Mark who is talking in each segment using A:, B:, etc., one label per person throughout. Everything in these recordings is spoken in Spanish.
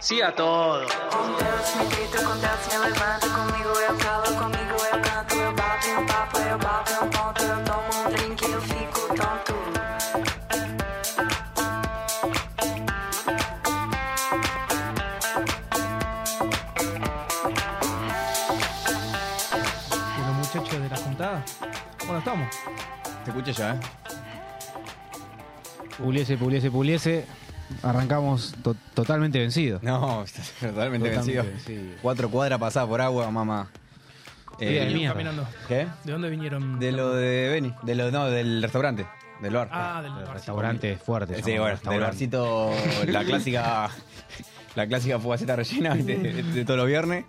A: Sí a todo.
B: Bueno, muchachos de la juntada. Bueno, estamos.
C: Te escucho ya, ¿eh?
B: Puliese, puliese, puliese. Arrancamos to- totalmente vencido.
C: No, estás totalmente,
B: Totalmente
C: vencido.
B: vencido.
C: Cuatro cuadras pasadas por agua, mamá.
B: Estoy de
C: Eh,
B: mierda.
D: caminando.
C: ¿Qué?
D: ¿De dónde vinieron?
C: De lo de Beni. De lo, no, del restaurante. Del bar.
D: Ah, del barcito.
B: Restaurante fuerte.
C: sí,
B: llamamos,
C: bueno, del
B: restaurante.
C: barcito. La clásica. La clásica fugaceta rellena ¿viste? de, de todos los viernes.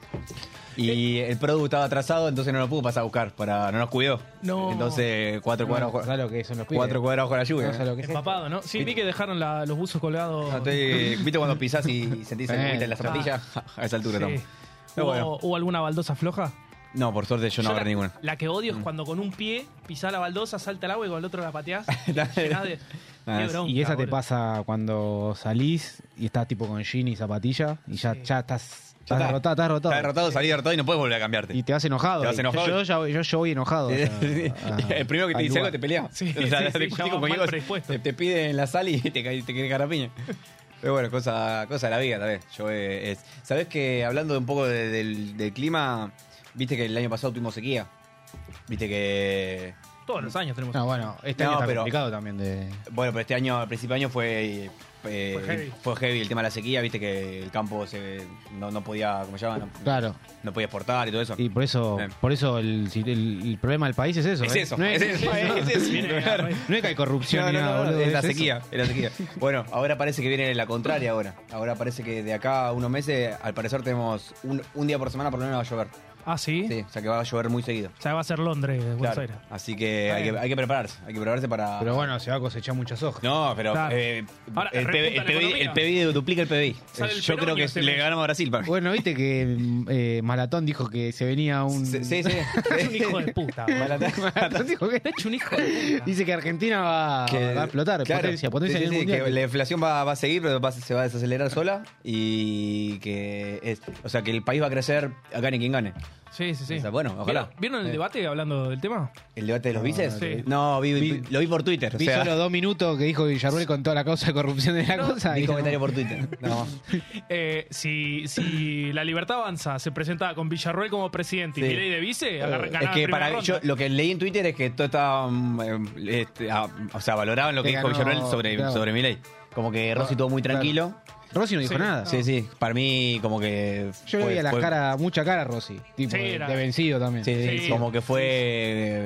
C: Y
D: Eh.
C: el producto estaba atrasado, entonces no lo pudo pasar a buscar. Para, no nos cuidó.
D: No.
C: Entonces, cuatro
B: Bueno,
C: cuadras.
B: ¿sabes lo que son los pibes?
C: cuatro eh. cuadras bajo la lluvia.
B: ¿Sabes lo que es esto?
D: Empapado, ¿no? Sí, vi que dejaron la- los buzos colgados.
C: No, estoy- ¿Viste cuando pisás y sentís el
B: Eh,
C: agüita en las zapatillas? A esa altura,
D: Sí.
C: Tom.
D: ¿Hubo,
C: Pero bueno.
D: hubo alguna baldosa floja?
C: No, por suerte yo no
D: Yo
C: agarré
D: la,
C: ninguna.
D: la que odio
C: Mm.
D: es cuando con un pie pisás la baldosa, salta al agua y con el otro la pateás.
C: Dale.
D: llenás de-
C: Ah,
D: qué
C: sí.
D: bronca,
B: Y esa te
D: boludo.
B: pasa cuando salís y estás tipo con jean y zapatilla y ya, ya estás, estás
C: está.
B: derrotado, estás derrotado.
C: Está derrotado, salí derrotado y no puedes volver a cambiarte.
B: Y te vas enojado.
C: Te vas
B: Y
C: enojado.
B: Yo, ya voy- yo, yo voy enojado. o sea, ah, a-
C: el primero que te
B: al
C: dice
B: lugar.
C: algo te pelea.
D: Sí,
C: O sea,
D: sí, sí,
C: te-
D: ya
C: te-
D: vas
C: como
D: mal
C: digo,
D: predispuesto.
C: te, te pide en la sal y te cae te queda carapiña. Pero bueno, cosa, cosa de la vida también. Yo, eh, es- Sabés que hablando de un poco de- del, del clima, viste que el año pasado tuvimos sequía. Viste que.
D: Todos los años tenemos.
B: No, bueno, este
C: No,
B: año está
C: pero-
B: complicado también de.
C: Bueno, pero este año, al principio de año, fue, eh,
D: Fue heavy.
C: fue heavy el tema de la sequía. Viste que el campo se, no, no podía, ¿cómo se llama? No,
B: Claro.
C: no podía exportar y todo eso.
B: Y por eso,
C: Eh.
B: por eso el, si- el- el problema del país es eso.
C: Es
B: ¿eh?
C: eso,
B: No
C: es eso, es eso.
D: Viene a
C: Claro.
D: agarrar.
B: no es que hay corrupción
C: No,
B: ni
C: no,
B: nada,
C: no, no,
B: boludo,
C: es la
B: eso.
C: sequía, es la sequía. Bueno, ahora parece que viene la contraria ahora. Ahora parece que de acá a unos meses, al parecer tenemos un, un día por semana por lo menos va a llover.
D: Ah, ¿sí?
C: Sí, o sea que va a llover muy seguido.
D: O sea, va a ser Londres, Buenos
C: Claro.
D: Aires.
C: Así que
D: Está
C: hay, que
D: bien.
C: hay que prepararse, hay que prepararse para...
B: Pero bueno, se va a cosechar muchas hojas.
C: no, pero
D: Claro.
C: eh,
D: Ahora,
C: el, PB
D: repunta
C: el
D: la
C: PBI el
D: economía.
C: PBI duplica el PBI.
D: Sale
C: Eh,
D: el
C: Yo creo
D: peronio
C: que
D: este
C: le
D: mes.
C: ganamos a Brasil. pa.
B: Bueno, viste que mm, eh, Malatón dijo que se venía un.
C: Sí, sí. sí.
D: Es un hijo de puta. boludo.
C: Maratón.
B: Malatón dijo que.
D: Es un hijo de puta.
B: Dice que Argentina va,
C: que-
B: Ah, va a explotar.
C: claro.
B: Potencia, potencia
C: Sí,
B: en
C: sí,
B: el
C: sí, que
B: mundial.
C: la inflación va, va a seguir, pero va- se va a desacelerar sola y que es, o sea que el país va a crecer, gane quien gane.
D: Sí, sí, sí.
C: Está bueno, ojalá.
D: ¿Vieron, vieron el debate hablando del tema?
C: ¿El debate de los vices?
D: Sí.
C: No, vi- vi- lo vi por Twitter.
B: Vi
C: o sea,
B: solo dos minutos que dijo Villarruel con toda la causa de corrupción de la cosa.
C: vi
B: y no-
C: comentario por Twitter. No.
D: Eh, si, si la libertad avanza se presentaba con Villarroel como presidente y
C: Sí. Eh,
D: Milei de vice, agarra,
C: es que para yo lo que leí en Twitter es que todo estaba. mm, eh, este, ah, o sea, valoraban lo que
B: Que
C: dijo
B: ganó,
C: Villarreal sobre,
B: claro.
C: sobre Milei. Como que Rossi estuvo muy
B: Claro.
C: tranquilo.
B: Rossi no dijo
D: Sí.
B: nada.
C: Sí, sí. Para mí, como que.
B: Yo le
C: fue-
B: veía la
C: fue-
B: cara, mucha cara a Rossi. Tipo,
D: Sí,
B: de,
D: era-
B: de vencido también.
C: Sí, sí,
D: Sí.
C: como que fue.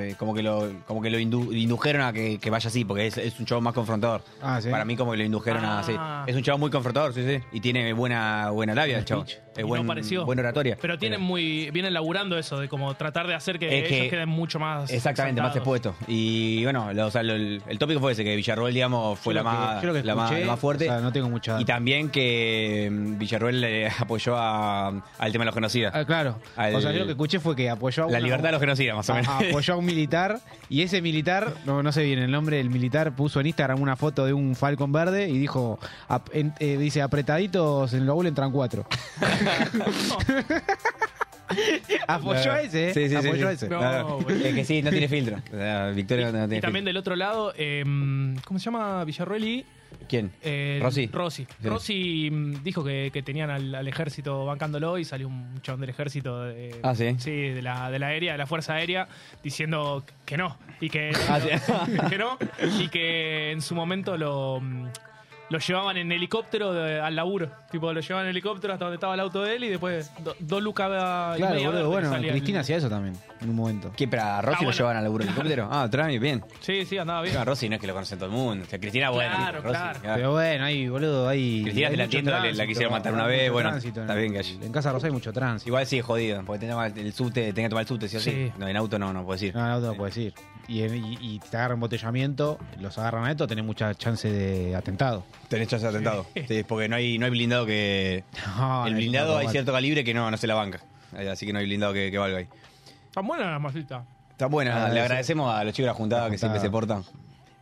C: eh, Como que lo, como que lo indu- indujeron a que, que vaya así, porque es, es un chavo más confrontador.
B: Ah, ¿sí?
C: Para mí, como que lo indujeron a así.
D: Ah.
C: Es un chavo muy confrontador, sí, sí. Y tiene buena, buena labia el chavo. Es
D: no
C: buen,
D: pareció.
C: buen oratoria.
D: Pero tienen muy vienen laburando eso de como tratar de hacer
B: eh,
D: que
C: Es que-
D: ellos queden mucho más
C: Exactamente, más
D: exaltados.
C: expuesto. Y bueno, lo- o sea, lo- el, el tópico fue ese, que Villarroel, digamos, fue
B: Yo
C: la,
B: lo que-
C: más,
B: yo lo que
C: la, más,
B: escuché,
C: la más fuerte.
B: o sea, no tengo mucha-
C: Y también que mm, Villarroel le apoyó a- al tema de los genocidas.
B: Ah, claro.
C: Al-
B: O sea, yo lo que escuché fue que apoyó a
C: la
B: una- Ah,
C: libertad de los genocidas, más o
B: a-
C: menos.
B: apoyó a un militar y ese militar, no, no sé bien el nombre, el militar puso en Instagram una foto de un Falcon verde y dijo, ap- en- eh, dice, apretaditos en el baúl entran cuatro. apoyó a ese, ¿eh?
C: Sí, sí, sí,
B: apoyó
C: sí.
B: a ese.
D: No,
C: Claro.
D: bueno.
C: Es que sí, no tiene filtro. O sea, Victoria no tiene
D: Y también
C: filtro.
D: del otro lado, eh, ¿cómo se llama Villarroel y
C: ¿Quién?
D: eh,
C: Rossi.
D: Rossi. Rossi, mm, dijo que, que tenían al, al ejército bancándolo y salió un chabón del ejército de,
C: Ah, ¿sí?
D: de la, de la aérea, de la fuerza aérea, diciendo que no. Y que,
C: Ah, sí.
D: que no. Y que en su momento lo mm, Lo llevaban en helicóptero de- al laburo. Tipo, lo llevaban en helicóptero hasta donde estaba el auto de él y después do- dos lucas y
B: Claro,
D: media
B: boludo,
D: verdes
B: bueno,
D: salían.
B: Cristina hacía eso también, en un momento.
C: ¿Qué? ¿Pero a Rossi
D: Ah,
C: lo
D: bueno.
C: llevan al laburo helicóptero? Ah, Trami, bien.
D: Sí, sí, andaba bien.
C: No, a Rossi no es que lo conocen todo el mundo. O sea, Cristina, bueno.
D: Claro,
C: Rossi,
D: claro.
B: Pero bueno, ahí, boludo, ahí.
C: Cristina
B: hay
C: se la
B: mucho
C: entiendo, la- la
B: tránsito,
C: quisieron matar una
B: hay
C: vez,
B: mucho
C: bueno,
B: tránsito en-
C: está bien que haya-
B: En Casa Rosa hay mucho tránsito.
C: Igual sí, jodido. Porque tenía el subte, tenía que tomar el subte, sí o sí.
D: Sí.
C: No, en auto no, no puedes ir.
B: No, no te lo puedo decir. Y, en- y, y te agarran embotellamiento, los agarran a esto, tenés mucha chance de atentado.
C: Tenés chance de atentado. Sí, porque no hay, no hay blindado que.
B: No,
C: el
B: no,
C: blindado
B: no,
C: hay
B: no,
C: cierto calibre que no, no se la banca. Eh, Así que no hay blindado que, que valga ahí.
D: Están buenas las masitas.
C: Está buena.
B: Ah,
C: Le
B: sí.
C: agradecemos a los chicos de la juntada
B: La
C: que siempre se portan.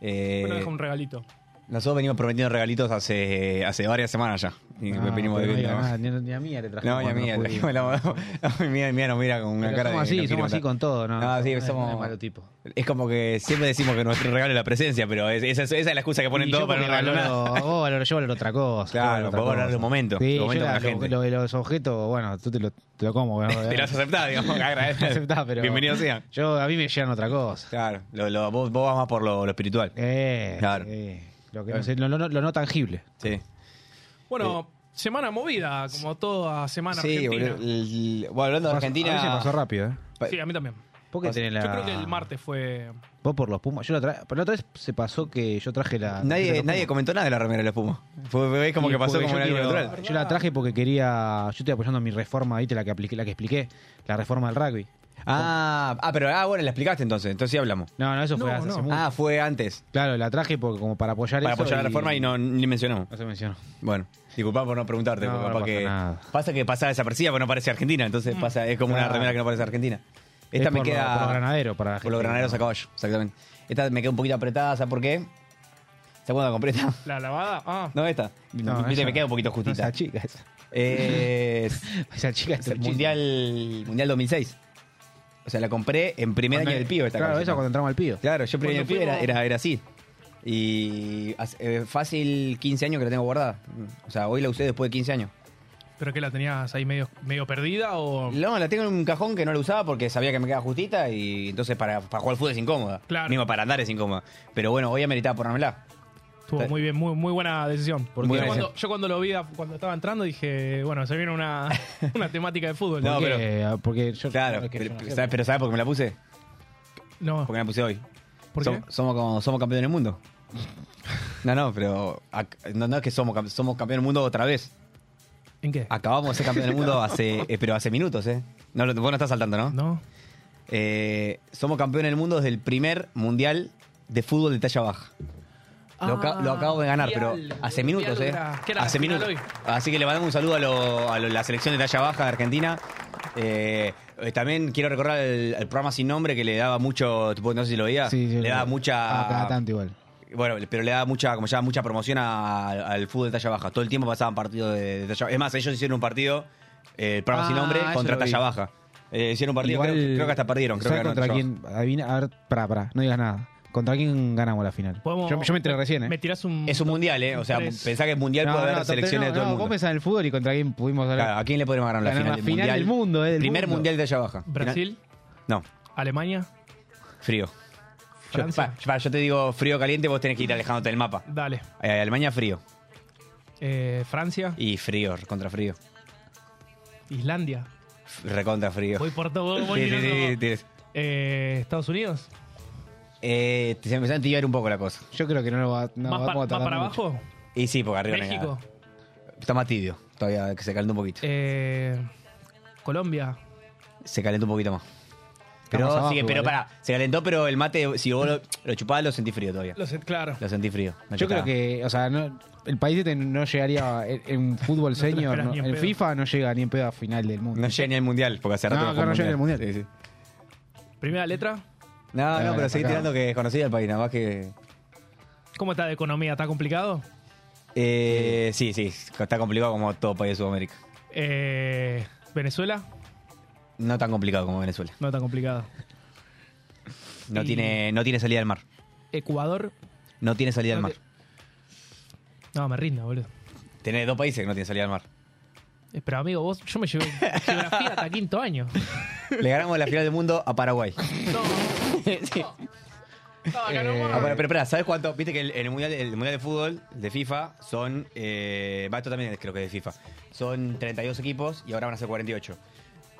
C: Eh,
D: Bueno, deja un regalito.
C: nosotros venimos prometiendo regalitos hace, hace varias semanas ya. Y
B: no,
C: venimos
B: pero
C: de
B: no digas nada, ni, ni a mía te trajimos.
C: No, y a mí,
B: cuando nos
C: trajimos
B: pudimos.
C: la la- Mía, mía nos mira con una
B: Ah, Pero
C: cara
B: somos
C: de.
B: así,
C: nos quiere
B: somos así
C: matar.
B: con todo, ¿no?
C: No, sí,
B: es-
C: somos-
B: es malo tipo.
C: Es como que siempre decimos que nuestro regalo es la presencia, pero es- esa, es- esa es la excusa que ponen
B: Y
C: todos
B: yo
C: para no
B: porque
C: regalar nada.
B: valoro- Vos valoro, yo valoro otra cosa. yo
C: Claro,
B: valoro otra
C: vos valorás
B: cosa.
C: los momentos,
B: Sí,
C: los momentos
B: yo
C: de la gente.
B: Lo, lo de los objetos, bueno, tú te lo, te lo como. ¿no?
C: Te lo has aceptado, digamos. agradece.
B: Aceptás, pero-
C: Bienvenido sea.
B: Yo, a mí me llegan otra cosa.
C: Claro, lo- lo- vos, vos vas más por lo, lo espiritual.
B: Eh,
C: Claro.
B: sí, lo, que no sé- lo- lo- lo no tangible.
C: Sí.
D: Bueno, semana movida, como toda semana
C: eh, Sí,
D: argentina.
C: boludo, el- el- bueno, hablando
B: Pasó-
C: de
B: a
C: Argentina.
B: veces pasó rápido, ¿eh?
C: pa-
D: Sí, a mí también.
B: ¿Por qué tenés la-
D: Yo creo que el martes fue.
B: Vos por los Pumas. Yo la, tra- pero la otra vez se pasó que yo traje la.
C: nadie nadie comentó nada de la remera de la espuma. Fue, fue- es como que pasó como en algo natural.
B: Yo la traje porque quería. Yo estoy apoyando mi reforma, ¿viste? La que, apliqué, la que expliqué. La reforma del rugby.
C: Ah, ah, pero ah, bueno, la explicaste entonces. Entonces sí hablamos.
B: No, no, eso fue
D: No,
B: hace,
D: no.
B: hace mucho.
C: Ah, fue antes.
B: Claro, la traje porque como para apoyar
C: Para
B: eso
C: apoyar la reforma y no ni mencionamos.
B: No se mencionó.
C: Bueno, disculpa por no preguntarte,
B: No, no
C: porque capaz
B: pasa
C: que
B: nada.
C: pasa que pasa desapercibida porque no parece Argentina, entonces pasa es como una
B: Claro.
C: remera que no parece Argentina. Esta
B: Es
C: me
B: por lo-
C: queda
B: por los granaderos, para la
C: por los
B: gente.
C: granaderos a caballo, exactamente. Esta me queda un poquito apretada, ¿sabes por qué? ¿Se acuerdan cuando la compré esta?
D: La lavada. Ah,
C: No, esta.
B: No,
C: Viste,
B: esa-
C: me queda un poquito
B: no,
C: justita.
B: esa chica, esa,
C: Eh, es-
B: esa chica
C: es
B: es
C: el mundial mundial 2006. O sea, la compré en primer año del pío esta
B: Claro,
C: camiseta.
B: eso cuando entramos al pío.
C: Claro, yo primer año del
D: Cuando
C: pío era,
D: Pío-
C: era, era así. Y hace- eh, fácil 15 años que la tengo guardada. O sea, hoy la usé después de 15 años.
D: ¿Pero qué la tenías ahí medio, medio perdida o.?
C: No, la tengo en un cajón que no la usaba porque sabía que me quedaba justita y entonces para, para jugar al fútbol es incómoda.
D: Claro.
C: Mismo para andar es incómoda. Pero bueno, hoy ameritaba ponérmela.
D: Estuvo muy bien, muy, muy buena decisión.
C: Porque-
D: yo,
C: buena
D: cuando,
C: decisión.
D: yo cuando lo vi, a- cuando estaba entrando, dije, bueno, se viene una, una temática de fútbol.
C: No,
D: ¿Por qué?
C: pero-
B: Eh, porque yo.
C: Claro,
B: es que
C: pero,
B: yo no sé.
C: ¿sabes, pero ¿sabes por qué me la puse?
D: no.
C: Porque me la puse hoy.
D: ¿Por
C: Som-
D: qué?
C: Somos, como- somos campeones del mundo. No, no, pero ac- no, no es que somos, cam- somos campeones del mundo otra vez.
D: ¿En qué?
C: Acabamos de ser campeón del mundo hace, eh, pero hace minutos, ¿eh? No, lo- vos no estás saltando, ¿no?
D: No.
C: Eh, somos campeones del mundo desde el primer mundial de fútbol de talla baja. Lo, ca-
D: Ah,
C: lo acabo de ganar,
D: mundial,
C: pero hace
D: mundial
C: minutos, ¿eh?
D: era- ¿qué era,
C: Hace
D: final
C: minutos.
D: hoy?
C: Así que le mandamos un saludo a, lo- a lo- la selección de talla baja de Argentina. Eh, eh, también quiero recordar el, el programa Sin Nombre que le daba mucho, tipo, no sé si lo veía,
B: Sí, sí,
C: le
B: lo-
C: daba mucha...
B: Ah, cada tanto igual.
C: Bueno, pero le daba mucha, como se llama, mucha promoción a- al fútbol de talla baja. Todo el tiempo pasaban partidos de, de talla baja. Es más, ellos hicieron un partido, eh, el programa
B: Ah,
C: sin nombre,
B: eso
C: contra
B: lo vi.
C: talla baja. Eh, hicieron un partido,
B: Igual-
C: creo, creo que hasta perdieron. Creo que
B: ¿Sabes
C: ganó
B: contra
C: Talla
B: quién? Adivina, a ver, pará, pará, no digas nada. ¿Contra quién ganamos la final?
D: Podemos-
B: Yo, yo me enteré recién, ¿eh?
D: Me tirás un.
C: Baja. Es un mundial, ¿eh? O sea,
D: Tres.
C: pensá que es mundial puede haber
B: top tres,
C: selecciones de todo el
B: Vos
C: mundo.
B: pensás en el fútbol y contra quién pudimos hablar.
C: Claro, ¿a quién le podemos ganar la
B: Ganar
C: final,
B: la final del mundo, eh, del
C: Primer
B: mundo.
C: mundial de talla baja.
D: Brasil,
C: Final- No,
D: Alemania,
C: frío. Yo,
D: Francia.
C: pa- pa- yo te digo frío caliente, vos tenés que ir alejándote del mapa.
D: dale.
C: Eh, Alemania frío.
D: Eh, Francia,
C: Y frío, contra frío.
D: Islandia.
C: Recontra frío.
D: Voy por todo. voy
C: Sí, sí,
D: tirando.
C: sí, tienes.
D: Eh, Estados Unidos.
C: Eh, te- se me empezó a tirar un poco la cosa.
B: Yo creo que no lo va, no,
D: más, pa-
B: vamos a
D: más
B: tardar
D: para
B: mucho.
D: abajo.
C: Y sí, porque arriba no hay
D: México.
C: nada. Está más tibio, todavía que se calentó un poquito.
D: Eh, Colombia.
C: Se calentó un poquito más.
B: Está
C: Pero
B: más abajo
C: sigue, pero
B: igual,
C: pará, se calentó, pero el mate, si vos lo, lo chupás, lo sentí frío todavía.
D: Los, claro.
C: Lo sentí frío. No
B: Yo
C: chupaba.
B: creo que, o sea, no- el país este no llegaría a- en, en fútbol
D: te lo
B: senior,
D: esperas
B: no-
D: ni en
B: en
D: pedo.
B: FIFA no llega ni en pedo a final del mundo.
C: No llega ni al mundial, porque hace rato
B: No, acá
C: juega
B: no llega
C: al
B: ni al mundial.
C: Sí, sí.
D: Primera letra.
C: No,
B: Dale,
C: no, pero seguí
B: Ah, acá.
C: tirando que desconocía el país, nada más que.
D: ¿Cómo está de economía? ¿Está complicado?
C: Eh, sí, sí, está complicado como todo país de Sudamérica.
D: Eh, Venezuela.
C: No tan complicado como Venezuela.
D: No está complicado.
C: No,
D: Y-
C: tiene, no tiene salida del mar.
D: Ecuador.
C: No tiene salida del
D: No
C: mar.
D: No, me rindo, boludo.
C: Tiene dos países que no tienen salida del mar.
D: Eh, Pero amigo, vos, yo me llevé geografía hasta quinto año.
C: Le ganamos la final del mundo a Paraguay.
D: No,
C: Sí. Ah, bueno, pero espera, ¿sabes cuánto? Viste que el, el mundial, el mundial de fútbol de FIFA son. Eh, va, esto también es- creo que es de FIFA. Son 32 equipos y ahora van a ser 48.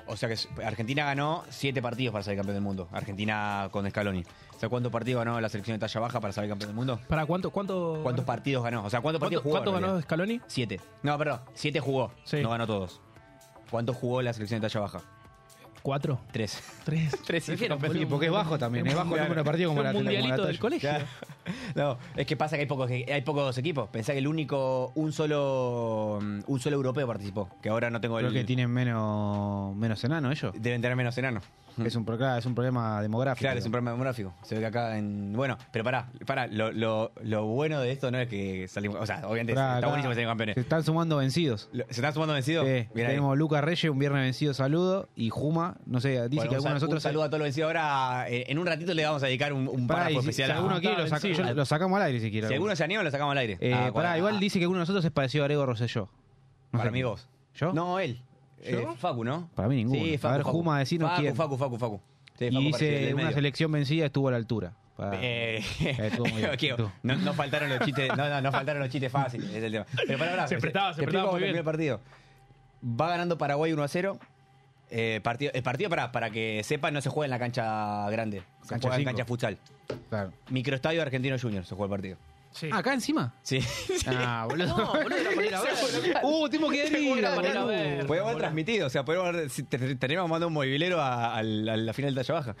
C: O sea que s- Argentina ganó 7 partidos para salir campeón del mundo. Argentina con Scaloni. ¿Sabes cuántos partidos ganó la selección de talla baja para salir campeón del mundo?
E: ¿Para cuánto? cuánto
C: ¿Cuántos partidos ganó? O sea, ¿cuántos
E: ¿Cuánto,
C: partidos jugó?
E: cuánto
C: en
E: ganó
C: realidad?
E: Scaloni?
C: Siete. No, perdón. Siete jugó.
E: Sí.
C: No ganó todos. ¿Cuántos jugó la selección de talla baja?
E: Cuatro.
C: Tres.
E: Tres.
C: Tres
E: Dijeron,
C: cifras.
E: boludo.
B: Sí, porque es bajo también, es bajo el número de partidos como
E: Un
B: la como la
E: mundialito del
B: Toya.
E: colegio.
C: Claro. No, es que pasa que hay pocos, hay pocos equipos. Pensá que el único, un solo, mm, un solo europeo participó. Que ahora no tengo
B: Creo
C: el.
B: que tienen menos, menos enano ellos.
C: Deben tener menos enano.
B: Es un, pro- claro, es un problema demográfico.
C: Claro, es un problema demográfico. Se ve que acá en. Bueno, pero pará, pará. Lo, lo- lo bueno de esto no es que salimos. O sea, obviamente
B: Pará,
C: está
B: acá
C: buenísimo que salimos campeones.
B: Se están sumando vencidos.
C: Lo- ¿Se están sumando vencidos?
B: Sí,
C: Bien ahí.
B: tenemos Lucas Reyes, un viernes vencido, saludo. Y Juma, no sé, dice
C: Bueno,
B: que
C: un
B: alguno de
C: sal-
B: nosotros.
C: Un saludo a todos los vencidos. Ahora, eh, en un ratito le vamos a dedicar un, un
B: Pará, y
C: párrafo
B: si,
C: especial.
B: si
C: a-
D: Ah,
B: alguno quiere, lo, saca-
E: vencido.
B: yo- lo sacamos al aire si quiere.
C: si alguno se anima, lo sacamos al aire.
B: Eh,
C: Ah,
B: pará,
C: cuando-
B: igual
C: ah,
B: dice que alguno de nosotros es parecido a Arego Rosselló. No
C: Para
B: sé.
C: mí vos.
B: ¿Yo?
C: No, él. Eh, Facu, ¿no?
B: Para mí ninguno.
C: Sí,
B: A
C: Facu.
B: ver,
C: Facu.
B: Juma, decinos
C: Facu,
B: quién.
C: Facu, Facu, Facu. Sí, Facu
B: y
C: apareció en
B: dice
C: el
B: una
C: medio.
B: selección vencida estuvo a la altura. Pa-
C: Eh,
B: estuvo muy bien,
C: ok,
B: estuvo.
C: no, no faltaron los chistes, no, no, no faltaron los chistes fáciles, es el tema. Pero pará, pará,
E: Se prestaba,
C: te
E: se prestaba
C: explico
E: muy
C: cómo
E: bien.
C: terminó el partido. Va ganando Paraguay 1 a 0. Eh, partido, el partido para, para que sepan no se juega en la cancha grande, se
B: Cancha
C: juega en
B: cinco.
C: cancha futsal.
B: Claro.
C: Microestadio Argentino Junior se juega el partido.
E: Sí.
B: Ah, acá encima.
C: Sí.
B: Ah, boludo. uh, tenemos que
E: Era
B: ir.
E: manera verde,
C: Podemos haber
E: boludo.
C: transmitido, o sea, podemos haber, si te- te- tenemos mandado un movilero a, al- a la final de talla baja.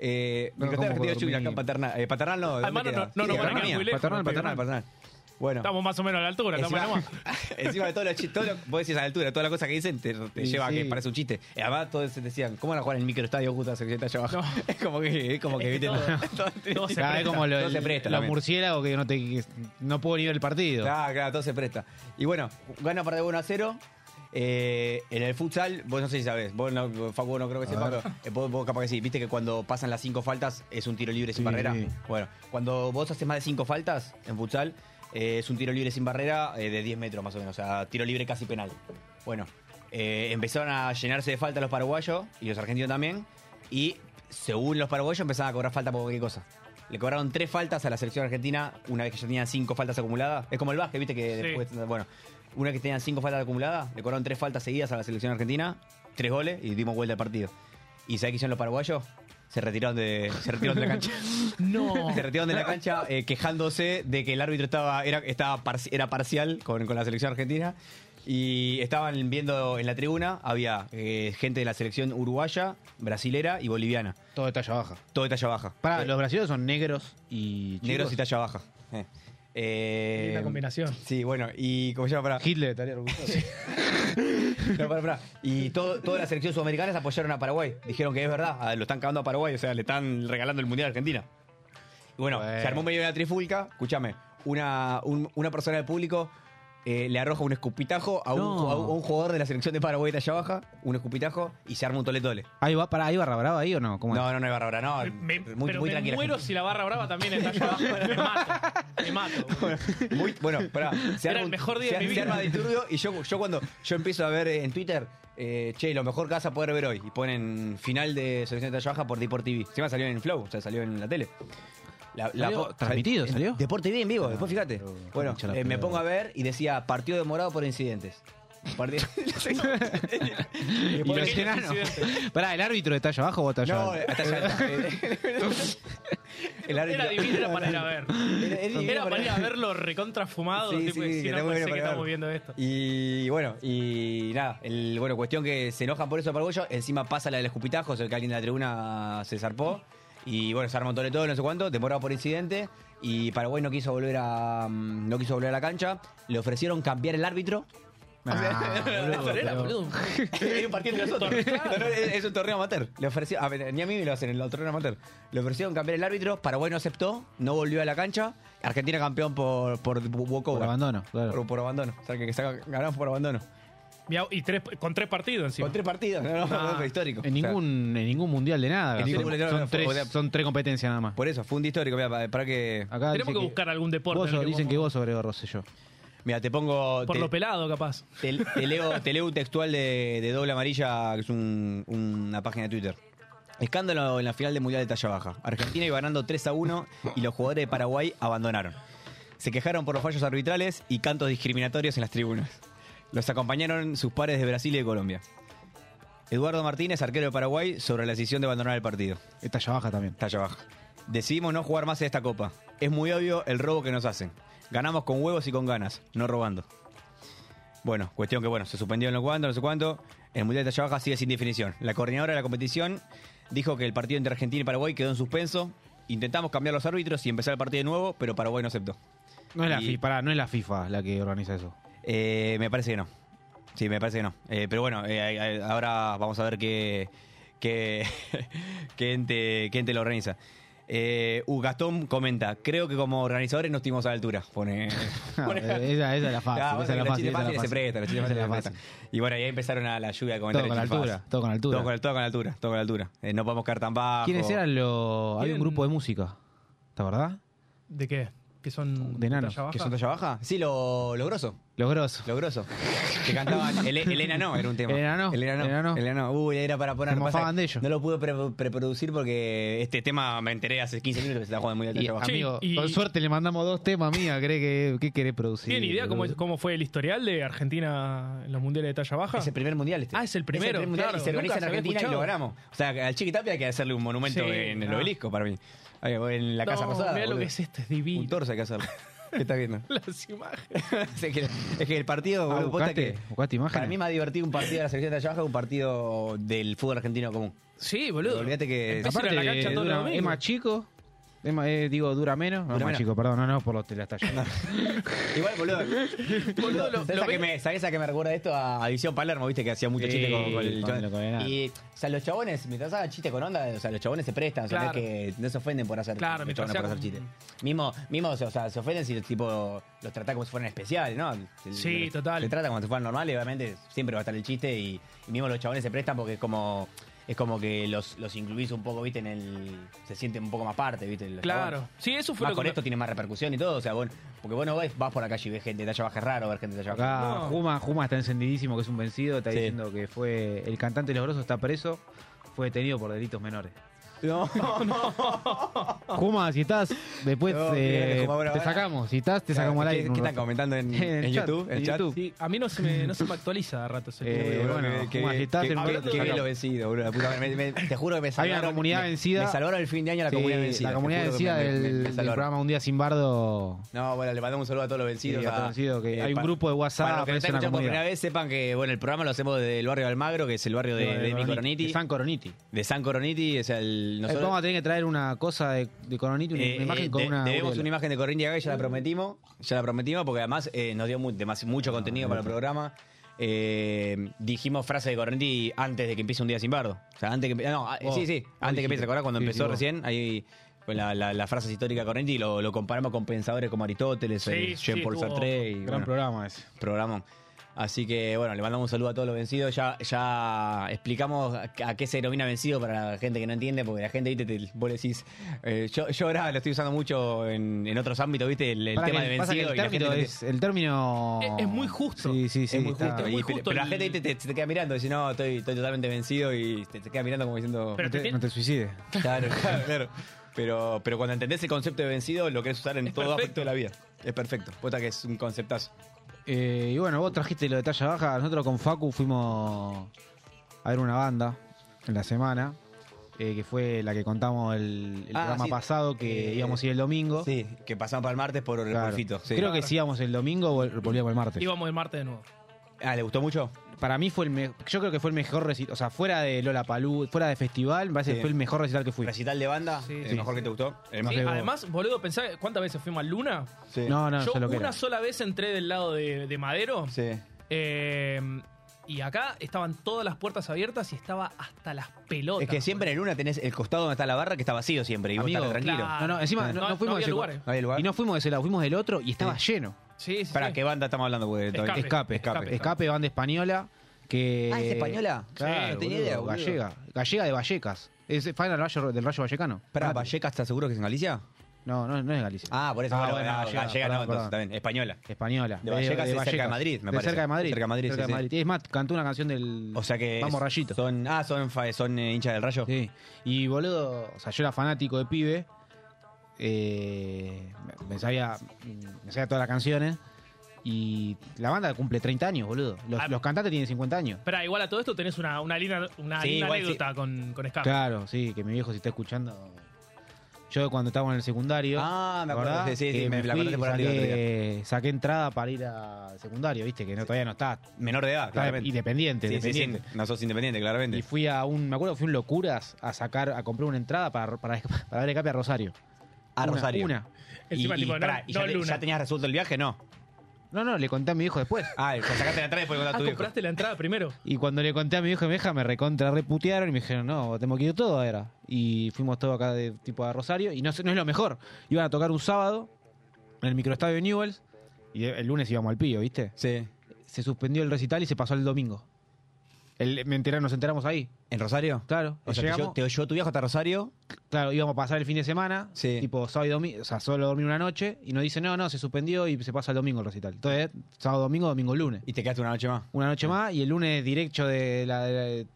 C: Eh,
B: No,
C: Microestadio
B: ¿cómo
C: Argentino
B: dormí?
C: Junior, acá en Paternal. Eh, paternal no, ¿dónde
E: Además, no-
C: queda?
E: Ah, no- no nos van a
C: Paternal,
E: quedar muy lejos,
C: Paternal,
E: no
C: paternal,
E: pibes.
C: paternal. Bueno.
E: Estamos más o menos a la altura, estamos en la
C: Encima,
E: más.
C: encima de todo lo chis- todo lo- vos decís a la altura, toda la cosa que dicen te, te
B: Y
C: lleva a que
B: sí.
C: parece un chiste. Y además todos se decían, ¿cómo van a jugar en el microestadio justo a la sección de talla baja? Es como que, es como que, viste, todo-
E: todo se
C: todo
B: Ah, es como lo-
C: todo se presta,
B: los
C: también.
B: murciélagos que no, te, que no puedo ni ver el partido.
C: Claro, claro, todo se presta. Y bueno, gana para de 1 a 0. Eh, en el futsal, vos no sé si sabés, vos no, Facu no creo que sepa, pero eh, vos, vos capaz que sí, viste que cuando pasan las cinco faltas es un tiro libre
B: Sí,
C: sin barrera.
B: sí.
C: Bueno, cuando vos haces más de cinco faltas en futsal, eh, es un tiro libre sin barrera eh, de 10 metros más o menos, o sea, tiro libre casi penal. Bueno, eh, empezaron a llenarse de falta los paraguayos y los argentinos también, y según los paraguayos empezaban a cobrar falta por cualquier cosa. Le cobraron tres faltas a la selección argentina una vez que ya tenían cinco faltas acumuladas. Es como el básquet, viste que
E: Sí.
C: después, bueno, una vez que tenían cinco faltas acumuladas, le cobraron tres faltas seguidas a la selección argentina, tres goles y dimos vuelta al partido. ¿Y sabés qué hicieron los paraguayos? Se retiraron de, se retiraron de la cancha.
E: No.
C: Se retiraron de la cancha eh, quejándose de que el árbitro estaba era, estaba parci- era parcial con, con la selección argentina. Y estaban viendo en la tribuna, había eh, gente de la selección uruguaya, brasilera y boliviana.
B: Todo de talla baja.
C: Todo de talla baja. Eh,
B: Pará, los brasileños son negros y. chicos.
C: Negros y talla baja. Eh. Eh,
E: Linda combinación.
C: Sí, bueno, y como se llama para.
B: Hitler estaría orgulloso.
C: Y todo- todas las selecciones sudamericanas apoyaron a Paraguay. Dijeron que es verdad, ah, lo están cagando a Paraguay, o sea, le están regalando el Mundial a Argentina. Y bueno,
B: Bueno.
C: se armó medio de la trifulca. Escúchame, una, un- una persona del público eh, le arroja un escupitajo a un,
B: No.
C: ju- a un- a un jugador de la selección de Paraguay de allá baja, un escupitajo, y se arma un tole-tole.
B: Ahí va, pará, ahí barra brava ahí o no? ¿Cómo es?
C: No, no, no es barra, no.
E: Me-
C: muy,
E: pero
C: muy
E: me
C: tranquila.
E: muero
C: gente.
E: si la barra brava también está allá abajo. Me mato. Me mato. boludo.
C: Muy- bueno, pará. Se
E: Era
C: arma
E: el
C: un-
E: mejor día
C: se-
E: de mi
C: se
E: vida.
C: arma disturbio y yo, yo cuando yo empiezo a ver eh, en Twitter, eh, che, lo mejor que vas a poder ver hoy. Y ponen final de Selección de Talla Baja por Deport TV. Encima salió en Flow, o sea, salió en la tele. La, la
B: ¿Salió
C: po-
B: transmitido,
C: en
B: salió?
C: Deport TV en vivo, después fíjate.
B: pero-
C: bueno,
B: mucha la
C: eh, me
B: peor.
C: pongo a ver y decía partido demorado por incidentes. Partido-
B: ¿Y
C: Después-
B: los enanos? Pará, ¿el árbitro de talla baja o talla
C: No,
B: alta?
C: hasta allá. El árbitro-
E: Era divino, era para ir a ver.
C: Era divino
E: Era
C: para
E: para
C: ir
E: ir
C: a
E: a verlo recontrafumado.
C: Sí,
E: tipo,
C: sí,
E: y decir,
C: que
E: no
C: está muy
E: pensé
C: bueno
E: que
C: para
E: estamos
C: ver.
E: viendo esto.
C: Y bueno, y nada, el, bueno, cuestión que se enojan por eso Paraguayo, encima pasa la del escupitajo, se ve que alguien de la tribuna se zarpó, y bueno, se armó todo todo, no sé cuánto, demorado por incidente, y Paraguay no quiso volver a mm, no quiso volver a la cancha, le ofrecieron cambiar el árbitro.
B: Ah, boludo,
E: Pero era,
B: pero-
E: boludo.
C: Era un partido entre nosotros. No, no, es es un torneo amateur. Le ofreció, a ver, ni a mí me lo hacen, el torneo amateur. Le ofrecieron cambiar el árbitro, Paraguay no aceptó, no volvió a la cancha. Argentina campeón por, por
B: Por
C: walkover.
B: abandono, claro.
C: Por, por abandono. O sea, que, que saca- ganamos por abandono.
E: Mirá, Y tres, con tres partidos encima.
C: Con tres partidos, no, no,
E: Ah.
C: fue histórico.
B: En
C: O sea,
B: ningún, en ningún mundial de nada.
C: En
B: son-
C: ningún-
B: son,
C: no, no, fue- o sea,
B: tres, son tres competencias nada más.
C: por eso, fue un día histórico. Mira, para, para que.
B: Acá
E: Tenemos
B: dice
E: que buscar algún deporte
B: vos
E: en el
B: sos-
E: que
B: dicen que
E: podamos-
B: vos sobre Rosselló.
C: Mira, te pongo.
E: Por
C: te,
E: lo pelado, capaz.
C: te- te leo, te leo un textual de, de Doble Amarilla, que es un- una página de Twitter. Escándalo en la final del Mundial de Talla Baja. Argentina iba ganando 3 a 1 y los jugadores de Paraguay abandonaron. Se quejaron por los fallos arbitrales y cantos discriminatorios en las tribunas. Los acompañaron sus pares de Brasil y de Colombia. Eduardo Martínez, arquero de Paraguay, sobre la decisión de abandonar el partido.
B: Esta ya baja también.
C: Talla baja. Decidimos no jugar más en esta copa. Es muy obvio el robo que nos hacen. Ganamos con huevos y con ganas, no robando. Bueno, cuestión que bueno, se suspendió en lo cuanto, no sé cuánto. El Mundial de Talla Baja sigue sin definición. La coordinadora de la competición dijo que el partido entre Argentina y Paraguay quedó en suspenso. Intentamos cambiar los árbitros y empezar el partido de nuevo, pero Paraguay no aceptó.
B: No es la,
C: Y-
B: fi- pará, no es la FIFA la que organiza eso.
C: Eh, me parece que no. Sí, me parece que no. Eh, pero bueno, eh, ahí- ahí- ahora vamos a ver qué, qué, qué ente, qué ente lo organiza. Eh, uh, Gastón comenta, creo que como organizadores no estuvimos a la altura. Pone,
B: Ah,
C: pone-
B: esa, esa es la fácil.
C: Ah,
B: esa
C: bueno,
B: es la
C: los
B: fácil. esa es
C: chistes
B: la
C: fáciles se
B: fácil.
C: prestan, los chistes
B: Esa es la
C: fáciles se
B: fácil.
C: prestan. Y bueno, ahí empezaron a la lluvia de
B: Todo
C: comentarios.
B: con la
C: chifas.
B: altura. Todo con la altura.
C: Todo con, todo con la altura, todo con la altura. Eh, no podemos caer tan bajo.
B: ¿Quiénes eran los.? Había un
E: ¿Quién-
B: grupo de música. ¿Te acordás?
E: ¿De qué? Que son
B: De enanos,
E: talla
C: ¿Que
E: baja?
C: son talla baja? Sí, lo, lo grosso.
B: Los grosos.
C: Lo grosso. Que cantaban. El- Elena no, era un tema.
B: Elena no,
C: Elena no.
B: Elena no.
C: Elena no. Uy, era para poner.
B: Se
C: pasa
B: mofaban
C: que
B: de ellos.
C: No lo pude pre- preproducir porque este tema me enteré hace 15 minutos que se está jugando muy
B: Y,
C: alto.
E: Che,
B: amigo,
E: y-
B: con suerte le mandamos dos temas, mía. ¿Cree que, ¿Qué querés producir? Eh,
E: ¿Tienen idea cómo, es- cómo fue el historial de Argentina en los mundiales de talla baja?
C: Es el primer mundial este.
E: Ah, es el primero,
C: primer mundial
E: claro,
C: y se
E: nunca
C: organiza en
E: se había
C: Argentina y lo
E: escuchado.
C: ganamos. O sea, al Chiquitapia hay que hacerle un monumento
E: Sí,
C: en el
E: no.
C: obelisco para mí. Ahí, o En la Casa
E: no,
C: Rosada.
E: mirá lo
C: boludo.
E: que
D: este
E: es esto, es
C: Un
E: divino.
C: torso hay que hacerlo. ¿Qué estás viendo?
E: Las imágenes.
C: es, que, es que el partido.
B: Ah,
C: boludo, posta
B: buscaste-
C: que-
B: buscaste imágenes.
C: Para mí me ha divertido un partido de la selección de allá abajo que un partido del fútbol argentino común.
E: Sí, boludo.
C: Olvídate que-
E: Empecé a ir
B: Aparte,
E: a la cancha todos los
B: dura-
E: domingos.
B: es más chico. es más- eh, digo, dura menos. No,
C: Dura
B: es
C: menos.
B: más chico, perdón, no, no, por los telestallos.
C: Igual, boludo.
E: Boludo, lo-
C: ¿Sabés
E: lo
C: a que
E: ve-
C: me, ¿sabés a que me recuerda esto? A, a Visión Palermo, viste, que hacía mucho
B: Sí,
C: chiste con, con el
B: con lo condenado.
C: Y, o sea, los chabones, mientras hagan chiste con onda, o sea, los chabones se prestan, o sea, no
E: Claro.
C: es que no se ofenden por hacer,
E: Claro,
C: los
E: mientras
C: chabones por hacer
E: sea
C: chiste.
E: con-
C: Mismo, mismo, o sea, se ofenden si tipo los tratan como si fueran especiales, ¿no? Se-
E: Sí,
C: se-
E: total.
C: Se tratan como si fueran normales, obviamente siempre va a estar el chiste y, y mismo los chabones se prestan porque es como. Es como que los, los incluís un poco, viste, en el. Se sienten un poco más parte, viste. los chabones.
E: Claro. Sí, eso fue
C: Más
E: lo
C: con
E: que...
C: esto tiene más repercusión y todo, o sea, bueno, porque vos no ves- vas por la calle y ves gente de talla baja es raro, ver gente de talla baja.
B: Acá
E: No.
B: Juma, Juma está encendidísimo, que es un vencido, está
C: Sí.
B: diciendo que fue el cantante de Los Grosos está preso, fue detenido por delitos menores.
C: No,
B: Juma, si estás, después
C: No,
B: eh,
C: mirá que Juma, bueno,
B: te
C: ahora-
B: sacamos, si estás, te sacamos al
C: ¿Qué-
B: aire.
C: ¿Qué,
B: un
C: están
B: rato.
C: comentando en,
B: En el
C: en
B: chat,
C: YouTube? En
B: en
C: el chat.
B: YouTube.
E: Sí, a mí no se me, no se me actualiza de rato. ese
B: Eh,
E: culo.
B: bueno, Juma, si estás,
C: qué-
B: te lo-
C: qué-
B: te lo
C: qué bien
B: sacamos.
C: lo vencido, boludo. la puta madre. Me- me- te juro que me
B: una comunidad
C: me-
B: vencida.
C: Me salvaron el fin de año la
B: Sí,
C: comunidad vencida.
B: la
C: te
B: comunidad
C: juro que me-
B: vencida
C: me-
B: del,
C: me- me
B: del
C: salvaron.
B: programa Un Día Sin Bardo.
C: No, bueno, le mandamos un saludo a todos los vencidos.
B: Sí, a todos
C: a-
B: los vencidos, que hay un
C: pa-
B: grupo de WhatsApp,
C: Para los que me están
B: es una
C: escuchando por
B: comunidad.
C: primera vez, sepan que bueno, el programa lo hacemos desde el barrio de Almagro, que es el barrio de, de, mi Coroniti.
B: De San Coroniti. Eh,
C: de San Coroniti, o sea, el, nosotros-
B: vamos a tener que traer una cosa de, de Coroniti, una
C: Eh,
B: imagen
C: eh,
B: con
C: de-
B: una.
C: Debemos
B: aureola. Mm.
C: una imagen de Corriente acá y ya la prometimos. Ya la prometimos porque además eh, nos dio mu- demas- mucho contenido para el programa. Eh, dijimos frase de Corriente antes de que empiece un día sin bardo. O sea, antes que. empe- No, ah,
B: Vos,
C: sí, sí.
B: vos
C: Antes que
B: dijiste.
C: empiece, ¿te acordás? Cuando
B: Oh, Sí,
C: empezó
B: sí, vos.
C: recién, ahí. Con la, la, la frase histórica de Corriente y lo, lo comparamos con pensadores como Aristóteles,
E: Sí,
C: eh,
E: sí,
C: Jean-Paul
E: estuvo-
C: Sartre y
B: Gran
C: bueno,
B: programa ese.
C: programón. Así que bueno, le mandamos un saludo a todos los vencidos. Ya, ya explicamos a, a qué se denomina vencido para la gente que no entiende, porque la gente, viste, te- vos le decís, eh, yo, yo ahora lo estoy usando mucho en, en otros ámbitos, viste, el, el
B: Pará
C: tema
B: que-
C: de
B: pasa que
C: vencido.
B: el
C: y la gente
B: término
C: no te-
B: es, el término
E: Es- es muy justo.
B: Sí, sí, sí.
C: es muy
B: está-
C: justo.
E: es muy
C: y- pero-
E: justo
C: pero la
E: el-
C: gente viste, te, te queda mirando, dice, no, estoy, estoy totalmente vencido y te, te queda mirando como diciendo,
E: Pero
B: No te,
E: te-
B: no te suicides.
C: claro, claro, claro. Pero, pero cuando entendés el concepto de vencido, lo querés usar en
E: Es
C: todo aspecto
E: perfecto.
C: de la vida. Es perfecto. Puta que es un conceptazo.
B: Eh, y bueno, vos trajiste lo de talla baja. Nosotros con Facu fuimos a ver una banda en la semana, eh, que fue la que contamos el, el
C: Ah,
B: programa
C: sí.
B: pasado, que
C: Eh,
B: íbamos a ir el domingo.
C: Sí, que pasamos para el martes por el
B: Claro.
C: golfito. sí.
B: Creo que si íbamos el domingo, vol- volvíamos el martes.
E: Íbamos el martes de nuevo.
C: Ah, ¿le gustó mucho?
B: Para mí fue el me- yo creo que fue el mejor recital, o sea, fuera de Lola Palú, fuera de festival, me parece
C: Sí.
B: que fue el mejor recital que fui.
C: Recital de banda,
E: Sí,
C: el
E: sí,
C: mejor
E: sí.
C: que te gustó. El más
E: Sí,
C: que vos.
E: además, boludo, pensá cuántas veces fuimos al Luna.
C: Sí.
B: No, no,
E: Yo
B: yo lo que
E: una
B: era.
E: sola vez entré del lado de, de Madero.
C: Sí.
E: eh, y acá estaban todas las puertas abiertas y estaba hasta las pelotas.
C: Es que siempre en el Luna tenés el costado donde está la barra que está vacío siempre. Y vos
B: Amigo,
C: estás tranquilo.
E: claro.
B: No, no, encima
E: No,
B: no,
E: no
B: no fuimos
E: había
B: de ese
E: lugares.
B: lugar.
C: No hay lugar.
B: Y no fuimos de ese lado, fuimos del otro y estaba lleno.
E: Sí, sí,
C: ¿Para
E: sí.
C: qué banda estamos hablando? güey?
E: Escape.
B: Escape, escape.
E: Escape.
B: banda española. Que,
C: Ah, ¿es española?
B: Claro,
E: Sí,
C: no tenía
B: boludo,
C: idea, boludo.
B: Gallega. Gallega de Vallecas. Es fan del Rayo, del Rayo Vallecano.
C: Pará, ¿Vallecas estás seguro que es en Galicia?
B: No, no, no es Galicia.
C: Ah, por eso.
B: Ah,
C: bueno,
B: bueno,
C: ah,
B: gallega,
C: gallega,
B: perdón,
C: no, entonces
B: perdón.
C: también. Española.
B: Española.
C: De Vallecas es cerca de Madrid, me
B: De
C: parece.
B: cerca de Madrid.
C: Cerca de Madrid, sí, sí.
B: Y es más, cantó una canción del.
C: O sea que.
B: Vamos,
C: es-
B: rayito.
C: Son, ah, son, fa- son eh, hinchas del rayo.
B: Sí. Y boludo, o sea, yo era fanático de pibe. eh, me- me, sabía, me sabía todas las canciones. Y la banda cumple 30 años, boludo. Los,
D: Ah.
B: los cantantes tienen 50 años.
D: Espera, igual a todo esto tenés una, una linda, una
C: Sí,
D: linda
C: igual
D: anécdota con, con Ska.
B: Claro, sí, que mi viejo si está escuchando. Yo cuando estaba en el secundario.
C: Ah, me acuerdo,
B: ¿verdad?
C: sí, sí, sí,
B: Que
C: me la
B: fui,
C: contaste por arriba el otro
B: saqué, saqué entrada para ir al secundario, viste, que no, todavía no está.
C: Menor de edad,
B: está
C: claramente.
B: independiente,
C: Sí, sí, sí,
B: dependiente.
C: no sos independiente, claramente.
B: Y fui a un, me acuerdo que fui a un Locuras a sacar, a comprar una entrada para, para, para ver escape a Rosario. Una,
C: a Ah, Rosario.
B: Una.
D: Encima, tipo, no-
C: pará,
D: no
C: ya, te-
D: Luna.
C: ya tenías resuelto el viaje? No.
B: No, no, le conté a mi viejo después.
C: Ah, y sacaste la entrada y después le
D: Ah,
C: contaste a tu viejo.
D: compraste la entrada primero.
B: Y cuando le conté a mi viejo y mi hija, me recontra reputearon y me dijeron, no, tenemos que ir todo era. Y fuimos todos acá de tipo a Rosario. Y no, sé- no es lo mejor. Iban a tocar un sábado en el microestadio de Newells. Y el lunes íbamos al pillo, ¿viste?
C: Sí.
B: Se suspendió el recital y se pasó al domingo. El, me enteraron, nos enteramos ahí.
C: ¿En Rosario?
B: Claro.
C: O sea, que
B: llegamos-
C: yo- te oyó tu viejo hasta Rosario.
B: Claro, íbamos a pasar el fin de semana,
C: Sí.
B: tipo sábado y domingo, o sea, solo dormir una noche, y nos dice, no, no, se suspendió y se pasa el domingo el recital. Entonces, sábado, domingo, domingo, lunes.
C: Y te quedaste una noche más.
B: Una noche más y el lunes directo de, la, de,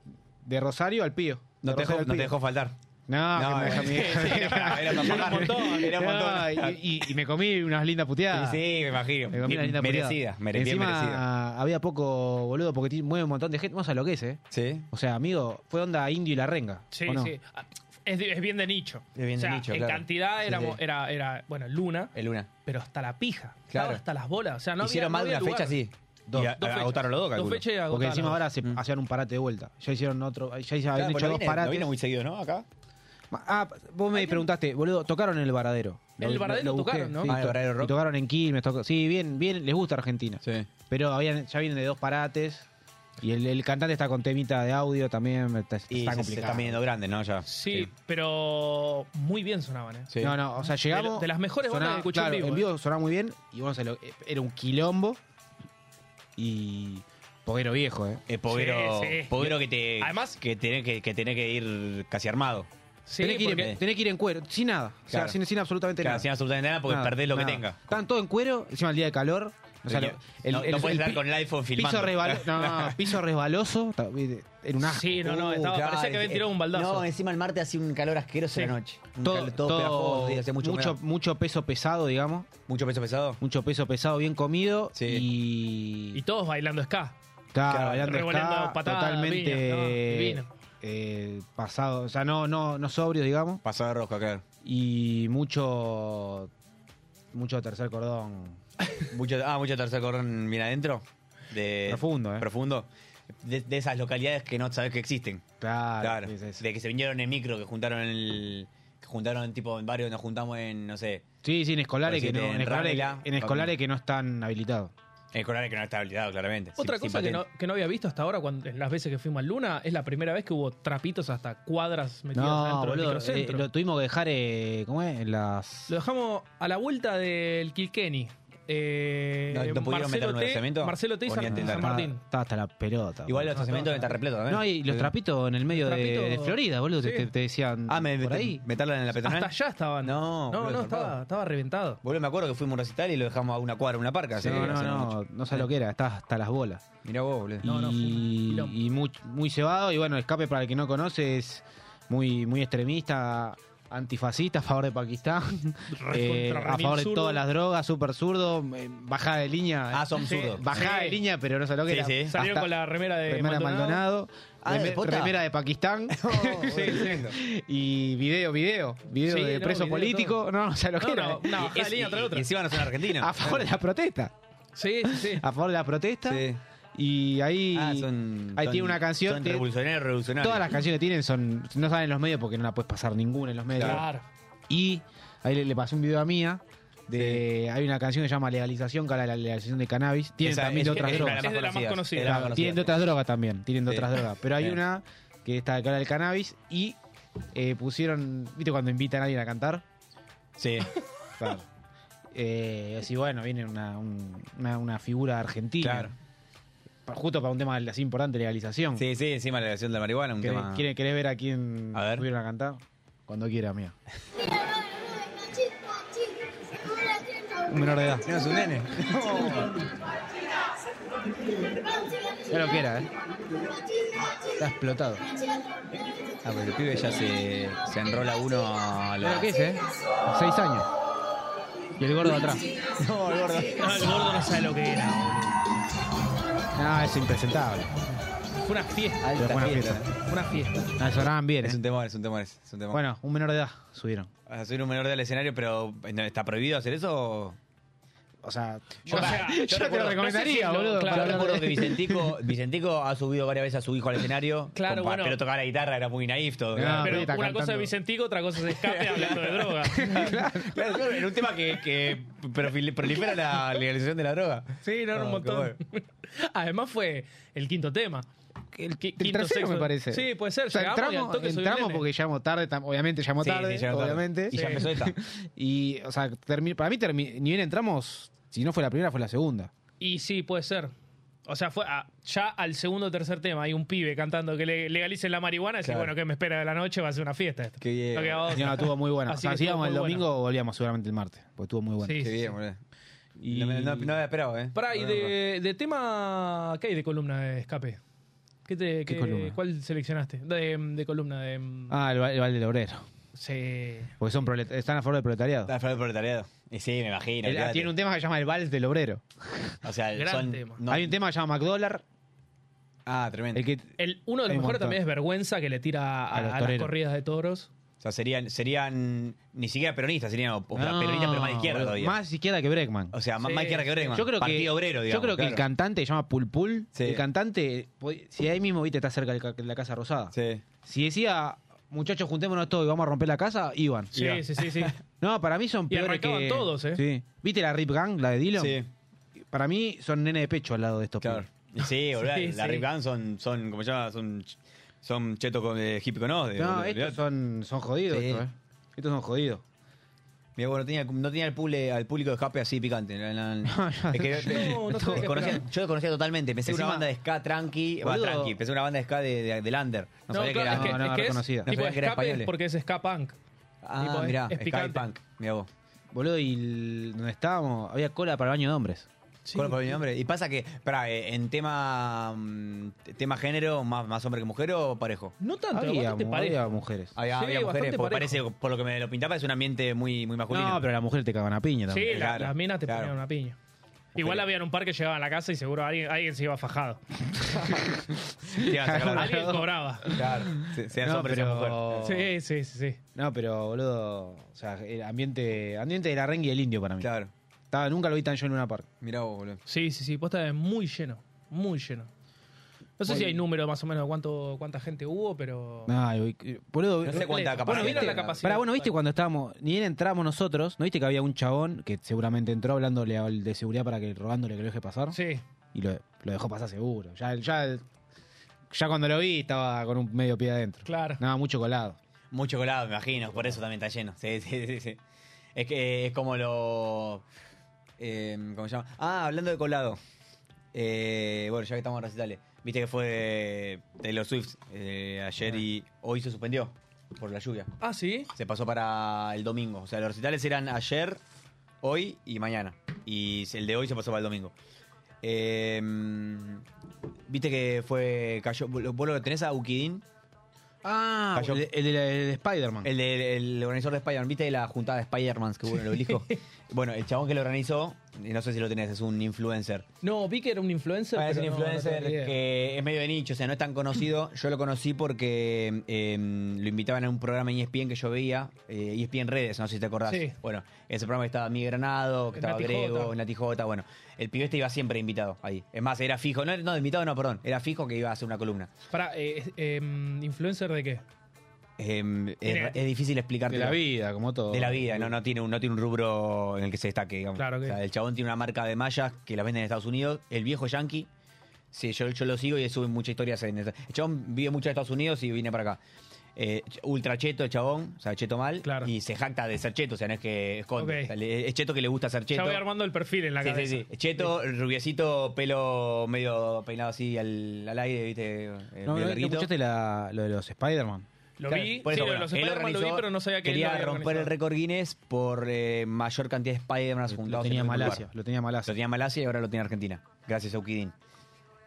B: de Rosario al Pío.
C: No
B: De
C: te,
B: Rosario
C: dejó,
B: al
C: no te
B: Pío.
C: dejó faltar.
B: No, que
C: No,
B: me deja
C: sí,
B: mi vieja.
C: sí, no, era para pagar. Era un montón.
B: No, y, y- y me comí unas lindas puteadas.
C: Sí, sí, me imagino.
B: Me comí unas lindas puteadas.
C: Merecida, mere- bien
B: Encima,
C: merecida.
B: había poco, boludo, porque ti- mueve un montón de gente. No sabes lo que es, ¿eh?
C: Sí.
B: O sea, amigo, fue onda indio y la renga.
D: Sí,
B: ¿o no?
D: sí. Ah, Es, de- es bien de nicho.
C: Es bien de
D: O sea,
C: nicho,
D: En
C: claro.
D: cantidad
C: Sí,
D: éramos,
C: sí.
D: Era, era, bueno, Luna,
C: El Luna.
D: pero hasta la pija. Estaba
C: Claro.
D: Hasta las bolas. O sea, no
C: Hicieron
D: había,
C: más
D: no
C: de una
D: había
C: fecha,
D: lugar.
C: sí.
D: Dos,
C: Y
D: dos fechas.
C: agotaron los dos,
D: Dos
C: calculo.
D: fechas y
B: Porque
D: agotaron
B: encima
D: las
B: ahora
D: dos.
B: se hacían un parate de vuelta. Ya hicieron otro, ya hicieron,
C: Mm. Claro,
B: habían
C: porque
B: hecho
C: no
B: dos
C: vine-
B: parates.
C: No vino muy seguido, ¿no? Acá.
B: Ah, vos me preguntaste, boludo, tocaron en el Varadero.
D: En el Varadero tocaron, ¿no?
C: Ah, el Varadero
B: y
C: Rock.
B: tocaron en Quilmes, toca- sí, bien, bien, les gusta Argentina.
C: Sí.
B: Pero habían, ya vienen de dos parates y el, el cantante está con temita de audio también, está, está
C: Y se, se
B: complicado.
C: están viniendo grandes, ¿no? Ya.
D: Sí, pero muy bien sonaban, ¿eh?
C: Sí.
B: No, no, o sea, llegamos.
D: De- de las mejores bandas que escuché en
B: claro,
D: vivo,
B: En
D: eh.
B: vivo sonaba muy bien y bueno, se lo- era un quilombo y poguero viejo, ¿eh?
C: Es poguero,
D: Sí, sí.
C: poguero que te.
D: Además-
C: que tenés que, que tenés que ir casi armado.
D: ¿eh? Sí,
B: tenés, que ir,
D: porque
B: en- tenés que ir en cuero, sin nada. O sea,
C: Claro.
B: sin, sin absolutamente
C: Claro,
B: nada.
C: sin absolutamente nada porque
B: Nada,
C: perdés lo que
B: nada.
C: tenga.
B: Estaban todos en cuero, encima el día de calor. O sea,
C: No,
B: lo- el,
C: no
B: el-
C: puedes
B: el
C: estar
B: pi-
C: con el iPhone filmando.
B: Piso, resbalo- no, no, piso resbaloso. ta- Era un asco.
D: Sí, no,
C: Uh,
D: no, estaba, parecía que había tirado un baldazo.
C: eh, No, encima el martes hacía un calor asqueroso en la noche. Un
B: Todo,
C: calor todo,
B: todo-
C: pegajoso, sí, hacía mucho,
B: mucho,
C: humedad.
B: mucho peso pesado, digamos.
C: mucho peso pesado.
B: Mucho peso pesado, bien comido.
C: Sí.
B: Y.
D: Y todos bailando ska.
B: claro,
C: claro,
B: bailando
D: revolviendo
B: ska,
D: patadas,
B: totalmente.
D: piñas, no, divino.
B: eh, pasado, o sea, no, no, no sobrio, digamos.
C: Pasado de rosca, claro.
B: Y mucho. Mucho tercer cordón.
C: Mucho, ah, mucho tercer cordón bien adentro. De,
B: Profundo, ¿eh?
C: Profundo. De, de esas localidades que no sabes que existen.
B: Claro.
C: Claro.
B: sí, sí, sí.
C: De que se vinieron en micro, que juntaron el. Que juntaron tipo en varios, nos juntamos en, no sé,
B: Sí, sí, en escolares, que
C: Por
B: no,
C: decirte,
B: en
C: en
B: escolares,
C: Ramela,
B: en escolares que no están habilitados.
C: en Coral que no está habilitado, claramente.
D: Otra
C: Sin- sin
D: cosa que no,
C: patente.
D: que no había visto hasta ahora, cuando, en las veces que fuimos a Luna, es la primera vez que hubo trapitos hasta cuadras metidas
B: No,
D: adentro del
B: boludo, eh,
D: microcentro.
B: lo tuvimos que dejar, eh, ¿cómo es? En las...
D: Lo dejamos a la vuelta del Kilkenny. Eh,
C: No, ¿no pudieron meterlo en el
D: T,
C: lanzamiento?
D: Marcelo T y
C: O
D: San,
C: ni
D: San
C: entrar.
D: Martín.
B: Está, está hasta la pelota.
C: Igual
B: boludo.
C: los estacionamientos están repletos también.
B: No, y los
C: Sí.
B: trapitos en el medio
D: Los
B: de,
D: trapitos-
B: de Florida, boludo, te,
D: sí.
B: te- te decían
C: Ah, me,
B: por
C: met-
B: ahí.
C: meterla en la peatonal.
D: Hasta allá estaban.
C: No,
D: no,
C: boludo,
D: no, estaba,
C: zarpado.
D: estaba reventado.
C: Boludo, me acuerdo que fuimos a un recital y lo dejamos a una cuadra, una parca.
B: Sí, no, no, no, no sé lo que era, está hasta las bolas.
C: Mirá vos, boludo.
D: No, no, fue un
B: y
D: quilombo.
B: y muy, muy cebado, y bueno, escape para el que no conoce es muy, muy extremista, antifascista, a favor de Pakistán, eh,
D: Recontra
B: a
D: remil
B: favor de
D: zurdo.
B: todas las drogas, súper zurdo, eh, bajada de línea.
C: Ah, son zurdos.
B: Bajada
D: Sí.
B: de línea, pero no sé lo que
C: Sí,
B: era.
C: sí.
D: Salieron
B: Hasta-
D: con la remera de
B: remera Maldonado,
D: Maldonado.
C: Ah,
B: reme-
C: ¿de posta?
B: remera de Pakistán Oh, y video, video, video
D: Sí,
B: de
D: no,
B: preso
D: video,
B: político.
D: todo.
B: No, o sea, lo que
D: No,
B: era,
D: no,
B: eh.
D: una bajada de
C: Es-
D: línea tras
C: y-
D: otra.
C: Y encima no son argentinos.
B: A favor de la protesta,
D: Sí, sí, sí.
C: Ah,
B: a favor de la protesta.
C: Sí.
B: Y ahí,
C: Ah, son-
B: ahí
C: son-
B: tiene una canción.
C: Son
B: que
C: revolucionarios, revolucionarios.
B: todas las canciones que tienen son. No salen en los medios porque no la puedes pasar ninguna en los medios.
D: Claro.
B: Y ahí le, le pasé un video a mía. De, Hay una canción que se llama Legalización, que habla de la legalización de cannabis. Tienen
C: Esa-
B: también de
C: es-
B: otras
C: es una
B: drogas.
D: Es de las más conocidas.
C: Es de las
B: Claro,
C: más
B: tienen de
C: conocidas.
B: otras drogas también, tienen de
C: Sí.
B: otras drogas. Pero hay
C: Bien.
B: una que está acá del cannabis y eh, pusieron, ¿viste cuando invitan a alguien a cantar?
C: Sí.
B: Claro. Eh, así, bueno, viene una, un- una, una figura argentina.
C: Claro.
B: Pa- Justo para un tema así importante, legalización.
C: Sí, sí, encima la relación de la marihuana, un
B: ¿Querés,
C: tema.
B: quiere- querés ver a quién
C: A ver.
B: subieron a cantar? Cuando quiera, mía.
F: Mira, no, no, no, es machismo.
B: un menor de edad.
C: No, es un nene.
B: Era lo que era, ¿eh? Está explotado.
C: Ah, pero el pibe ya se, se enrola uno a
B: Era
C: la...
B: lo que es, ¿eh? Seis años. Y el gordo atrás.
C: No, el gordo.
D: No, Ah, el gordo no sabe lo que era.
B: Ah, es impresentable.
D: Fue una fiesta.
C: Alta
B: Pero buena
C: fiesta.
D: Fue una fiesta.
B: Ah, sonaban bien,
C: Es
B: ¿eh?
C: un temor, es un temor, es un temor.
B: Bueno, un menor de edad subieron.
C: O sea, soy un menor del escenario, pero ¿no ¿está prohibido hacer eso? o?
B: O sea,
C: Yo,
B: yo te lo recomendaría, boludo,
C: Yo
B: para
C: recuerdo
B: hablar
C: que
B: de-
C: Vicentico, Vicentico ha subido varias veces a su hijo al escenario.
D: Claro,
C: con pa-
D: bueno.
C: Pero tocaba la guitarra, era muy naif todo.
B: No,
C: claro.
D: Pero
B: Ahorita
D: una cosa
B: cantando.
D: es Vicentico, otra cosa es escape hablando de droga.
C: Claro, claro, era un tema que, que profil- prolifera la legalización de la droga.
D: Sí, no, era
C: Ah,
D: un montón. Además fue el quinto tema. El, qui-
B: El
D: quinto,
B: tercero
D: sexto.
B: me parece.
D: Sí, puede ser.
B: O sea,
D: llegamos y al
B: entramos,
D: toque subió el
B: entramos
D: nene.
B: porque llamó tarde, tam- obviamente llamó
C: Sí, sí,
B: tarde,
C: llegamos tarde.
B: obviamente.
C: Y ya empezó esta.
B: Y, o sea, termi- para mí, termi- ni bien entramos, si no fue la primera, fue la segunda.
D: Y sí, puede ser. O sea, fue a- ya al segundo o tercer tema hay un pibe cantando que le, legalicen la marihuana. Y
C: Claro.
D: bueno, ¿qué me espera de la noche? Va a ser una fiesta. Esto.
C: Qué bien.
D: No quedaba
B: La
D: otra.
B: señora estuvo muy buena. o
D: Así
B: sea,
D: que
B: si
D: estuvo
B: íbamos el
D: muy buena.
B: domingo, volvíamos seguramente el martes, porque estuvo muy buena.
D: Sí,
C: Qué
D: sí, sí.
C: bien, boludo.
B: Y-
C: No, me- no- no había esperado, ¿eh?
D: Pará, y de, de tema. ¿Qué hay de columna de escape? ¿Qué te,
B: ¿Qué
D: qué-
B: columna?
D: ¿Cuál seleccionaste? De, de columna de. mm,
B: Ah, el, ba- el balde del obrero.
D: Sí.
B: Porque son prolet- están a favor del proletariado.
C: Está fuera del proletariado. Y sí, me imagino.
B: Él-
C: olvídate.
B: tiene un tema que se llama el vals del obrero.
C: O sea,
D: Gran
C: son-
D: tema.
C: no-
B: Hay un tema que se llama McDollar.
C: Ah, tremendo.
B: El que,
D: El, uno de
B: Hay
D: los
B: un
D: mejores
B: montón.
D: también es vergüenza que le tira a,
B: A los
D: a las
B: toreros.
D: corridas de toros.
C: O sea, serían, serían ni siquiera peronistas, serían o- o
B: No,
C: peronistas, pero más de izquierda
B: boludo,
C: todavía.
B: Más izquierda que Breckman.
C: o sea, más,
D: Sí.
C: más izquierda que Bregman.
B: Yo creo que,
C: Partido obrero, digamos.
B: yo creo que el
C: claro.
B: cantante se llama Pulpul.
C: Sí.
B: El cantante, po- si ahí mismo, viste, está cerca de ca- de la Casa Rosada.
C: Sí.
B: Si decía, muchachos, juntémonos todos y vamos a romper la casa, iban.
D: Sí,
C: Mirá.
D: sí, sí, sí.
B: No, para mí son
D: Y
B: peores
D: arrancaban
B: que...
D: todos, ¿eh?
B: Sí. ¿Viste la Rip Gang, la de Dylan?
C: Sí,
B: Para mí son nene de pecho al lado de estos
C: claro.
B: pibes.
C: Y sí, boludo.
D: Sí,
C: la
D: sí.
C: Rip Gun son, son, como se llama, son, ch- son chetos con, eh, hippie con os.
B: No, estos son, son jodidos,
C: Sí.
B: estos, ¿eh? Estos son jodidos.
C: Mira, bueno, tenía, no tenía el pule- al público de escape así picante. la- la- es que-
D: No, no sabía
C: te
D: qué
C: conocía-
D: esperaba.
C: yo lo conocía totalmente. Pensé que
B: Encima-
C: una banda de ska tranqui. Va,
B: Boludo.
C: tranqui. Pensé una banda de ska de, de, de Lander. No,
D: No,
C: sabía que
D: claro, es
C: era.
D: que,
B: no,
D: es, que es
B: reconocida.
C: No
D: tipo
C: sabía que era
D: escape
C: españoles.
D: porque es ska punk. tipo,
C: ah,
D: es-
C: mirá,
D: es
C: Sky
D: picante.
C: Punk. Mirá vos.
B: Boludo, y el- donde estábamos, había cola para el baño de hombres.
C: Colo por mi nombre. Y pasa que, pará, eh, en tema mm, tema género, más, más hombre que mujer o parejo.
D: No tanto,
B: había,
D: bastante
B: mu-
D: parejo.
B: había mujeres.
C: Había,
D: Sí,
C: había mujeres,
D: bastante
C: porque parece,
D: parejo.
C: por lo que me lo pintaba, es un ambiente muy, muy masculino.
B: No, pero las mujeres te cagan a piña
D: Sí,
B: también.
D: la-
C: Claro,
D: las minas te
C: claro.
D: ponían una piña. Igual había en un par que llegaban a la casa y seguro alguien, alguien se iba fajado.
C: Te iban a sacar la-
D: Alguien cobraba.
C: Claro, se- seas
B: No,
C: hombre,
B: pero-
C: seas mujer.
D: Sí, sí, sí, sí.
B: No, pero boludo, o sea, el ambiente, ambiente de la renga y el indio para mí.
C: Claro,
B: Estaba, nunca lo vi tan yo en una park.
C: mirá vos, boludo.
D: Sí, sí, sí. Posta es muy lleno. Muy lleno. No sé si hay número más o menos de cuánto, cuánta gente hubo, pero.
B: Ay, voy- eh, boludo,
C: No sé cuánta
D: Bueno,
C: capacidad.
D: vieron
C: tiene.
D: la capacidad.
B: Pará, bueno, viste cuando estábamos, ni bien entramos nosotros, ¿no viste que había un chabón que seguramente entró hablándole al de seguridad para que rogándole que lo deje pasar?
D: Sí.
B: Y lo, lo dejó pasar seguro. Ya, ya, ya cuando lo vi estaba con un medio pie adentro.
D: Claro.
B: Nada, mucho colado.
C: Mucho colado, me imagino, por eso también está lleno. Sí, sí, sí, sí. Es que es como lo. eh, ¿Cómo se llama? Ah, hablando de colado. Eh, bueno, ya que estamos en recitales. Viste que fue de, de los Swift eh, ayer y hoy se suspendió por la lluvia.
D: Ah, sí.
C: Se pasó para el domingo. O sea, los recitales eran ayer, hoy y mañana. Y el de hoy se pasó para el domingo. Eh, Viste que fue. Cayó, ¿Vos lo tenés a Ukidin?
B: Ah,
C: Cayó.
B: el, el de, el de Spider-Man.
C: El, de- el organizador de Spider-Man, ¿viste la juntada de Spider-Man que hubo en el obelisco? bueno, el chabón que lo organizó, y no sé si lo tenés, es un influencer.
D: No, vi que era un influencer.
C: Ah, es un
D: pero no- no
C: influencer
D: tengo idea.
C: que es medio de nicho, o sea, no es tan conocido. Yo lo conocí porque eh, lo invitaban a un programa en E ESPN que yo veía, eh, ESPN Redes, no sé si te acordás.
D: Sí.
C: Bueno, ese programa que estaba Mi Granado, que estaba
D: Nati
C: Grego,
D: Jota.
C: Nati Jota, bueno. El pibe este iba siempre invitado ahí. Es más, era fijo, no, no, invitado no, perdón, era fijo que iba a hacer una columna.
D: Pará, eh, es- em, ¿influencer de qué?
C: Em,
D: Era-
C: es, es difícil explicarte.
B: de la vida, como todo.
C: De la vida, no, no, tiene un, no tiene un rubro en el que se destaque, digamos.
D: Claro que-
C: O sea, el chabón tiene una marca de mallas que la venden en Estados Unidos, el viejo yankee. Sí, yo, yo lo sigo y sube muchas historias en esta- El chabón vive mucho en Estados Unidos y viene para acá. Eh, ch- ultra cheto el chabón, o sea, cheto mal.
D: Claro.
C: Y se jacta de ser cheto, o sea, no es que esconde.
D: Ok.
C: O sea, le- es cheto que le gusta ser cheto.
D: Ya voy armando el perfil en la
C: Sí, sí,
D: cabeza.
C: sí. Cheto, rubiecito, pelo medio peinado así al, al aire, ¿viste? Eh,
B: ¿No,
C: medio
B: no, no
C: larguito.
B: escuchaste la- lo de los Spider-Man?
D: Lo
C: Claro,
D: vi,
C: por
D: sí,
C: eso,
D: lo de
C: bueno,
D: los
C: él
D: Spider-Man lo vi,
C: organizó-
D: pero no sabía que él lo
C: Quería
D: había
C: romper el
D: organizado.
C: récord Guinness por eh, mayor cantidad de Spider-Man
B: Lo-
C: juntados.
B: Lo
C: en
B: tenía
C: un lugar.
B: Malasia, lo tenía
C: Lo
B: Malasia.
C: tenía Malasia y ahora lo tiene Argentina. Gracias a Ukidin.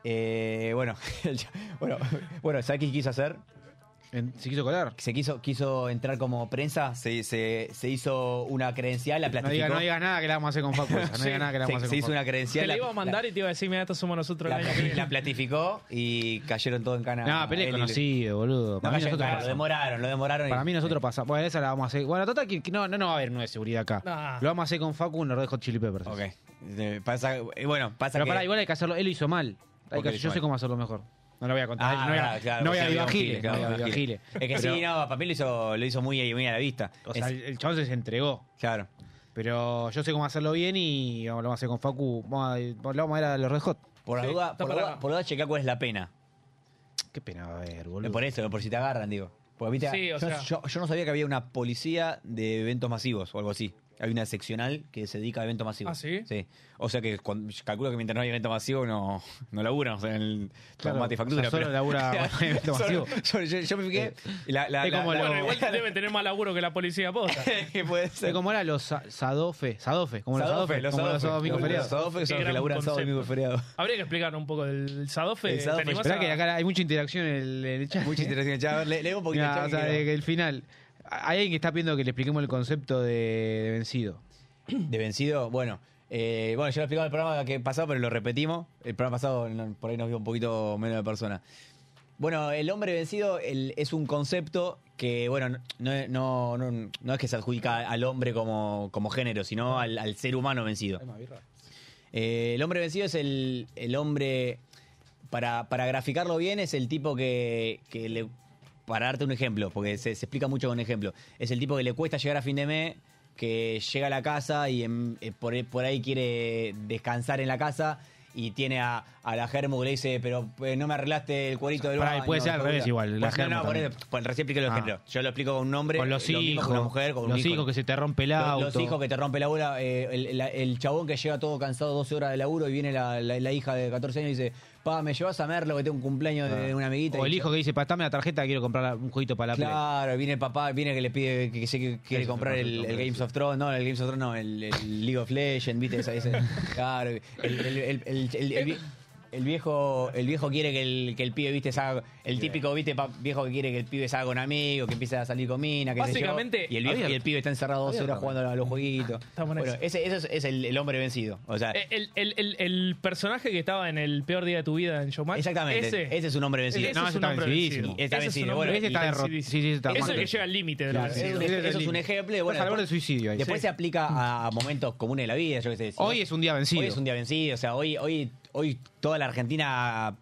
C: Eh, bueno, el cha- bueno, bueno, ¿sabes qué quiso hacer?
B: En- ¿Se quiso colar?
C: Se quiso, quiso entrar como prensa, se, se- se hizo una credencial, la
B: No
C: plastificó.
B: digas no digas nada que la vamos a hacer con Facu. esa, No digas nada que la vamos a
C: se,
B: hacer
C: se
B: con
C: hizo
B: Facu.
C: una
D: Te
C: credencial.
D: la
C: la-
D: iba a mandar y te iba a decir, mira, esto somos nosotros
C: la-
D: el año que
C: la-
D: viene".
C: la platificó y cayeron todos en cana.
B: No, Pelé es conocido, boludo.
C: No,
B: Para mí
C: cayeron,
B: nosotros
C: claro, lo
B: pasamos.
C: demoraron, lo demoraron. y-
B: Para mí nosotros pasamos. Bueno, esa la vamos a hacer. Bueno, total que que no, no, no va a haber nueve de seguridad acá.
D: No.
B: Lo vamos a hacer con Facu en los Red Hot Chili Peppers.
C: Ok. Eh, Pasa, eh, bueno, pasa
B: Pero
C: que...
B: pará, igual hay que hacerlo. Él lo hizo mal. Hay
C: Ok,
B: que-
C: lo hizo
B: yo sé
C: mal.
B: cómo hacerlo mejor. No lo voy a contar.
C: Ah,
B: no voy a,
C: claro, claro,
B: no voy a
C: porque había
B: Viva
C: un
B: Giles.
C: claro,
B: no voy a
C: había
B: Viva
C: un
B: Giles.
C: Es que
B: Pero,
C: sí, no, Papel lo hizo, lo hizo muy, muy a la vista.
B: O sea,
C: Es-
B: el, el chabón se entregó.
C: claro.
B: Pero yo sé cómo hacerlo bien y vamos, lo vamos a hacer con Facu. Vamos a, lo vamos a ir a los Red Hot.
C: Por la
D: Sí,
C: duda,
D: está
C: por la
D: para
C: duda,
D: acá.
C: por la duda chequea cuál es la pena.
B: Qué pena va a haber, boludo.
C: Por eso, por si te agarran, digo. Porque, viste,
D: Sí, o
C: yo,
D: sea.
C: yo- yo no sabía que había una policía de eventos masivos o algo así. Hay una seccional que se dedica a eventos masivos.
D: ¿Ah, sí?
C: Sí. O sea que cuando- yo calculo que mientras no hay evento masivo no, no laburan. O sea, en el
B: Claro,
C: tomate y factura.
B: o sea, solo
C: pero-
B: labura con evento
C: Solo-
B: masivo.
C: solo- yo, yo me fijé. La, la-
B: Es
C: la-
B: como
C: la-
B: lo-
D: Bueno, igual deben tener más laburo que la policía posta.
C: puede
B: Sí,
C: ser.
B: ¿Cómo era los sa- Sadofe? Sadofe, como los
C: Sadofe,
B: Sadofe,
C: los
B: como los
C: Sadofe.
B: Sadofe,
C: Los
B: feriados.
C: Sadofe son
D: Qué
C: los que
D: gran
C: laburan sábado, domingo y
D: concepto.
C: feriado.
D: Habría que explicar un poco el Sadofe.
C: El Sadofe,
D: ¿Te animás
B: Esperá
D: a-
B: que acá hay mucha interacción en el, en el chat.
C: Mucha interacción, chaval. A ver, le- Lee un poquito.
B: Mirá,
C: chaval,
B: o sea,
C: que
B: de
C: quiero-
B: que el final. Hay alguien que está pidiendo que le expliquemos el concepto de, de vencido.
C: De vencido, bueno. eh, bueno, yo lo explicaba en el programa que pasado, pero lo repetimos. El programa pasado no, por ahí nos vio un poquito menos de persona. Bueno, el hombre vencido el- es un concepto que, bueno, no, no, no- no es que se adjudica al hombre como, como género, sino al, al ser humano vencido. Eh, el hombre vencido es el, el hombre, para, para graficarlo bien, es el tipo que, que le... Para darte un ejemplo, porque se, se explica mucho con ejemplo. Es el tipo que le cuesta llegar a fin de mes, que llega a la casa y en- eh, por, ahí- por ahí quiere descansar en la casa y tiene a, a la Germo que le dice, pero eh, no me arreglaste el cuerito del
B: Pará,
C: baño,
B: puede ser al
C: seguro".
B: revés igual, la
C: Pues, no,
B: Germo
C: no, por
B: también.
C: eso, pues, recién expliqué los
B: Ah.
C: ejemplos. Yo lo explico con un hombre,
B: con los
C: lo mismo
B: hijos,
C: con una mujer, con un
B: los
C: hijo.
B: hijos que se te rompe el
C: Lo-
B: auto.
C: Los hijos que te rompe la bola, eh, el, la- el chabón que llega todo cansado 12 horas de laburo y viene la, la- la hija de 14 años y dice, pa, me llevas a Merlo que tengo un cumpleaños de una amiguita.
B: Ah. o
C: Y
B: el
C: yo-
B: hijo que dice, "Pasame la tarjeta, quiero comprar la- un jueguito para la Play".
C: Claro, viene el papá, viene que le pide que, que se- que quiere
B: es
C: comprar
B: otro
C: el,
B: concepto,
C: el
B: hombre,
C: Games
B: sí.
C: of Thrones, no, el Games of Thrones no, el, el League of Legends, viste, esa- ese- claro, el, el- el- el- el- el vie- el viejo, el viejo quiere que el, que el pibe, viste, salga, el típico, viste, pa- viejo que quiere que el pibe salga con amigos, que empiece a salir con mina, que
D: Básicamente,
C: y el viejo y el pibe está encerrado 12 horas jugando a los jueguitos.
D: bueno
C: Bueno,
D: eso.
C: ese, ese es, es el, el hombre vencido, o sea,
D: Eh, El, el- el- el personaje que estaba en el peor día de tu vida en Showmatch.
C: exactamente,
D: Ese,
C: ese, es un hombre vencido.
D: ese
B: No,
D: es
B: ese
D: un
B: está
D: hombre
B: vencidísimo.
D: vencido.
C: Ese está
D: Ese es un
C: vencido,
D: hombre
C: bueno,
B: Ese está
D: vencido.
B: derrotado. Sí, sí, está
D: Es el
B: mal.
D: que llega al límite de lo
B: Claro,
C: Eso
B: sí,
C: es
D: vencido.
C: un,
B: sí,
C: ej-
B: sí,
C: eso es
B: sí.
C: un ejemplo. y Bueno,
B: Estás al borde del
C: después,
B: suicidio ahí.
C: después
B: Sí.
C: se aplica a, a momentos comunes de la vida, yo qué sé. si
B: Hoy
C: vos-
B: es un día vencido.
C: Hoy es un día vencido, o sea, hoy, hoy, hoy toda la Argentina,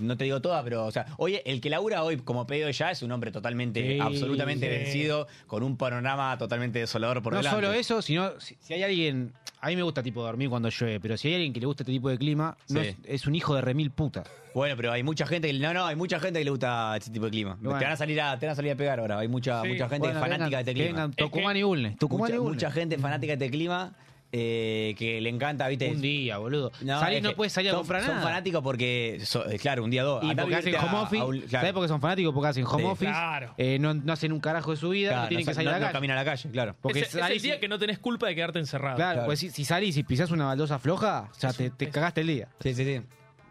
C: no te digo toda, pero, o sea, hoy el que labura hoy como pedido ya es un hombre totalmente,
B: Sí,
C: absolutamente
B: sí.
C: vencido, con un panorama totalmente desolador por
B: no
C: delante.
B: solo eso, sino si, si hay alguien. A mí me gusta tipo dormir cuando llueve, pero si hay alguien que le gusta este tipo de clima, no
C: Sí.
B: es, es un hijo de remil puta.
C: Bueno, pero hay mucha gente que, no, no, hay mucha gente que le gusta este tipo de clima.
B: Bueno.
C: Te van a salir a, te van a salir a pegar ahora, hay mucha,
D: Sí.
C: mucha gente
B: Bueno,
C: fanática
B: vengan-
C: de
B: que
C: este clima.
B: vengan Tucumán
D: que
B: y Bulnes. Tucumán y
C: mucha,
B: Bulnes.
C: mucha gente fanática de este clima eh, que le encanta, viste,
B: Un día, boludo.
C: No,
B: Salís,
C: es
B: no
C: que
B: puedes salir a
C: son-
B: comprar
C: Son
B: nada.
C: fanáticos porque, so- eh, claro, un día dos.
B: Y
C: Andá
B: porque hacen
C: vivirte
B: home
C: a-
B: office.
C: a un- claro,
B: ¿Sabés por qué son fanáticos? Porque hacen home
C: Sí.
B: office.
D: Claro.
B: eh, no, no hacen un carajo de su vida.
C: claro,
B: no tienen
C: no
B: que
C: sa-
B: salir
C: no-
B: a la
C: no
B: calle.
C: camina a la calle, claro.
B: porque
D: Ese- es el
B: salís y-
D: día que no tenés culpa de quedarte encerrado.
B: Claro,
C: Claro.
B: pues si, si salís y pisás una baldosa floja, ya te, te cagaste el día.
C: Sí, sí, sí.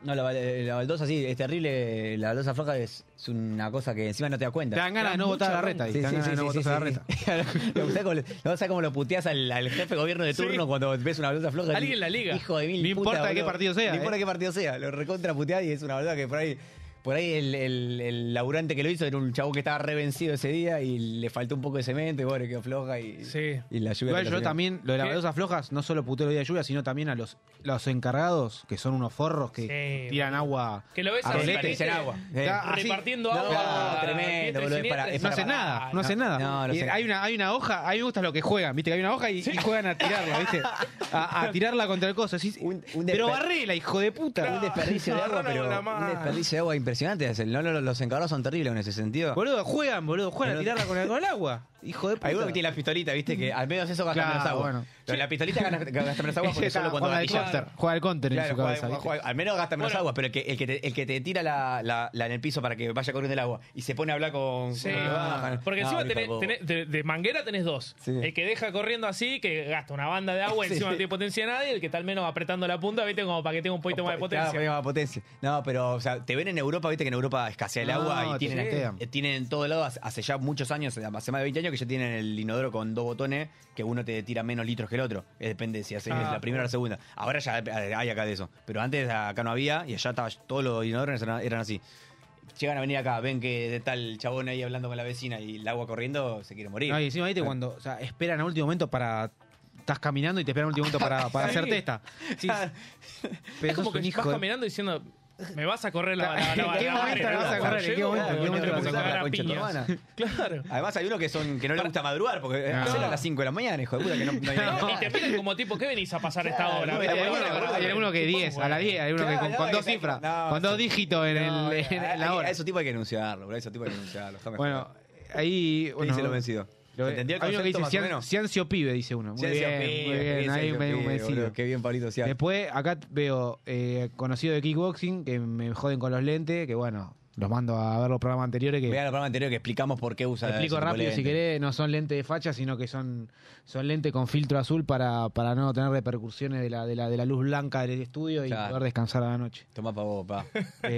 C: No, la, val- la baldosa sí, es terrible. La baldosa floja es, es una cosa que encima no te das
B: Te
C: cuenta.
B: dan ganas de no votar a la reta. y Te dan ganas de no votar a la reta.
C: ¿Sabes cómo, le- no, ¿sabes cómo lo puteas al, al jefe de gobierno de turno cuando ves una baldosa floja?
D: Alguien la liga.
C: Hijo de mil
B: No importa
C: putas,
B: de qué
C: boludo.
B: partido sea,
C: No
B: eh.
C: importa de qué partido sea. Lo recontra puteás y es una baldosa que por ahí. Por ahí el, el- el laburante que lo hizo era un chavo que estaba revencido ese día y le faltó un poco de cemento y bueno, quedó floja y,
D: Sí.
C: y la lluvia.
B: Igual
C: te
B: yo
C: lo sacó.
B: también, lo de las
D: ¿Qué?
B: baldosas flojas, no solo puteo el día de lluvia, sino también a los, los encargados, que son unos forros que
D: Sí,
B: tiran agua.
D: Que lo ves
B: a
C: Ah,
D: así,
B: rolete.
D: parece-
C: Desperdician agua. Ah,
B: Ya, así.
D: Repartiendo
C: No,
D: agua.
C: tremendo,
D: diestra y
C: boludo, es para-
D: siniestra.
B: No
C: es para-
B: hacen
C: para-
B: nada,
D: Ah,
B: no hacen nada.
C: no, no
B: Y
C: sé.
B: Hay, una, hay una hoja, a mí me gusta lo que juegan, viste que hay una hoja y, y juegan a tirarla, viste, a, a tirarla contra el coso. así-
C: Un- un
B: pero
C: desper-
B: barrela, hijo de puta.
C: Un desperdicio de agua, pero un desperdicio de agua impresionante. es el- no, no, los encargados son terribles en ese sentido.
B: Boludo, juegan, boludo, juegan a
C: Pero-
B: tirarla con el, con el agua. Hijo de puta.
C: Hay uno que tiene la pistolita, viste, que al menos eso gasta
B: Claro,
C: menos agua.
B: bueno.
C: Pero la pistolita gana- gasta menos agua porque
B: Ese
C: solo
B: está-
C: cuando
B: juega
C: va a
B: al
C: pillar.
B: counter. Juega al counter en
C: Claro,
B: su
C: juega-
B: cabeza.
C: juega-
B: ¿viste?
C: juega- al menos gasta menos agua, pero el que, el que te, el que te tira la, la- la en el piso para que vaya corriendo el agua y se pone a hablar con.
D: Sí,
C: con los que bajan.
D: porque
C: No,
D: encima
C: hijo de
D: tenés-
C: vos.
D: tenés- de, de manguera tenés dos.
C: Sí.
D: El que deja corriendo así, que gasta una banda de agua,
C: Sí.
D: encima no tiene potencia nadie, el que está al menos apretando la punta, viste, como para que tenga un poquito más de
C: Claro, para que
D: potencia.
C: tenga más potencia. No, pero, o sea, te ven en Europa, viste que en Europa escasea el
B: No,
C: agua y
B: te
C: tienen,
B: fletean.
C: eh, tienen en todo lado, hace- hace ya muchos años, hace más de 20 años, que ya tienen el inodoro con dos botones que uno te tira menos litros que el otro. Eh, Depende si haces
D: Ah,
C: la primera o la segunda. Ahora ya eh, hay acá de eso. Pero antes acá no había y allá estaba, todos los inodoros eran, eran así. Llegan a venir acá, ven que está el chabón ahí hablando con la vecina y el agua corriendo, se quiere morir.
B: No, y encima, viste, cuando o sea, esperan a último momento para. Estás caminando y te esperan a último momento para, para
D: Sí.
B: hacer testa. Sí, pero
D: Es como
B: sos
D: que
B: un
D: vas
B: hijo de-
D: caminando diciendo, me vas a correr la la- la-
B: ¿En qué
D: la- la-
B: momento
D: la-
B: la vas a
D: la-
B: correr? ¿En qué
D: llego,
B: momento? ¿En qué
D: no te
B: momento
D: vas
B: la
D: a
B: vas a
D: cagar a
C: concha de tu
D: piñas.
C: hermana?
D: Claro.
C: Además hay unos que son que no les gusta madrugar porque eh,
B: No.
C: hacerlo a las 5 de la mañana, hijo de puta, que no, no hay nadie.
D: Y te miran como tipo, ¿qué venís a pasar esta hora?
C: no,
D: Viste,
B: Ah. Hay
C: bueno,
B: alguno-
D: bueno, eh.
C: bueno,
B: hay alguno que 10, a la 10, hay alguno que
C: Claro,
B: con,
C: no,
B: con
C: que
B: dos
C: te-
B: cifras,
C: no,
B: con dos dígitos en,
C: No,
B: el, en
C: a-
B: la
C: a-
B: hora.
C: A esos tipos hay que denunciarlo, boludo, a esos tipos hay que denunciarlo. está mejor.
B: Bueno, ahí.
C: ¿Qué
B: Bueno,
C: dice lo vencido?
B: lo-
C: ¿Entendí el
B: hay uno que
C: concepto
B: dice
C: más o
B: Cian-
C: menos?
B: Ciancio Pibe, dice uno. Muy
C: Sí, sí,
B: bien,
C: pibe,
B: muy bien,
C: sí,
B: ahí
C: sí,
B: me
C: pibe,
B: vencido.
C: boludo, Qué bien, Pablito Cian.
B: Después acá veo eh, conocido de kickboxing, que me joden con los lentes, que bueno, los mando a ver los programas anteriores que
C: Vean el programa anterior que explicamos por qué usa
B: Te explico
C: ese
B: rápido si
C: polente.
B: querés, no son lentes de facha, sino que son, son lentes con filtro azul para, para no tener repercusiones de la, de la, de la luz blanca del estudio y
C: Claro.
B: poder descansar a la noche.
C: Tomá pa' vos, pa.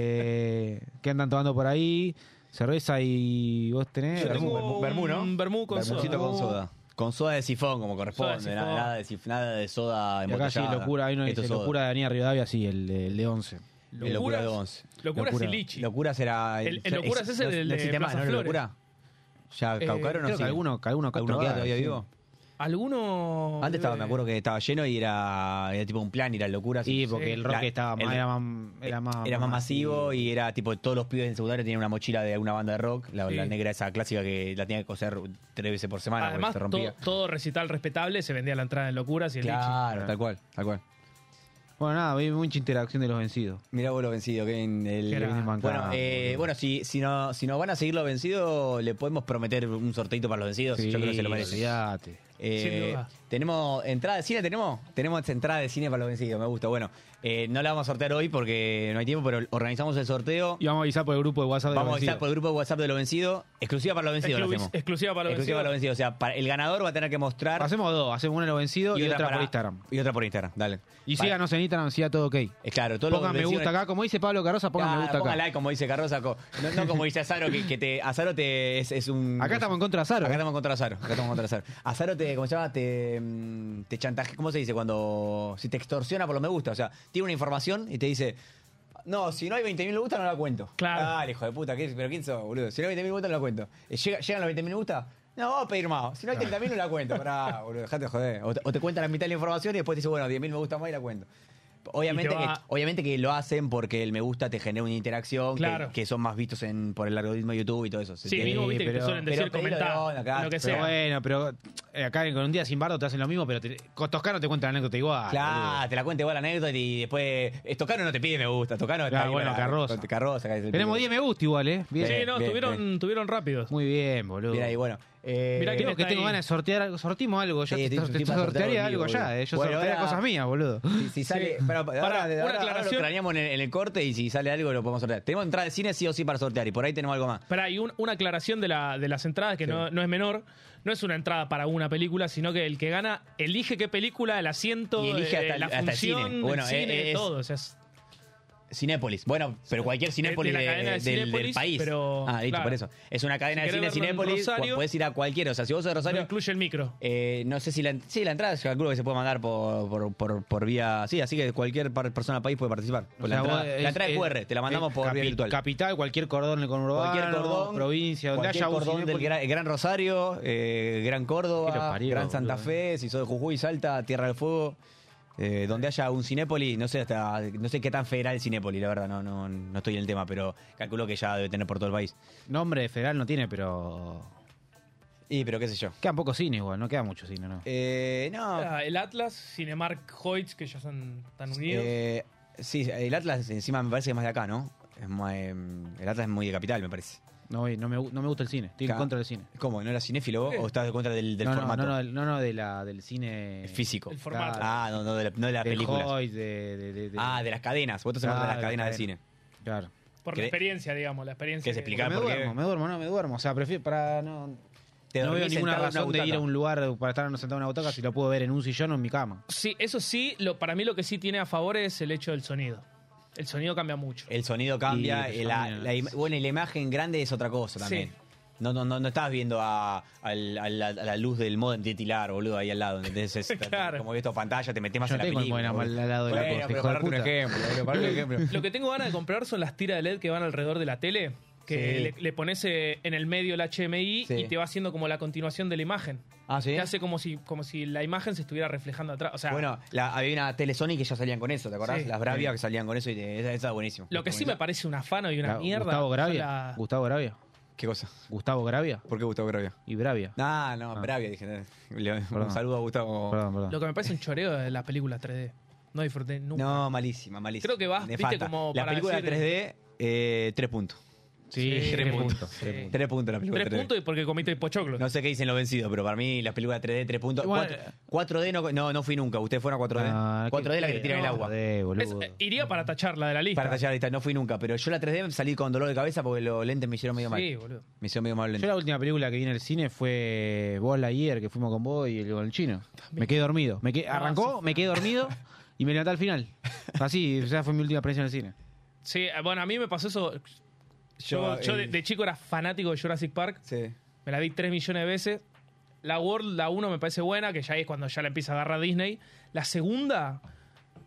B: Eh, ¿Qué andan tomando por ahí? Cerveza y vos tenés.
C: Yo
B: Vermú.
C: tengo
D: un
C: Vermú, ¿no?
D: Vermú con soda.
C: Bermucito
B: Uh.
C: con soda. Con soda de sifón, como corresponde.
D: Soda de
C: nada-
D: sifón.
C: Nada, de sif- nada de soda
B: Y acá sí,
C: embotellada.
B: locura, hay uno que
C: Esto
B: dice
C: es soda.
B: locura de Daniel Rivadavia, sí, el, de- el de 11.
C: El locura de once.
D: Locuras
B: Locura.
D: y lichi.
C: Locura será...
D: El- el locura es ese
C: no-
D: del
C: no
D: de
C: existe más,
D: Plaza
C: ¿no? ¿El
D: Flores.
C: locura? ¿Ya
D: Eh,
C: caucaron o
B: Creo
C: no?
B: que alguno, que alguno, que
C: ¿Alguno
B: otro
C: queda
B: va,
C: todavía
B: sí.
C: vivo?
D: Alguno.
C: Antes estaba, me
D: debe-
C: acuerdo que estaba lleno y era, era tipo un plan, era locura.
B: Sí, porque
D: Sí.
B: el rock
C: La-
B: estaba más,
C: el- eh,
B: era más, era más,
C: Era más masivo y era tipo todos los pibes en secundaria tenían una mochila de alguna banda de rock, la,
D: Sí.
C: la negra esa clásica que la tenía que coser tres veces por semana porque
D: Además,
C: se rompía.
D: to- todo recital respetable se vendía a la entrada en locuras y el lichi.
C: Claro, tal cual, tal cual.
B: Bueno, nada, vi mucha interacción de los vencidos.
C: Mirá vos lo vencido, que en el.
B: Qué gran
C: bueno,
B: bancada,
C: eh,
B: boludo.
C: bueno, si, si, no, si nos van a seguir los vencidos, le podemos prometer un sorteito para los vencidos. Yo creo que se lo merece.
B: olvidate.
C: Eh,
D: Sin duda.
C: tenemos entrada de cine, tenemos, tenemos entrada de cine para los vencidos, me gusta. Bueno, eh, no la vamos a sortear hoy porque no hay tiempo, pero organizamos el sorteo.
B: Y vamos a avisar por el grupo de WhatsApp de
C: Vamos a
B: los
C: avisar
B: vencidos.
C: por el grupo de WhatsApp de los vencidos, exclusiva para los vencidos. lo
D: Exclusiva-
C: hacemos.
D: exclusiva para los
C: Exclusiva para los vencidos. O sea, para- el ganador va a tener que mostrar
B: Hacemos dos, hacemos una de los vencidos y, otra,
C: para-
B: por Instagram.
C: Y otra por Instagram, dale.
B: Y
C: Vale.
B: síganos en Instagram, siga todo ok.
C: Eh, claro, todos los
B: Pongan me
C: vencidos-
B: gusta acá, como dice Pablo Carroza, pongan
C: Claro,
B: me gusta acá.
C: pongan like, como dice Carroza. co- No, no como dice Azaro, que, que te, Azaro te, es, es un.
B: Acá estamos en contra de Azaro. ¿eh?
C: Acá estamos contra Azaro. Acá estamos contra Azaro. Azaro te, ¿cómo se llama? Te, mm, te chantaje, ¿cómo se dice? Cuando. Si te extorsiona por los me gusta. O sea, tiene una información y te dice. No, si no hay 20.000 me gusta, no la cuento.
D: Claro.
C: Dale, hijo de puta, ¿qué- ¿pero quién sos, boludo? Si no hay 20.000 me gusta, no la cuento. Eh, llega- ¿Llegan los 20.000 me gusta? No, vamos a pedir más. Si no hay 30.000, no la cuento. Pará, boludo, dejate de joder. O te, o te cuentan la mitad de la información y después te dice, bueno, 10.000 me gusta más y la cuento. Obviamente,
D: Y te
C: que,
D: va-
C: obviamente que lo hacen porque el me gusta te genera una interacción, que-
D: Claro.
C: que, son más vistos en, por el algoritmo de YouTube y todo eso. ¿se
D: Sí,
C: entiende?
D: mismo viste que
B: pero-
D: te suelen decir
C: pero pedilo de onda,
D: comentar.
C: claro.
D: Lo que
C: Pero
B: Pero
D: sea.
B: bueno, pero eh, acá en- con un día sin bardo te hacen lo mismo, pero te, con Toscano te cuentan la anécdota igual. boludo.
C: Claro, te la cuenta igual la anécdota y después. eh, Tocano no te pide me gusta, Tocano está
B: Claro,
C: ahí
B: bueno,
C: para-
B: Carroza.
C: con- Carroza, que es el
B: Tenemos
C: pibe.
B: 10 me gusta igual, ¿eh? Bien.
D: Sí, no,
C: bien,
D: tuvieron,
C: bien.
D: tuvieron rápidos.
B: Muy bien, boludo.
C: Mira, y bueno. eh,
D: Mirá
B: Creo que
D: Está
B: tengo
D: ahí.
B: ganas de sortear algo. Sortimos algo. Ya
C: Sí,
B: te,
C: estoy-
B: te-
C: estoy
B: te
C: para
B: sortearía
C: sortear
B: algo
C: algo,
B: ya.
C: boludo.
B: eh. Yo
C: Bueno,
B: sortearía
C: ahora-
B: cosas mías, boludo.
C: Si, si sale. Para,
D: Pará, una aclaración.
C: lo craneamos en el, en el corte y si sale algo lo podemos sortear. Tenemos entrada de cine sí o sí para sortear y por ahí tenemos algo más.
D: Pero hay un- una aclaración de, la- de las entradas que no, no es menor. No es una entrada para una película, sino que el que gana elige qué película, el asiento,
C: Y elige
D: eh,
C: hasta el-
D: la
C: hasta el
D: función,
C: cine.
D: el
C: Bueno,
D: cine,
C: es-
D: todo. O sea, es-
C: Cinépolis. Bueno, pero cualquier Cinépolis
D: de Este, la
C: de-
D: cadena
C: del-
D: de
C: del,
D: Cinépolis,
C: país.
D: pero-
C: ah, listo,
D: claro.
C: por eso. Es una cadena
D: Si
C: de cine
D: querés verlo en
C: Cinépolis.
D: Rosario-
C: Puedes ir a cualquiera. O sea, si vos sos de
D: no
C: Rosario,
D: incluye el micro.
C: Eh, no sé si la, en- sí, la entrada, yo calculo que se puede mandar por, por, por, por vía. Sí, así que cualquier par- persona del país puede participar. Por
B: O
C: Pues la,
B: sea, vos,
C: entrada, la
B: es-
C: entrada es
B: es-
C: QR, te la mandamos
B: es
C: por vía
B: capi-
C: virtual.
B: Capital, cualquier cordón del conurbano,
C: cualquier cordón,
B: provincia, donde
C: cualquier
B: haya un
C: cordón del
B: cinépolis.
C: Gran, Gran Rosario, eh, Gran
B: Que lo
C: Córdoba,
B: parió,
C: Gran Santa
B: boludo.
C: Fe, si sos de Jujuy, Salta, Tierra del Fuego. eh, donde haya un Cinépolis, no sé hasta no sé qué tan federal el Cinépolis, la verdad, no, no, no estoy en el tema, pero calculo que ya debe tener por todo el país.
B: Nombre federal no tiene, pero.
C: Y pero qué sé yo.
B: Quedan pocos cines igual, no queda mucho cine, ¿no?
C: Eh, no,
D: Ah, El Atlas, Cinemark, Hoyts, que ya son tan unidos.
C: Eh, eh, sí, el Atlas encima me parece que es más de acá, ¿no? Es más, em, el Atlas es muy de capital, me parece.
B: No, voy- no, me, gu- no me gusta el cine. Estoy en
C: Claro.
B: contra del cine.
C: ¿Cómo? ¿No eras cinéfilo vos? o estás en contra del, del
B: no, no,
C: formato?
B: No, no, del- no, no, de la, del cine.
C: físico.
D: El
B: Claro,
D: formato.
C: Ah, no, no de la, no de la
B: del
C: película.
B: Hoyt, de, de- de- de-
C: Ah, de las cadenas. Vos estás hablando de
B: Claro,
C: las cadenas de
B: de
C: cine.
B: cadena. Claro.
D: Por
C: ¿Querés-
D: la experiencia, digamos, la experiencia.
C: ¿Querés
D: que-
C: explicar?
B: me
C: Ah, porque-
B: duermo, me duermo, no, me duermo. O sea, prefiero para no.
C: Te
B: no
C: dormís
B: veo ninguna
C: sentado en una
B: razón de ir a
C: butaca.
B: un lugar para estar sentado en una butaca si lo puedo ver en un sillón o en mi cama.
D: Sí, eso sí, lo, para mí lo que sí tiene a favor es el hecho del sonido. El sonido cambia mucho.
C: El sonido cambia.
B: Y-
C: eh, la, la im-
B: sí.
C: bueno, y la imagen grande es otra cosa también.
D: Sí.
C: No, no, no, no estás viendo a, al- a la, a la luz del modem titilar, boludo, ahí al lado. Entonces,
D: Claro.
C: como ves tu pantalla, te metes más
B: Yo
C: en la
B: tengo el
C: película.
B: modem al-
C: boludo.
B: al lado de la
C: Bueno,
B: cosa,
C: pero
B: hijo de
C: para darte un
B: puta.
C: ejemplo, boludo, para darte un ejemplo.
D: Lo que tengo ganas de comprar son las tiras de LED que van alrededor de la tele, que le, le pones eh, en el medio el HMI
C: Sí.
D: y te va haciendo como la continuación de la imagen.
C: Ah, ¿sí?
D: Te hace como si, como si la imagen se estuviera reflejando atrás. O sea,
C: Bueno, la- había una Telesonic que ya salían con eso, ¿te acordás?
D: Sí.
C: Las Bravia que salían con eso y te- esa, esa es buenísima.
D: lo que sí me parece un afano y una
B: Gra-
D: mierda.
B: Gustavo
D: son
B: Gravia.
D: la-
B: Gustavo Gravia.
C: ¿Qué cosa?
B: Gustavo Gravia
C: ¿Por qué Gustavo Bravia?
B: y Bravia.
C: Ah, no,
B: Ah.
C: Bravia, dije. Le- Un
B: Perdón.
C: saludo a Gustavo.
B: Perdón, perdón.
D: Lo que me parece un choreo de las películas 3D. No disfruté nunca.
C: No, malísima, malísima.
D: Creo que vas, viste,
C: Nefasta.
D: como
C: La
D: para
C: película
D: decir-
C: 3D, eh, tres puntos.
B: Sí,
D: Sí,
B: tres
D: tres
B: puntos.
D: puntos.
B: tres
D: Sí.
B: puntos.
C: Tres puntos la película
D: Tres
C: 3D.
D: puntos y porque comiste pochoclos.
C: No sé qué dicen los vencidos, pero para mí las películas 3D, tres puntos.
B: Igual-
C: Cuatro- 4D no, no, no fui nunca. Ustedes fueron a 4D.
B: Ah, qué
C: 4D la que te tiran en el
B: pedo,
C: agua.
B: de,
D: Es-
B: boludo.
D: eh, iría para tachar la de la lista.
C: Para tallar ahorita, no fui nunca. Pero yo la 3D salí con dolor de cabeza porque los lentes me hicieron medio mal.
D: Sí, boludo.
C: Me hicieron medio mal los
B: Yo
C: lentes.
B: la última película que vi en el cine fue Vos ayer, que fuimos con vos y el, con el chino. Me quedé dormido. Me quedé-
D: No, Ah, sí
B: arrancó,
D: fue
B: me
D: una-
B: quedé dormido y me levanté al final. Así, esa fue mi última experiencia en el cine.
D: Sí, eh, bueno, a mí me pasó eso. Yo,
C: Yo,
D: yo de,
C: eh,
D: de chico era fanático de Jurassic Park.
C: Sí.
D: Me la vi 3 millones de veces. La World, la 1 me parece buena, que ya es cuando ya la empieza a agarrar Disney. La segunda,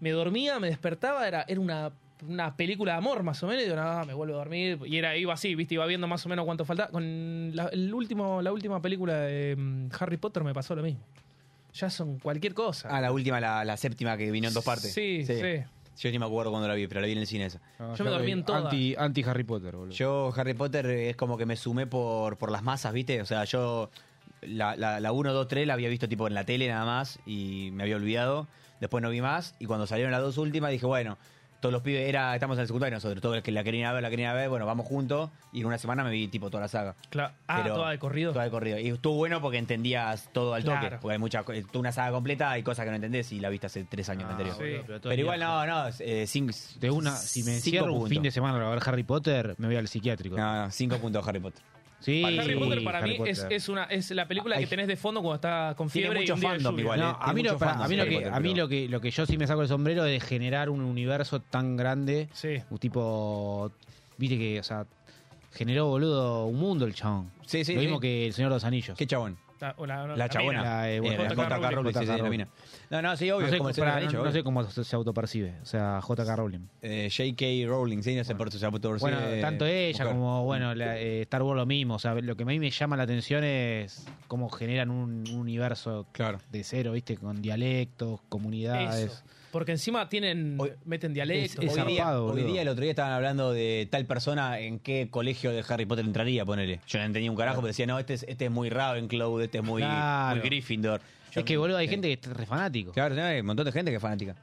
D: me dormía, me despertaba, era, era una, una película de amor más o menos. Y yo, nada, me vuelvo a dormir. Y era, iba así, viste, iba viendo más o menos cuánto faltaba. Con la, el último, la última película de mm, Harry Potter me pasó lo mismo. Ya son cualquier cosa.
C: Ah, la última, la, la séptima que vino en dos partes.
D: Sí, sí.
C: Yo ni me acuerdo cuando la vi, pero la vi en el cine esa.
D: Yo me dormí en todas.
B: Anti, anti Harry Potter, boludo.
C: Yo, Harry Potter, eh, es como que me sumé por, por las masas, ¿viste? O sea, yo la, la, la 1, 2, 3 la había visto tipo en la tele nada más y me había olvidado. Después no vi más y cuando salieron las dos últimas dije, bueno, todos los pibes, era, estamos en el secundario nosotros, todos los que la querían ir a ver, la querían ir a ver, bueno, vamos juntos y en una semana me vi tipo toda la saga.
D: Cla- ah,
C: Pero-
D: toda de corrido.
C: Toda de corrido. Y estuvo bueno porque entendías todo al toque.
D: Claro.
C: Porque hay muchas co- toda una saga completa, hay cosas que no entendés y la viste hace tres años
B: Ah,
C: anteriores.
B: boludo,
D: Sí.
B: pero
C: Pero
B: todavía-
C: igual no, no, eh, cinco-
B: De una, si me
C: cinco
B: encierro un
C: puntos.
B: fin de semana para ver Harry Potter, me voy al psiquiátrico.
C: No, no, cinco puntos Harry Potter.
B: Sí,
D: Harry Potter para
B: Harry
D: mí
B: Potter.
D: Es, es una, es la película
C: Ay.
D: que tenés de fondo cuando estás con
C: Tiene
D: fiebre.
C: mucho
D: y un día de
C: fandom
D: lluvia.
C: igual,
B: No, a
C: eh.
B: mí,
C: Tiene
B: lo,
C: mucho
B: para-
C: fandom
B: a mí lo
C: Harry
B: que,
C: Potter,
B: a mí
C: pero-
B: lo que lo que yo sí me saco el sombrero es de generar un universo tan grande.
D: Sí.
B: Un tipo. Viste que, o sea, generó, boludo, un mundo el chabón.
C: Sí, sí,
B: Lo
C: sí.
B: mismo que el Señor de los Anillos.
C: ¿Qué chabón?
D: La, o o
C: La chabona.
D: mina.
B: La, eh, bueno,
C: Eh, la
D: J.K.
C: J.K.
B: Rowling,
C: Rowling, sí,
B: J.K.
C: sí, la mina. No, no, sí, obvio,
B: no sé,
C: como el
B: pará,
C: Señor del
B: no- no
C: Anillo,
B: sé cómo se se autopercibe, o sea, J.K. Rowling.
C: eh, J.K. Rowling, sí, no sé por eso se llama por
B: Bueno,
C: ser, eh,
B: tanto ella
C: mujer.
B: como, bueno, la, eh, Star Wars lo mismo. O sea, lo que a mí me llama la atención es cómo generan un, un universo
C: Claro.
B: de cero, ¿viste? Con dialectos, comunidades.
D: Eso. Porque encima tienen.
C: Hoy-
D: meten
C: Es,
D: dialecto.
C: es
B: zarpado,
C: hoy, día, hoy
B: boludo.
C: día, el otro día estaban hablando de tal persona en qué colegio de Harry Potter entraría, ponele. Yo no entendía un carajo, pero decía, no, este es, este es muy Ravenclaw, este es muy,
B: Claro.
C: muy Gryffindor. Yo-
B: Es que, boludo, hay
C: eh,
B: gente que es re fanático.
C: Claro, no, hay un montón de gente que es fanática.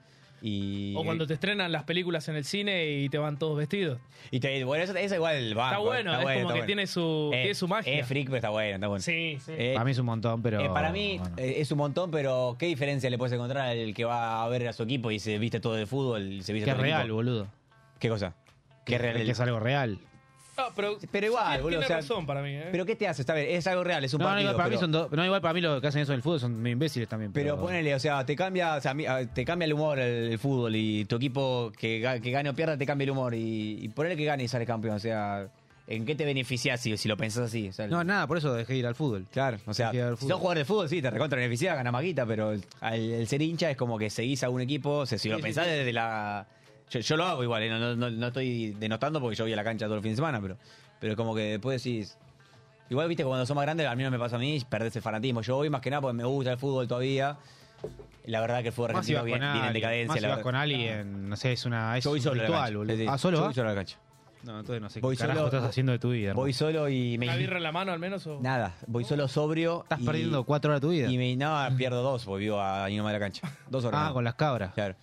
C: Y,
D: o cuando te estrenan las películas en el cine y te van todos vestidos.
C: y te- bueno, esa, esa igual va.
D: Está bueno, es como
C: está
D: que
C: bueno. Eh,
D: tiene su- tiene su magia.
C: Es freak, pero está bueno, está bueno.
D: Sí, sí.
C: Eh,
B: para mí es un montón, pero.
C: Eh, para mí
B: bueno.
C: eh, es un montón, pero ¿qué diferencia le puedes encontrar al que va a ver a su equipo y se viste todo de fútbol y se viste
B: que es
C: todo de
B: real,
C: equipo?
B: boludo.
C: ¿Qué cosa? ¿Qué real?
B: Que es algo real.
D: Ah, pero,
C: Pero igual,
D: tiene,
C: boludo,
D: tiene
C: o sea,
D: razón para mí. ¿eh?
C: ¿Pero qué te hace? Está bien, es algo real, es un
B: No, no,
C: partido.
B: igual para
C: pero,
B: mí son dos- no, igual para mí lo que hacen eso en el fútbol son medio imbéciles también.
C: pero
B: Pero,
C: ponele, o sea, te cambia, o sea, a mí- a- te cambia el humor el, el fútbol y tu equipo que, ga- que gane o pierda te cambia el humor y, y ponele que gane y sale campeón, o sea, ¿en qué te beneficias si, si lo pensás así? O sea, el-
B: No, nada, por eso dejé de ir al fútbol.
C: Claro, o sea,
B: Hay que ver
C: si
B: fútbol.
C: sos jugador de fútbol, sí, te recontra beneficiás, ganas maguita, pero el, al- el ser hincha es como que seguís a un equipo, o sea, si lo pensás desde la... Yo, yo lo hago igual, eh, no, no- no- no estoy denotando porque yo voy a la cancha todo el fin de semana, pero pero como que después decís... Igual, viste, cuando sos más grande, al menos me pasa a mí, perdés el fanatismo. Yo voy más que nada porque me gusta el fútbol todavía. La verdad que el fútbol
B: Más si
C: argentino
B: vas
C: viene,
B: con
C: viene en
B: alguien.
C: decadencia.
B: Más si
C: la
B: vas
C: verdad. Ah.
B: con alguien, no sé, es una. Es
C: yo voy
B: un
C: solo a la
B: ritual,
C: cancha.
B: boludo.
C: Sí, sí,
B: ¿Ah, solo
C: Yo voy
B: vas?
C: solo a la cancha.
B: No, entonces no sé
C: Voy
B: qué carajo
C: solo-
B: estás haciendo de tu vida. hermano.
C: Voy solo y me...
D: ¿Una birra en la mano al menos? O...
C: Nada, voy solo sobrio.
B: Estás
C: y-
B: perdiendo cuatro horas de tu vida.
C: Y me, no, pierdo dos, porque vivo a ahí nomás de la cancha. Dos horas.
B: Ah,
C: ¿no?
B: con las cabras.
C: Claro.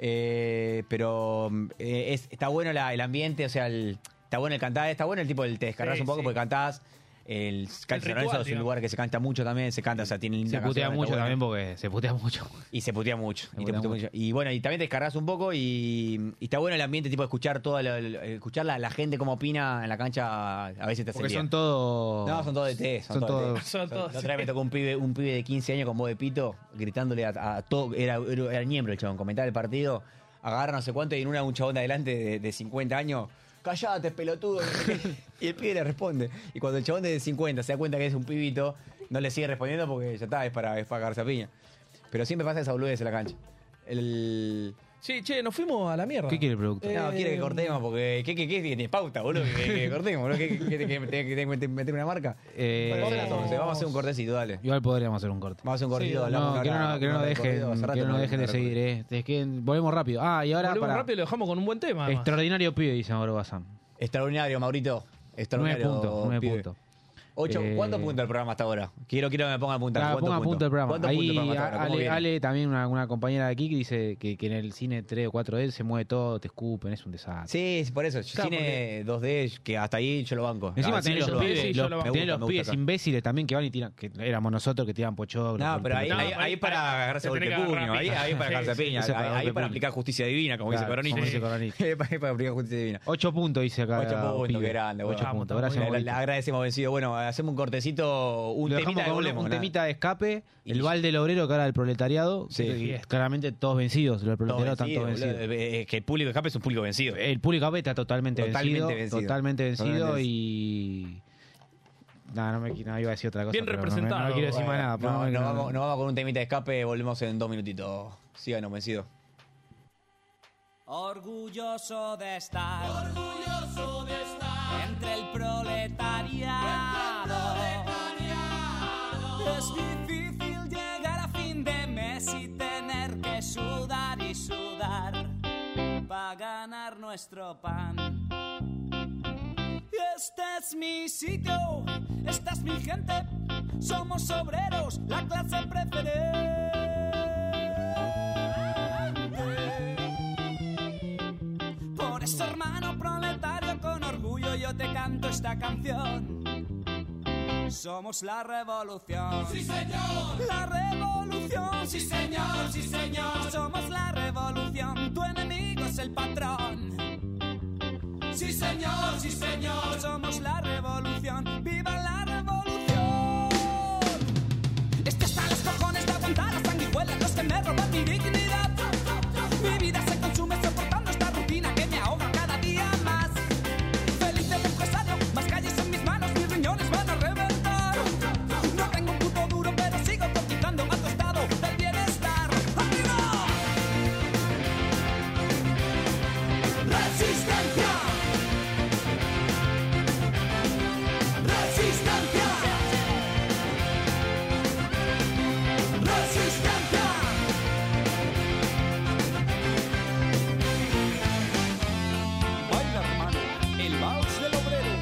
C: Eh, pero mm, eh, es- está bueno la- el ambiente, o sea, el- está Está bueno el cantar, está bueno el tipo del te descargas
D: Sí,
C: un poco
D: sí.
C: porque cantás. El Cal San
D: ritual,
C: Lorenzo es un
D: digamos.
C: lugar que se canta mucho también, se canta, o sea, tiene
B: Se
C: lindas
B: putea
C: canciones,
B: mucho
C: está bueno.
B: también porque se putea mucho.
C: Y se putea mucho.
B: Se
C: y, te
B: putea
C: putea
B: mucho.
C: mucho. y bueno, y también te descargas un poco y, y está bueno el ambiente, tipo escuchar toda la, la- escuchar la, la gente cómo opina en la cancha, a veces te hace
B: Porque
C: el día.
B: son todos.
C: No, son todos de té. Son,
B: Son
C: todos. de
B: todos-
C: té.
D: Son todos,
C: La otra vez me tocó un pibe, un pibe de 15 años con voz de pito, gritándole a, a todo. Era, era, era miembro el chabón, comentaba el partido, agarra no sé cuánto y en una un chabón de adelante de, de 50 años. Callate, pelotudo. no sé qué. Y el pibe le responde. Y cuando el chabón de 50 se da cuenta que es un pibito, no le sigue respondiendo porque ya está, es para, es para cagarse a piña. Pero siempre pasa esa boludez en la cancha. El.
D: Che, che, nos fuimos a la mierda.
B: ¿Qué quiere el productor?
C: No, quiere que cortemos porque. ¿Qué, qué, qué? Tiene pauta, boludo. que- Que, que cortemos, boludo. ¿Qué, qué, qué- que- que- que- que- meter una marca?
B: Eh,
C: Bueno, son las 11, Vamos a hacer un cortecito, dale.
B: Igual podríamos hacer un corte.
C: Vamos a hacer un cortito.
B: No,
C: hablamos
B: que no,
C: ahora,
B: no- que no
C: una
B: nos
C: hora de
B: dejen,
C: corrido, hace
B: que
C: rato
B: no nos
C: no
B: dejen de
C: hablamos
B: seguir, eh. Es que volvemos rápido. Ah, y ahora
D: Volvemos
B: para.
D: rápido y lo dejamos con un buen tema. además.
B: Extraordinario pibe, dice Mauro Bazán.
C: Extraordinario, Maurito.
B: eh. Nueve
C: Extraordinario.
B: puntos, nueve
C: pibe.
B: puntos.
C: Ocho,
B: Eh,
C: ¿Cuántos puntos el programa hasta ahora? Quiero, quiero que me ponga a punta.
B: Claro,
C: ¿Cuántos
B: ponga a punto
C: puntos?
B: el programa.
C: ¿Cuántos puntos
B: Ahí
C: el programa hasta ahora? ¿Cómo
B: Ale,
C: viene?
B: Ale, también una, una compañera de aquí que dice que, que en el cine 3 o 4 d se mueve todo, te escupen, es un desastre.
C: Sí, sí, por eso. Tiene 2D, que hasta ahí yo lo banco.
B: Encima
C: Ah, sí,
B: tenés
C: yo
B: los
C: banco.
B: pibes,
D: sí, yo
B: los,
D: lo banco.
B: tenés
C: Me
B: los
C: gusta, me gusta
B: pibes
C: acá.
B: imbéciles también que van y tiran, que éramos nosotros que tiran pochoclos.
C: No, pero ahí,
B: pelotudos.
C: ahí,
D: No,
C: ahí para agarrarse a
D: te
C: golpe
D: tenés que
C: puño,
D: agarrar
C: ahí, ahí para
D: Sí,
C: agarrarse a
D: sí,
C: piña,
B: sí, para
C: ahí, ahí
B: golpe
C: para
B: puño.
C: aplicar justicia divina, como dice
B: Claro,
C: Coronilla.
B: como dice Coronilla.
C: ahí para ahí para aplicar justicia divina.
B: Ocho puntos, dice acá.
C: Ocho puntos,
B: pibe.
C: qué grande,
B: Ocho
C: bueno.
B: puntos, gracias.
C: Le,
B: Maurito.
C: le agradecemos, vencido. Bueno, hacemos un cortecito, un
B: Lo
C: temita
B: dejamos
C: y
B: con un,
C: volvemos,
B: un
C: nada.
B: temita de escape, el
C: Y-
B: bal del obrero que ahora el proletariado,
C: Sí.
B: que claramente todos vencidos, los
C: Todos
B: proletariados están todos
C: vencidos,
B: vencidos.
C: boludo. Eh, eh, que el público de escape es un público vencido.
B: El público beta totalmente,
C: Totalmente
B: vencido,
C: vencido.
B: Totalmente vencido
C: Totalmente
B: y. No, no me qui- no, iba a decir otra cosa.
D: Bien
B: pero no-
D: representado,
B: No, no quiero decir más nada.
C: No,
B: pero
C: nos vamos, nos vamos con un temita de escape, volvemos en dos minutitos. Síganos, vencido.
G: Orgulloso de estar. Entre el proletariado. Es difícil llegar a fin de mes y tener que sudar y sudar. Para ganar nuestro pan. Este es mi sitio, esta es mi gente, somos obreros, la clase preferente. Por eso, hermano proletario, con orgullo yo te canto esta canción. Somos la revolución. Sí, señor. La revolución. Sí, señor, sí, señor. Somos la revolución. Tu enemigo es el patrón. Sí, señor, sí, señor. Somos la revolución. ¡Viva la revolución! Este hasta los cojones de aguantar las sanguijuelas, los que me roban mi dignidad. Mi vida se consume soportando esta rutina que me ahoga cada día más. Feliz de empresario, más calles en mis manos, mis riñones van a reventar. No tengo un puto duro, pero sigo conquistando a tu estado del bienestar. ¡Arriba! Resistencia. Resistencia. Resistencia. Baila, hermano, el vals del obrero.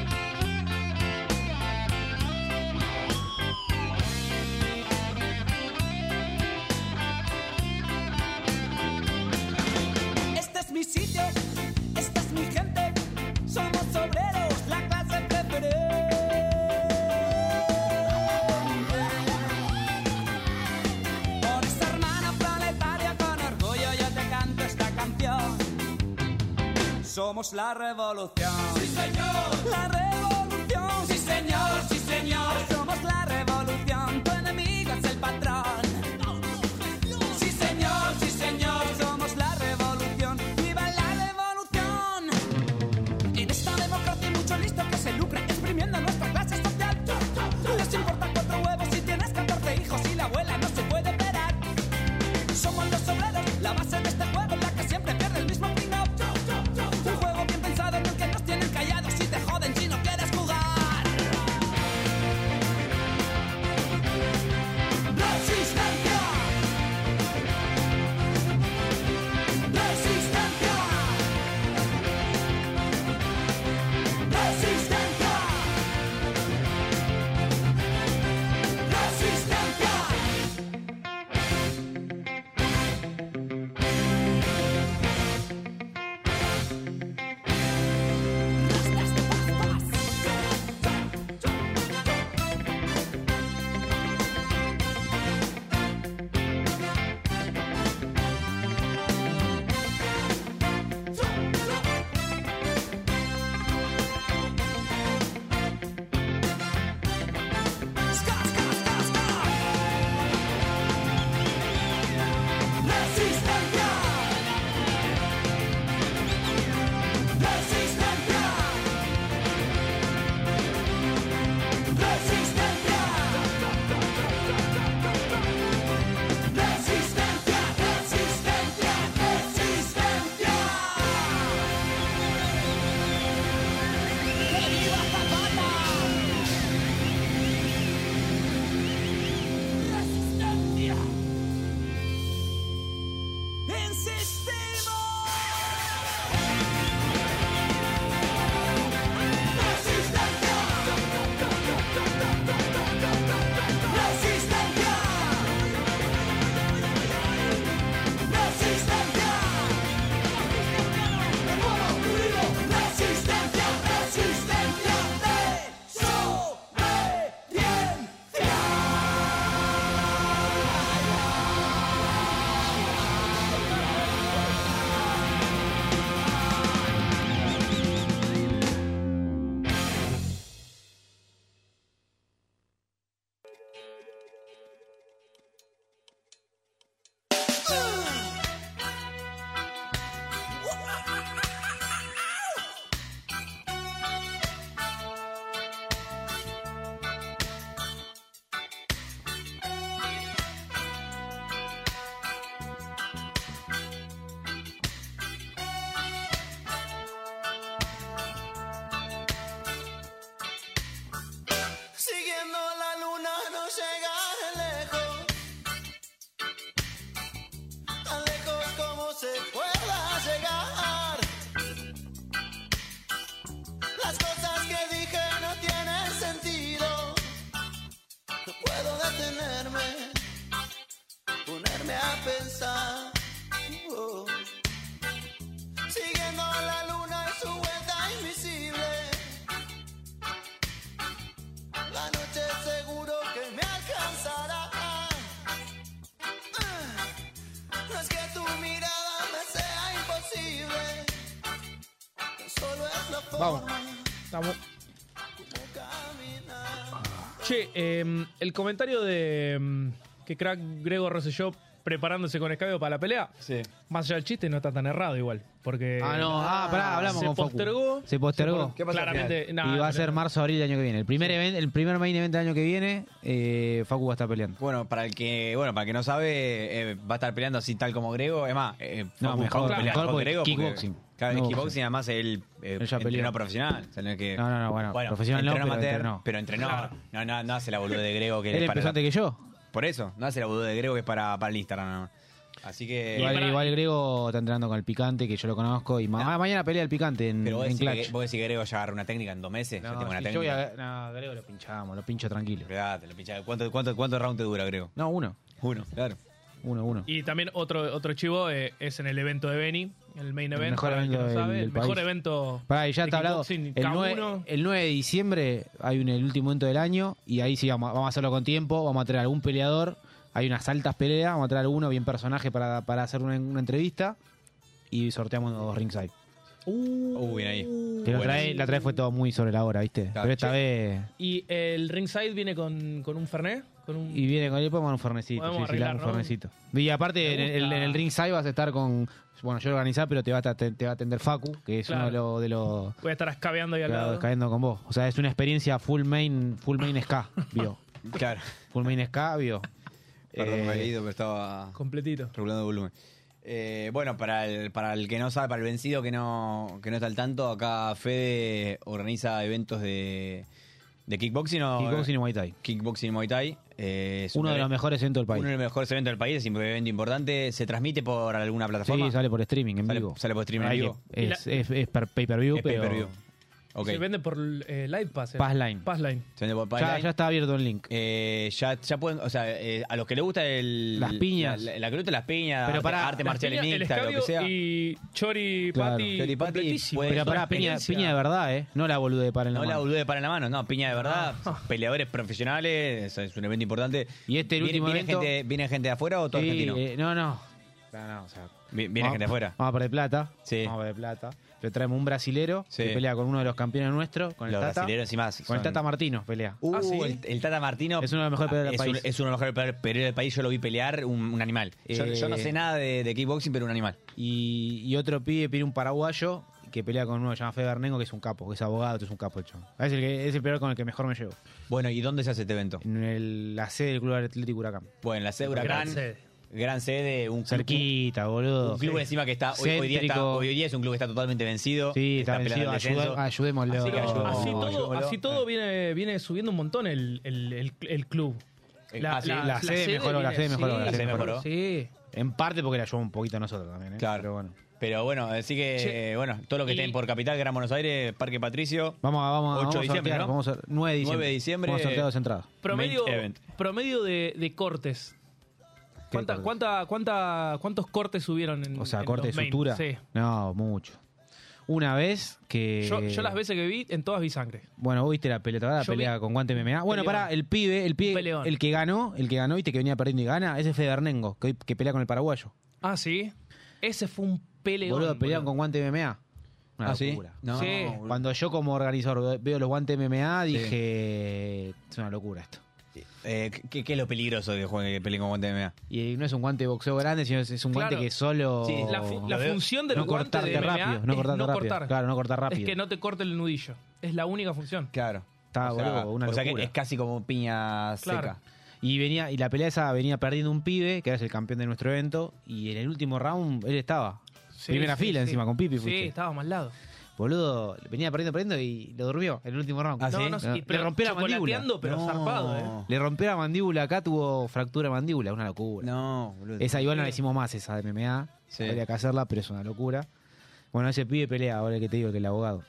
G: Este es mi sitio, esta es mi gente, somos obreros, la clase preferente. Por esta hermana planetaria con orgullo yo te canto esta canción. Somos la revolución. Sí, señor. La revolución. Sí, señor, sí, señor. Somos la revolución. Tu enemigo es el patrón. Sí, señor, sí, señor. Somos la revolución. ¡Viva la revolución! En esta democracia hay mucho listo que se lucra exprimiendo nuestra clase social. Les importa cuatro huevos si tienes 14 hijos y la abuela no se puede esperar. Somos los obreros, la base de este juego, la que siempre pierde el mismo pin-up. Un juego bien pensado en el que nos tienen callados y te joden si no quieres jugar.
F: Resistimos. Resistencia. Resistencia. El nuevo ruido. Resistencia. Resistencia. Desobediencia.
G: Siguiendo la luna no llega lejos, tan lejos como se pueda llegar. Las cosas que dije no tienen sentido, no puedo detenerme, ponerme a pensar. Oh. Siguiendo la luna en su vuelta invisible. La noche seguro que me alcanzará. No es que tu mirada me sea imposible, tan solo es la
D: Vamos.
G: forma
D: Estamos.
G: como caminar.
D: Che, eh, el comentario de mm, que crack Gregor Rosselló preparándose con escabio para la pelea.
C: Sí.
D: Más allá del chiste, no está tan errado igual. Porque.
B: Ah, no, ah, pará, hablamos
D: se
B: con Facu.
D: postergó.
B: Se postergó.
C: ¿Qué pasa al
D: Claramente. nah,
B: y va a
D: pero-
B: ser marzo, abril del año que viene. El primer, event- el primer main event del año que viene, eh, Facu va a estar peleando.
C: Bueno, para el que, bueno, para el que no sabe, eh, va a estar peleando así tal como Grego. Es más, eh,
B: No,
C: Facu-
B: mejor,
C: Facu
B: claro,
C: pelea
B: mejor
C: con
B: porque
C: Grego porque-
B: kickboxing.
C: Claro, es
B: No,
C: kickboxing, además él, eh,
B: Él ya peleó.
C: entrenó profesional. o sea, no, es que-
B: No, no, no, bueno, profesional no,
C: entrenó
B: pero
C: amateur,
B: entrenó.
C: pero entrenó. No, no, no hace la boluda de Grego que
B: Él
C: es para
B: empezó antes que yo.
C: Por eso, no hace la boluda de Grego que es para, para el Instagram. nada más. Así que...
B: Igual,
D: pará,
B: igual Grego está entrenando con el picante, que yo lo conozco. Y ma- ah, mañana pelea el picante en,
C: Pero vos
B: en
C: decís,
B: Clutch.
C: que, vos decís que Grego ya agarra una técnica en dos meses.
B: No,
C: yo tengo una
B: si yo voy
C: técnica.
B: a- no, Grego lo pinchamos, lo pincho tranquilo.
C: Cuidate, lo pinchás. ¿Cuánto, cuánto, cuánto round te dura, Grego?
B: No, uno.
C: Uno, claro.
B: Uno, uno.
D: Y también otro, otro chivo eh, es en el evento de Benny, el main
B: El
D: event.
B: mejor
D: para el que
B: evento
D: no
B: del-
D: sabe,
B: del
D: el mejor
B: país.
D: evento.
B: Pará, y ya
D: de
B: está hablado.
D: kickboxing,
B: El
D: K1.
B: 9, el 9 de diciembre hay un, el último evento del año. Y ahí sí vamos, a- vamos a hacerlo con tiempo. Vamos a traer algún peleador. Hay unas altas peleas. Vamos a traer alguno bien personaje para, para hacer una, una entrevista. Y sorteamos dos ringside.
C: Uh, bien ahí.
B: Pero la trae- la trae fue todo muy sobre la hora, ¿viste?
C: Claro,
B: Pero esta
C: che.
B: vez.
D: Y el ringside viene con, con un Fernet, con un.
B: Y viene con él, podemos dar un fornecito.
D: Podemos
B: sí, sí, le damos
D: arreglar,
B: un
D: ¿no?
B: fornecito. Y aparte, en
D: Me
B: el,
D: gusta.
B: en el ringside vas a estar con. Bueno, yo lo organizé, pero te va a, te, te va a atender Facu, que es
D: Claro.
B: uno de los. De los
D: Voy a estar escabeando ahí
B: que
D: al
B: va
D: lado.
B: cayendo con vos. O sea, es una experiencia full main, full main ska, vio.
C: Claro.
B: Full main ska, vio.
C: Perdón,
B: Eh,
C: me he ido, pero estaba
D: Completito.
C: regulando el volumen. Eh, bueno, para el, para el que no sabe, para el vencido que no, que no está al tanto, acá Fede organiza eventos de, de kickboxing o
B: Kickboxing y Muay Thai.
C: kickboxing y Muay Thai. Eh, es
B: Uno
C: un
B: de los
C: evento-
B: mejores eventos del país.
C: Uno de los mejores eventos del país, es un evento importante. ¿Se transmite por alguna plataforma?
B: Sí, sale por streaming en
C: Sale-
B: vivo.
C: sale por streaming en
B: Hay
C: vivo.
B: que- Es, es, es per pay per view,
C: Es
B: pero.
C: pay-per-view. Ok.
D: Se vende por eh, Light Pass. eh.
B: Passline.
D: Passline.
C: Se vende por
B: Ya,
C: Payline.
B: ya está abierto el link.
C: Eh, ya, ya pueden, o sea, eh, a los que les gusta el.
B: Las piñas.
C: La, la, la que le gusta las piñas,
B: Pero
C: arte-
B: pará,
C: arte
B: las
C: marcial
D: Piña, el
C: mixta, lo que
D: escabio
C: sea.
D: y Chori
B: Claro.
D: Pati.
C: Chori Pati
D: completísimo.
C: puede-
B: Pero pará, piña,
D: experiencia.
B: piña de verdad, ¿eh? No la bolude para en la
C: No la
B: mano.
C: bolude para la mano, no, piña de verdad, peleadores profesionales, es- es un evento importante.
B: Y este, el
C: ¿Viene,
B: último
C: viene
B: evento-
C: gente, ¿Viene gente de afuera o todo
B: Sí,
C: argentino?
B: eh, ah, no, no. No, no, o sea,
C: Vi- viene
B: vamos-
C: gente de afuera.
B: Vamos a perder plata.
C: Sí.
B: Vamos a perder plata. Le traemos un brasilero
C: Sí.
B: que pelea con uno de los campeones nuestros, con
C: Los
B: el Tata.
C: brasileños encima. Con
B: Con el Tata Martino pelea.
C: Uh,
D: Ah, sí.
C: el, el Tata Martino ah,
B: Es uno de los mejores peleadores del
C: es un-
B: país.
C: es uno de los mejores peleadores- peleadores del país. Yo lo vi pelear un, un animal. Yo,
B: Eh,
C: yo no sé nada de, de kickboxing, pero un animal.
B: Y, y otro pibe pide un paraguayo que pelea con uno que se llama Fede Bernengo, que es un capo, que es abogado, que es un capo el chabón. Es el, que, es el peleador con el que mejor me llevo.
C: Bueno, ¿y dónde se hace este evento?
B: En el- la sede del Club Atlético Huracán.
C: Bueno, la sede Huracán.
D: Gran sede.
C: Gran sede, un club-
B: Cerquita,
C: Un
B: boludo.
C: club encima que está hoy, hoy día está-
B: Céntrico.
C: hoy día es un club que está totalmente vencido.
B: Sí, está vencido.
C: peleando el descenso.
B: Ayuda- Ayudémoslo.
C: Así que
D: Pero
C: ayudó,
D: así
C: ayudó,
D: todo,
C: ayudó.
D: así todo viene, viene subiendo un montón el, el- el- el club.
C: ah, sí,
B: la sede mejoró, la
D: viene-
B: sede mejoró, la
D: sí,
C: sede mejoró.
D: Sí.
B: En parte porque la llevó un poquito a nosotros también, ¿eh?
C: Claro.
B: Pero bueno.
C: Pero bueno, así que,
D: Che.
C: bueno, todo lo que
D: Y-
C: estén por Capital, Gran Buenos Aires, Parque Patricio.
B: Vamos a, vamos a,
C: 8
B: vamos a
C: de diciembre,
B: sortear,
C: ¿no?
B: vamos a- 9 de diciembre.
C: 9 de diciembre.
B: Vamos a sortear dos entradas.
D: Promedio,
C: Main event.
D: promedio de, de cortes. ¿Cuánta,
B: cortes?
D: cuánta, cuánta, ¿Cuántos cortes subieron en
B: O sea,
D: en
B: corte de
D: los main?
B: sutura.
D: Sí.
B: No, mucho. Una vez que.
D: Yo, yo
C: Eh.
D: las veces que vi, en todas vi sangre.
B: Bueno, vos viste la pelea, ¿te acordás la
D: Yo
B: pelea
D: vi-
B: con guante MMA. Bueno,
D: Peleón.
B: pará, el pibe, el pibe,
D: Peleón.
B: el que ganó, el que ganó, viste que venía perdiendo y gana, ese es Fede Arnengo, que, hoy- que pelea con el paraguayo.
D: Ah, sí. Ese fue un peleón.
B: boludo, pelearon
D: boludo.
B: con guante MMA. Una
C: ¿Ah, sí?
B: locura.
C: No,
D: Sí.
C: boludo.
B: Cuando yo como organizador veo los guantes MMA, dije, es una locura esto.
C: Eh, ¿qué, qué es lo peligroso de que juegue que peleen con guante de MMA?
B: Y no es un guante de boxeo grande, sino es- es un
D: Claro.
B: guante que solo...
C: Sí,
D: La, fu- la
C: Lo veo.
D: función del
B: no
D: guante
B: cortarte
D: de MMA
B: rápido, no
D: es
B: cortarte
D: no
B: rápido.
D: cortar.
B: Claro, no cortar rápido.
D: Es que no te corte el nudillo. Es la única función.
C: Claro.
B: Está,
C: o sea,
B: boludo, una
C: o sea que
B: locura.
C: es casi como piña
D: Claro.
C: seca.
B: Y venía y la pelea esa venía perdiendo un pibe, que ahora es el campeón de nuestro evento, y en el último round él estaba. Primera
D: sí,
B: fila
D: sí.
B: encima con Pipi.
D: Sí,
B: fuiste.
D: estaba mal lado.
B: Boludo, venía perdiendo, perdiendo y lo durmió en el último round.
C: ¿Ah,
D: no,
C: sí?
D: no,
B: No.
D: y- pero
B: Le rompió la
D: chocolateando,
B: mandíbula.
D: pero
C: No.
D: zarpado, ¿eh?
B: Le rompió la mandíbula acá, tuvo fractura de mandíbula, una locura.
C: No, boludo.
B: Esa igual no la hicimos más, esa de MMA.
C: Sí.
B: Habría que hacerla, pero es una locura. Bueno, ese pibe pelea, ahora el que te digo, que el abogado.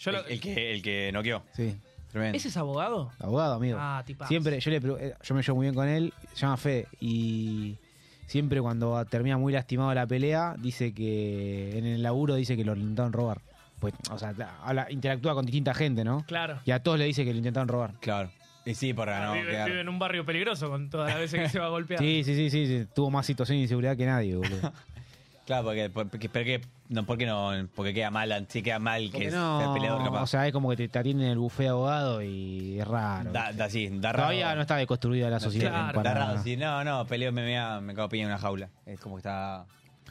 D: Yo lo-
C: El, el que, el que noqueó.
B: Sí.
C: Tremendo.
D: ¿Ese es abogado?
B: Abogado, amigo.
D: Ah, tipazo.
B: Siempre, yo, le, pregu- eh, yo me llevo muy bien con él, se llama Fede, y siempre cuando termina muy lastimado la pelea, dice que en el laburo dice que lo intentaron robar. Pues, o sea, habla- interactúa con distinta gente, ¿no?
D: Claro.
B: Y a todos le dice que lo intentaron robar.
C: Claro. Y sí, para no
D: Ah, vive,
C: quedar.
D: vive en un barrio peligroso con todas las veces que se va a golpear.
B: Sí, sí, sí, sí, sí, tuvo más situación de inseguridad que nadie, boludo.
C: Claro, porque, porque, pero que- no, porque no, porque queda mal, sí queda mal que
B: Porque
C: es
B: no,
C: sea peleador capaz.
B: o sea, es como que te, te atienden en el buffet de abogado y es raro.
C: da, da, sí, da raro.
B: Todavía no está deconstruida la sociedad.
D: claro,
B: para-
C: Da raro, sí, no, no, peleo MMA, me cago piña en una jaula. Es como que está,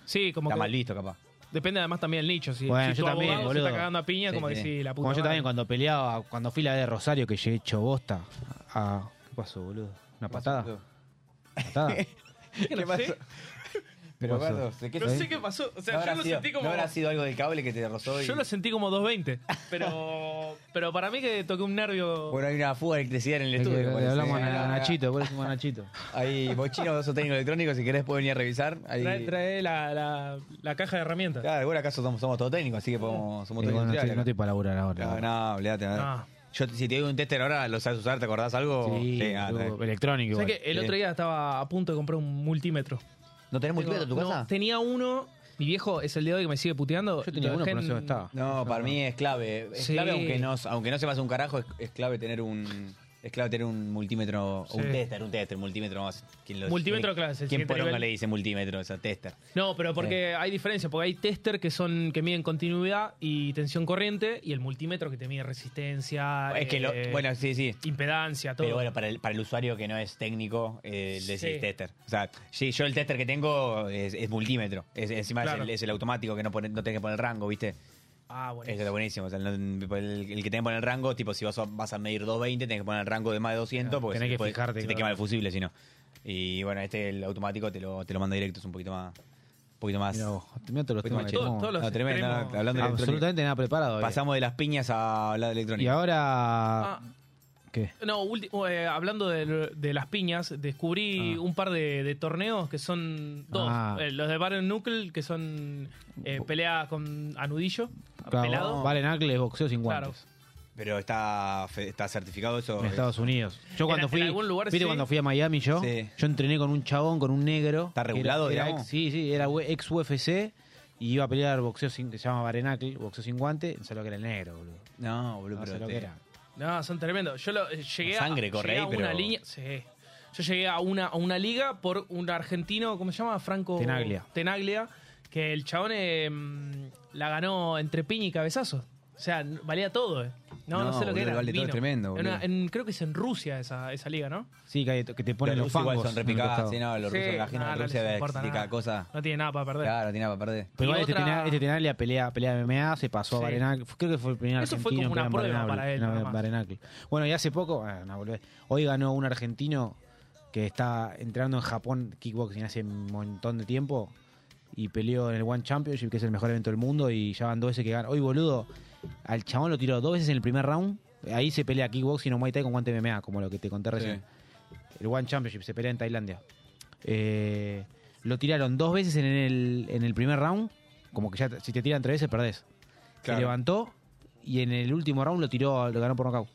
D: Sí, como
C: está
D: que
C: mal visto capaz.
D: depende además también del nicho. Si,
B: Bueno,
D: si
B: yo
D: tu
B: también,
D: abogado
B: boludo.
D: se está cagando a piña,
C: Sí,
D: como que
C: sí.
D: sí, la puta
B: Como yo
D: madre.
B: también cuando peleaba, cuando fui la de Rosario que llegué hecho bosta. a- ¿Qué pasó, boludo? ¿Una patada? ¿Patada?
D: ¿Qué no sé?
C: Pero
B: pasó?
C: Gardo, ¿de qué
D: No
C: te-
D: sé qué pasó. O sea,
C: no
D: yo
C: habrá
D: lo
C: sido-
D: sentí como.
C: ¿No habrá sido algo del cable que te rozó? Y...
D: Yo lo sentí como 220. Pero. pero para mí que toqué un nervio.
C: Bueno, hay una fuga de electricidad en el
B: Es que
C: estudio.
B: le,
C: parece.
B: hablamos
C: Sí,
B: a
C: no,
B: Nachito, por eso a Nachito. Eh,
C: Ahí, vos chino, sos técnico electrónico, si querés podés venir a revisar. Ahí,
D: trae trae la, la, la caja de herramientas.
C: Claro, bueno, acá somos, somos todos técnicos, así que podemos, somos
B: Eh,
C: todos
B: bueno, no,
C: industriales
B: estoy, no
C: acá.
B: estoy para laburar ahora.
C: No, no, olvidate, no.
D: No.
C: Yo, si te doy un tester ahora, lo sabes usar, ¿te acordás algo?
B: Sí,
C: ah,
B: boludo,
C: tenés-
B: electrónico.
D: O sea
B: igual.
D: que el
C: Sí.
D: otro día estaba a punto de comprar un multímetro.
C: ¿No tenés multiplayer en tu
D: No,
C: casa?
D: tenía uno. Mi viejo es el de hoy que me sigue puteando.
B: Yo tenía
D: Lo
B: uno,
D: dejé
B: pero no sé
D: en-
B: dónde estaba.
C: No, para mí es clave. Es
D: Sí.
C: clave aunque no, aunque no sepas un carajo, es, es clave tener un. Es clave tener un multímetro. o
D: Sí.
C: Un tester, un tester, multímetro más. ¿Quién lo-
D: Multímetro,
C: quién-
D: claro, es el
C: ¿Quién
D: siguiente
C: poronga
D: nivel.
C: le dice multímetro? O sea, tester.
D: No, pero porque hay diferencia, porque hay tester que son que miden continuidad y tensión corriente y el multímetro que te mide resistencia,
C: es que lo.
D: eh,
C: Bueno, sí, sí.
D: impedancia, todo.
C: Pero bueno, para el, para el usuario que no es técnico, eh, le decís
D: Sí.
C: tester. O sea, sí, yo el tester que tengo es, es multímetro. Es, encima es
D: Claro.
C: el- es, el, automático que no, pone- no tenés que poner rango, ¿viste?
D: ah, bueno.
C: Eso está buenísimo. O sea, no- el, el que tenés que poner el rango, tipo, si vas a, vas a medir 220, tenés que poner el rango de más de 200,
B: Claro,
C: porque
B: tenés
C: si
B: que
C: te puede-
B: fijarte,
C: se te
B: claro.
C: quema el fusible, si no. Y bueno, este, el automático, te lo, te lo manda directo, es un poquito más. Un poquito más.
B: Mirá vos, mirá todos los
C: Pero
B: temas que
C: todo-
B: tenemos.
D: todo lo-
C: Pues no, tremendo.
D: extremos.
C: no, hablando de electrónica.
B: Absolutamente nada preparado. hoy.
C: Pasamos de las piñas a hablar de
B: Y
C: electrónica.
B: ahora.
D: Ah,
B: ¿Qué?
D: no, ulti- eh, hablando de, de las piñas, descubrí
B: Ah.
D: un par de, de torneos que son dos.
B: Ah.
D: Eh, los de Baron Knuckle, que son eh, peleas con anudillo,
B: Claro,
D: pelado.
B: Vale, Knuckles, boxeo sin
D: Claro.
B: guantes.
C: Pero está, fe- está certificado eso. eh,
B: En Estados Unidos. Yo cuando
D: en
B: fui.
D: algún lugar
B: ¿Viste
D: sí?
B: cuando fui a Miami yo?
C: Sí.
B: Yo entrené con un chabón, con un negro.
C: ¿Está
B: que
C: regulado,
B: era, era
C: digamos?
B: ex- Sí, sí, era we- ex UFC y iba a pelear boxeo sin, que se llama Barenacle, boxeo sin guante, solo que era el negro, boludo.
C: No, boludo,
B: No sé
C: pero este
B: lo
C: te-
B: que era.
D: No, son tremendos. Yo lo, eh, llegué
C: La sangre
D: a,
C: corre
D: llegué
C: ahí,
D: a una
C: pero-
D: línea. Sí. Yo llegué a una, a una liga por un argentino, ¿cómo se llama? Franco
B: Tenaglia.
D: Tenaglia, que el chabón eh, mm, la ganó entre piña y cabezazo. O sea, n- valía todo, eh. No, no,
C: No,
D: sé lo que
C: boludo,
D: era.
C: vale todo,
D: divino.
C: tremendo,
D: En una-
C: boludo.
D: en- creo que es en Rusia esa, esa liga, ¿no?
B: Sí, que, hay- que te ponen los
C: rusos igual
B: fangos.
C: son
B: en el
C: repicadas,
B: costado.
C: sí, no, los
D: Sí, Ah,
C: rusos, la gente
D: no,
C: de
D: no
C: Rusia
D: les
C: ve
D: importa
C: cada
D: nada.
C: cosa.
D: No tiene nada para perder.
C: Claro, tiene nada para perder.
B: Pero
D: Y
B: igual este,
D: otra-
B: Tenaglia- este Tenaglia pelea, pelea MMA, se pasó a
D: Sí.
B: Barenacle. Creo que fue el primer
D: Eso fue
B: argentino
D: como
B: que pelea
D: una
B: en
D: prueba
B: Barenacle,
D: para él,
B: en
D: nada más.
B: Barenacle. Bueno, y hace poco, ah, no, boludo, hoy ganó un argentino que está entrenando en Japón kickboxing hace un montón de tiempo y peleó en el One Championship, que es el mejor evento del mundo, y ya van dos veces que gana. Hoy, boludo, al chabón lo tiró dos veces en el primer round. Ahí se pelea kickboxing o Muay Thai con guante MMA, como lo que te conté recién. el One Championship, se pelea en Tailandia. Eh, lo tiraron dos veces en el, en el primer round, como que ya te- si te tiran tres veces perdés.
C: Claro.
B: Se levantó y en el último round lo tiró, lo ganó por nocaut.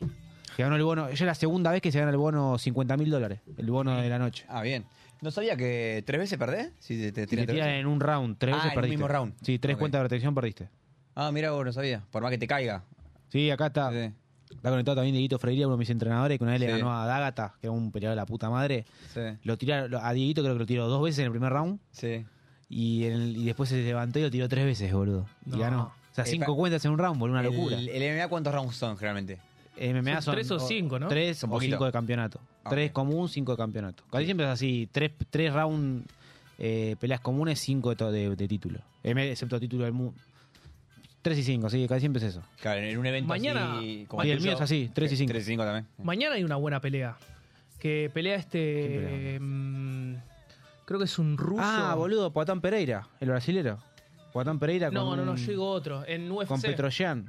B: Se ganó el bono, ya es la segunda vez que se gana el bono 50 mil dólares, el bono de la noche.
C: Ah, bien. ¿No sabía que tres veces perdés? Si te, te
B: Si te
C: tiran tres
B: tiran
C: veces.
B: en un round, tres
C: Ah,
B: veces
C: en un
B: perdiste.
C: mismo round.
B: Sí, tres
C: Ok.
B: cuentas de protección perdiste.
C: Ah, mira vos, no sabía. Por más que te caiga.
B: Sí, acá está.
C: Sí.
B: Está conectado también Dieguito Freiría, uno de mis entrenadores, que una vez le
C: Sí.
B: ganó a Dagata, que era un peleador de la puta madre.
C: Sí.
B: Lo tiraron, lo- a Dieguito creo que lo tiró dos veces en el primer round
C: sí.
B: y, en el- y después se levantó y lo tiró tres veces, boludo.
D: No.
B: Y ganó. O sea,
C: Eh,
B: cinco
C: pa-
B: cuentas en un round, boludo, una locura.
C: El, el MMA cuántos rounds son generalmente?
B: MMA
D: son
B: son
D: tres o cinco, ¿no?
B: Tres
C: Son
B: o
C: poquito.
B: cinco de campeonato.
C: Ah,
B: Tres
C: ok.
B: común, cinco de campeonato. Casi siempre es así, tres, tres round eh, peleas comunes, cinco de, to- de- de título. Em- Excepto título del mundo. Tres y cinco, sí, casi siempre es eso.
C: Claro, en un evento
D: Mañana-
C: así
B: Y el
C: tuyo.
B: mío es así, tres y cinco.
C: Tres y cinco también.
D: Mañana hay una buena pelea. Que pelea este.
B: ¿Quién pelea?
D: em, creo que es un ruso.
B: Ah, boludo, Poatán Pereira, el brasilero. Poatán Pereira
D: No,
B: con
D: no, no,
B: un-
D: yo digo otro. En UFC.
B: Con Petroyan.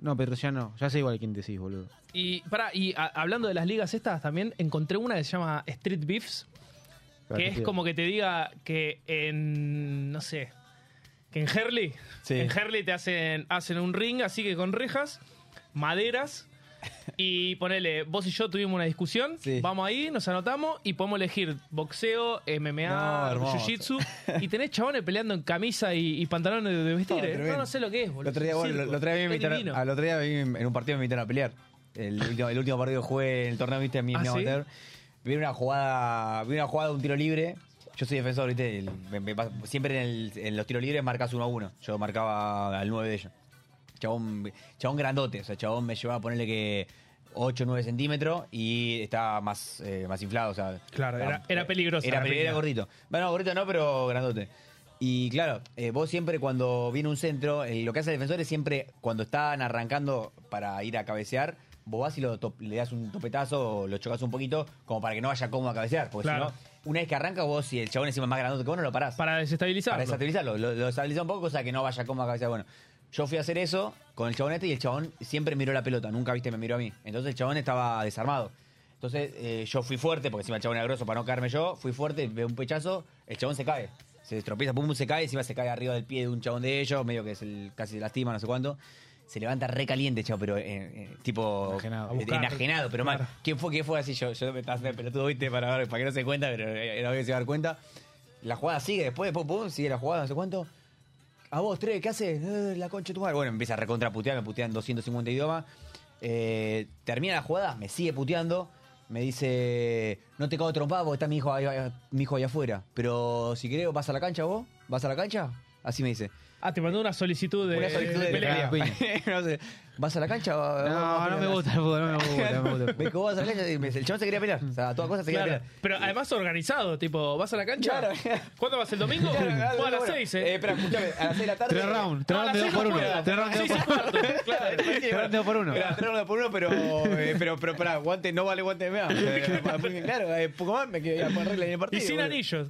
B: No, Petroyan no. Ya sé igual quién decís, boludo.
D: Y, pará, y a- hablando de las ligas estas, también encontré una que se llama Street Beefs.
B: Claro,
D: Que
B: te
D: es
B: pido.
D: como que te diga que en. No sé. Que en Herley.
C: Sí.
D: En Herley te hacen, hacen un ring, así que con rejas, maderas. Y ponele, vos y yo tuvimos una discusión.
C: Sí.
D: Vamos ahí, nos anotamos y podemos elegir boxeo,
C: No,
D: MMA,
C: hermoso.
D: jiu-jitsu. Y tenés chabones peleando en camisa y, y pantalones de, de vestir.
C: No,
D: ¿eh? No,
C: tremendo.
D: no sé lo que es,
C: El
D: boludo.
C: otro día,
D: Es un
C: bueno,
D: circo.
C: el otro día me
D: Es
C: invitaron,
D: divino.
C: al otro día me- en un partido me invitaron a pelear. El último, el último partido que jugué en el torneo, viste, en mi
D: ¿Ah,
C: mi
D: sí?
C: amateur. Vi una jugada, vi una jugada de un tiro libre. Yo soy defensor, viste, el- me- me pasa- siempre en, el- en los tiros libres marcas uno a uno. Yo marcaba al 9 de ellos. Chabón, chabón grandote, o sea, chabón me llevaba a ponerle que 8 9 centímetros y estaba más, eh, más inflado, o sea. eh,
D: Claro, era- era peligrosa
C: Era,
D: la
C: peli- era
D: piña.
C: gordito. Bueno, gordito no, pero grandote. Y claro, eh, vos siempre cuando viene un centro, eh, lo que hace el defensor es siempre cuando están arrancando para ir a cabecear, vos vas y lo top- le das un topetazo o lo chocas un poquito como para que no vaya cómodo a cabecear. Porque
D: Claro.
C: si no, una vez que arranca vos, si el chabón encima es más grandote que vos, no lo parás.
D: Para desestabilizar.
C: Para desestabilizarlo. Lo, lo estabiliza un poco, cosa que no vaya como a cabeza. Bueno, yo fui a hacer eso con el chabón este y el chabón siempre miró la pelota. Nunca, viste, me miró a mí. Entonces el chabón estaba desarmado. Entonces eh, yo fui fuerte, porque encima el chabón era grosso para no caerme yo. Fui fuerte, veo un pechazo, el chabón se cae. Se tropieza, pum, se cae, encima se cae arriba del pie de un chabón de ellos, medio que es el, casi se lastima, no sé cuánto. Se levanta re caliente, chabón, pero eh, eh, tipo
B: Enajenado.
C: eh, enajenado, pero mal. ¿Quién fue? ¿Quién fue? Así yo, yo me estaba haciendo el pelotudo, viste, para, ver, para que no se dé cuenta, pero eh, era obvio que se iba a dar cuenta. La jugada sigue después, pum, pum, sigue la jugada, no sé cuánto. A vos, tres, ¿qué haces? Eh, La concha de tu madre. Bueno, empieza a recontraputear, me putean 250 idiomas. Eh, termina la jugada, me sigue puteando. Me dice, no te cago trompada porque está mi hijo, ahí, ahí- mi hijo ahí afuera. Pero si querés, vas a la cancha vos, vas a la cancha. Así me dice.
D: Ah, te mandó una solicitud de,
C: Una solicitud
D: de
C: de
D: pelea.
C: pelea. No sé, ¿Vas a la cancha?
B: No, no me gusta el fútbol, no me gusta, no me gusta. el
C: Me
B: fútbol.
C: dijo, "Vos vas a la cancha. Y me dice, El chabón se quería pelear. O sea, a toda cosa se quería
D: Claro,
C: pelear.
D: pero además organizado, tipo, ¿vas a la cancha?
C: Claro.
D: ¿Cuándo vas el domingo? Juega a las
C: Bueno,
D: 6,
C: eh,
D: eh.
C: espera, escúchame, a las 6 de la tarde.
B: Tres rounds, tres
D: No, a
B: rounds
D: las
B: de dos
D: seis no
B: por uno.
D: juego.
B: Tres rounds de dos por uno.
C: Claro, después sí,
B: Tres
C: bueno.
B: roundos por uno.
C: Era tres roundos por uno, pero. eh, Pero, pero, pará, guante no vale guante de MMA. Eh, porque, Claro, eh, poco más me quedé con regla en el
D: Y
C: partido.
D: sin
C: boludo.
D: anillos.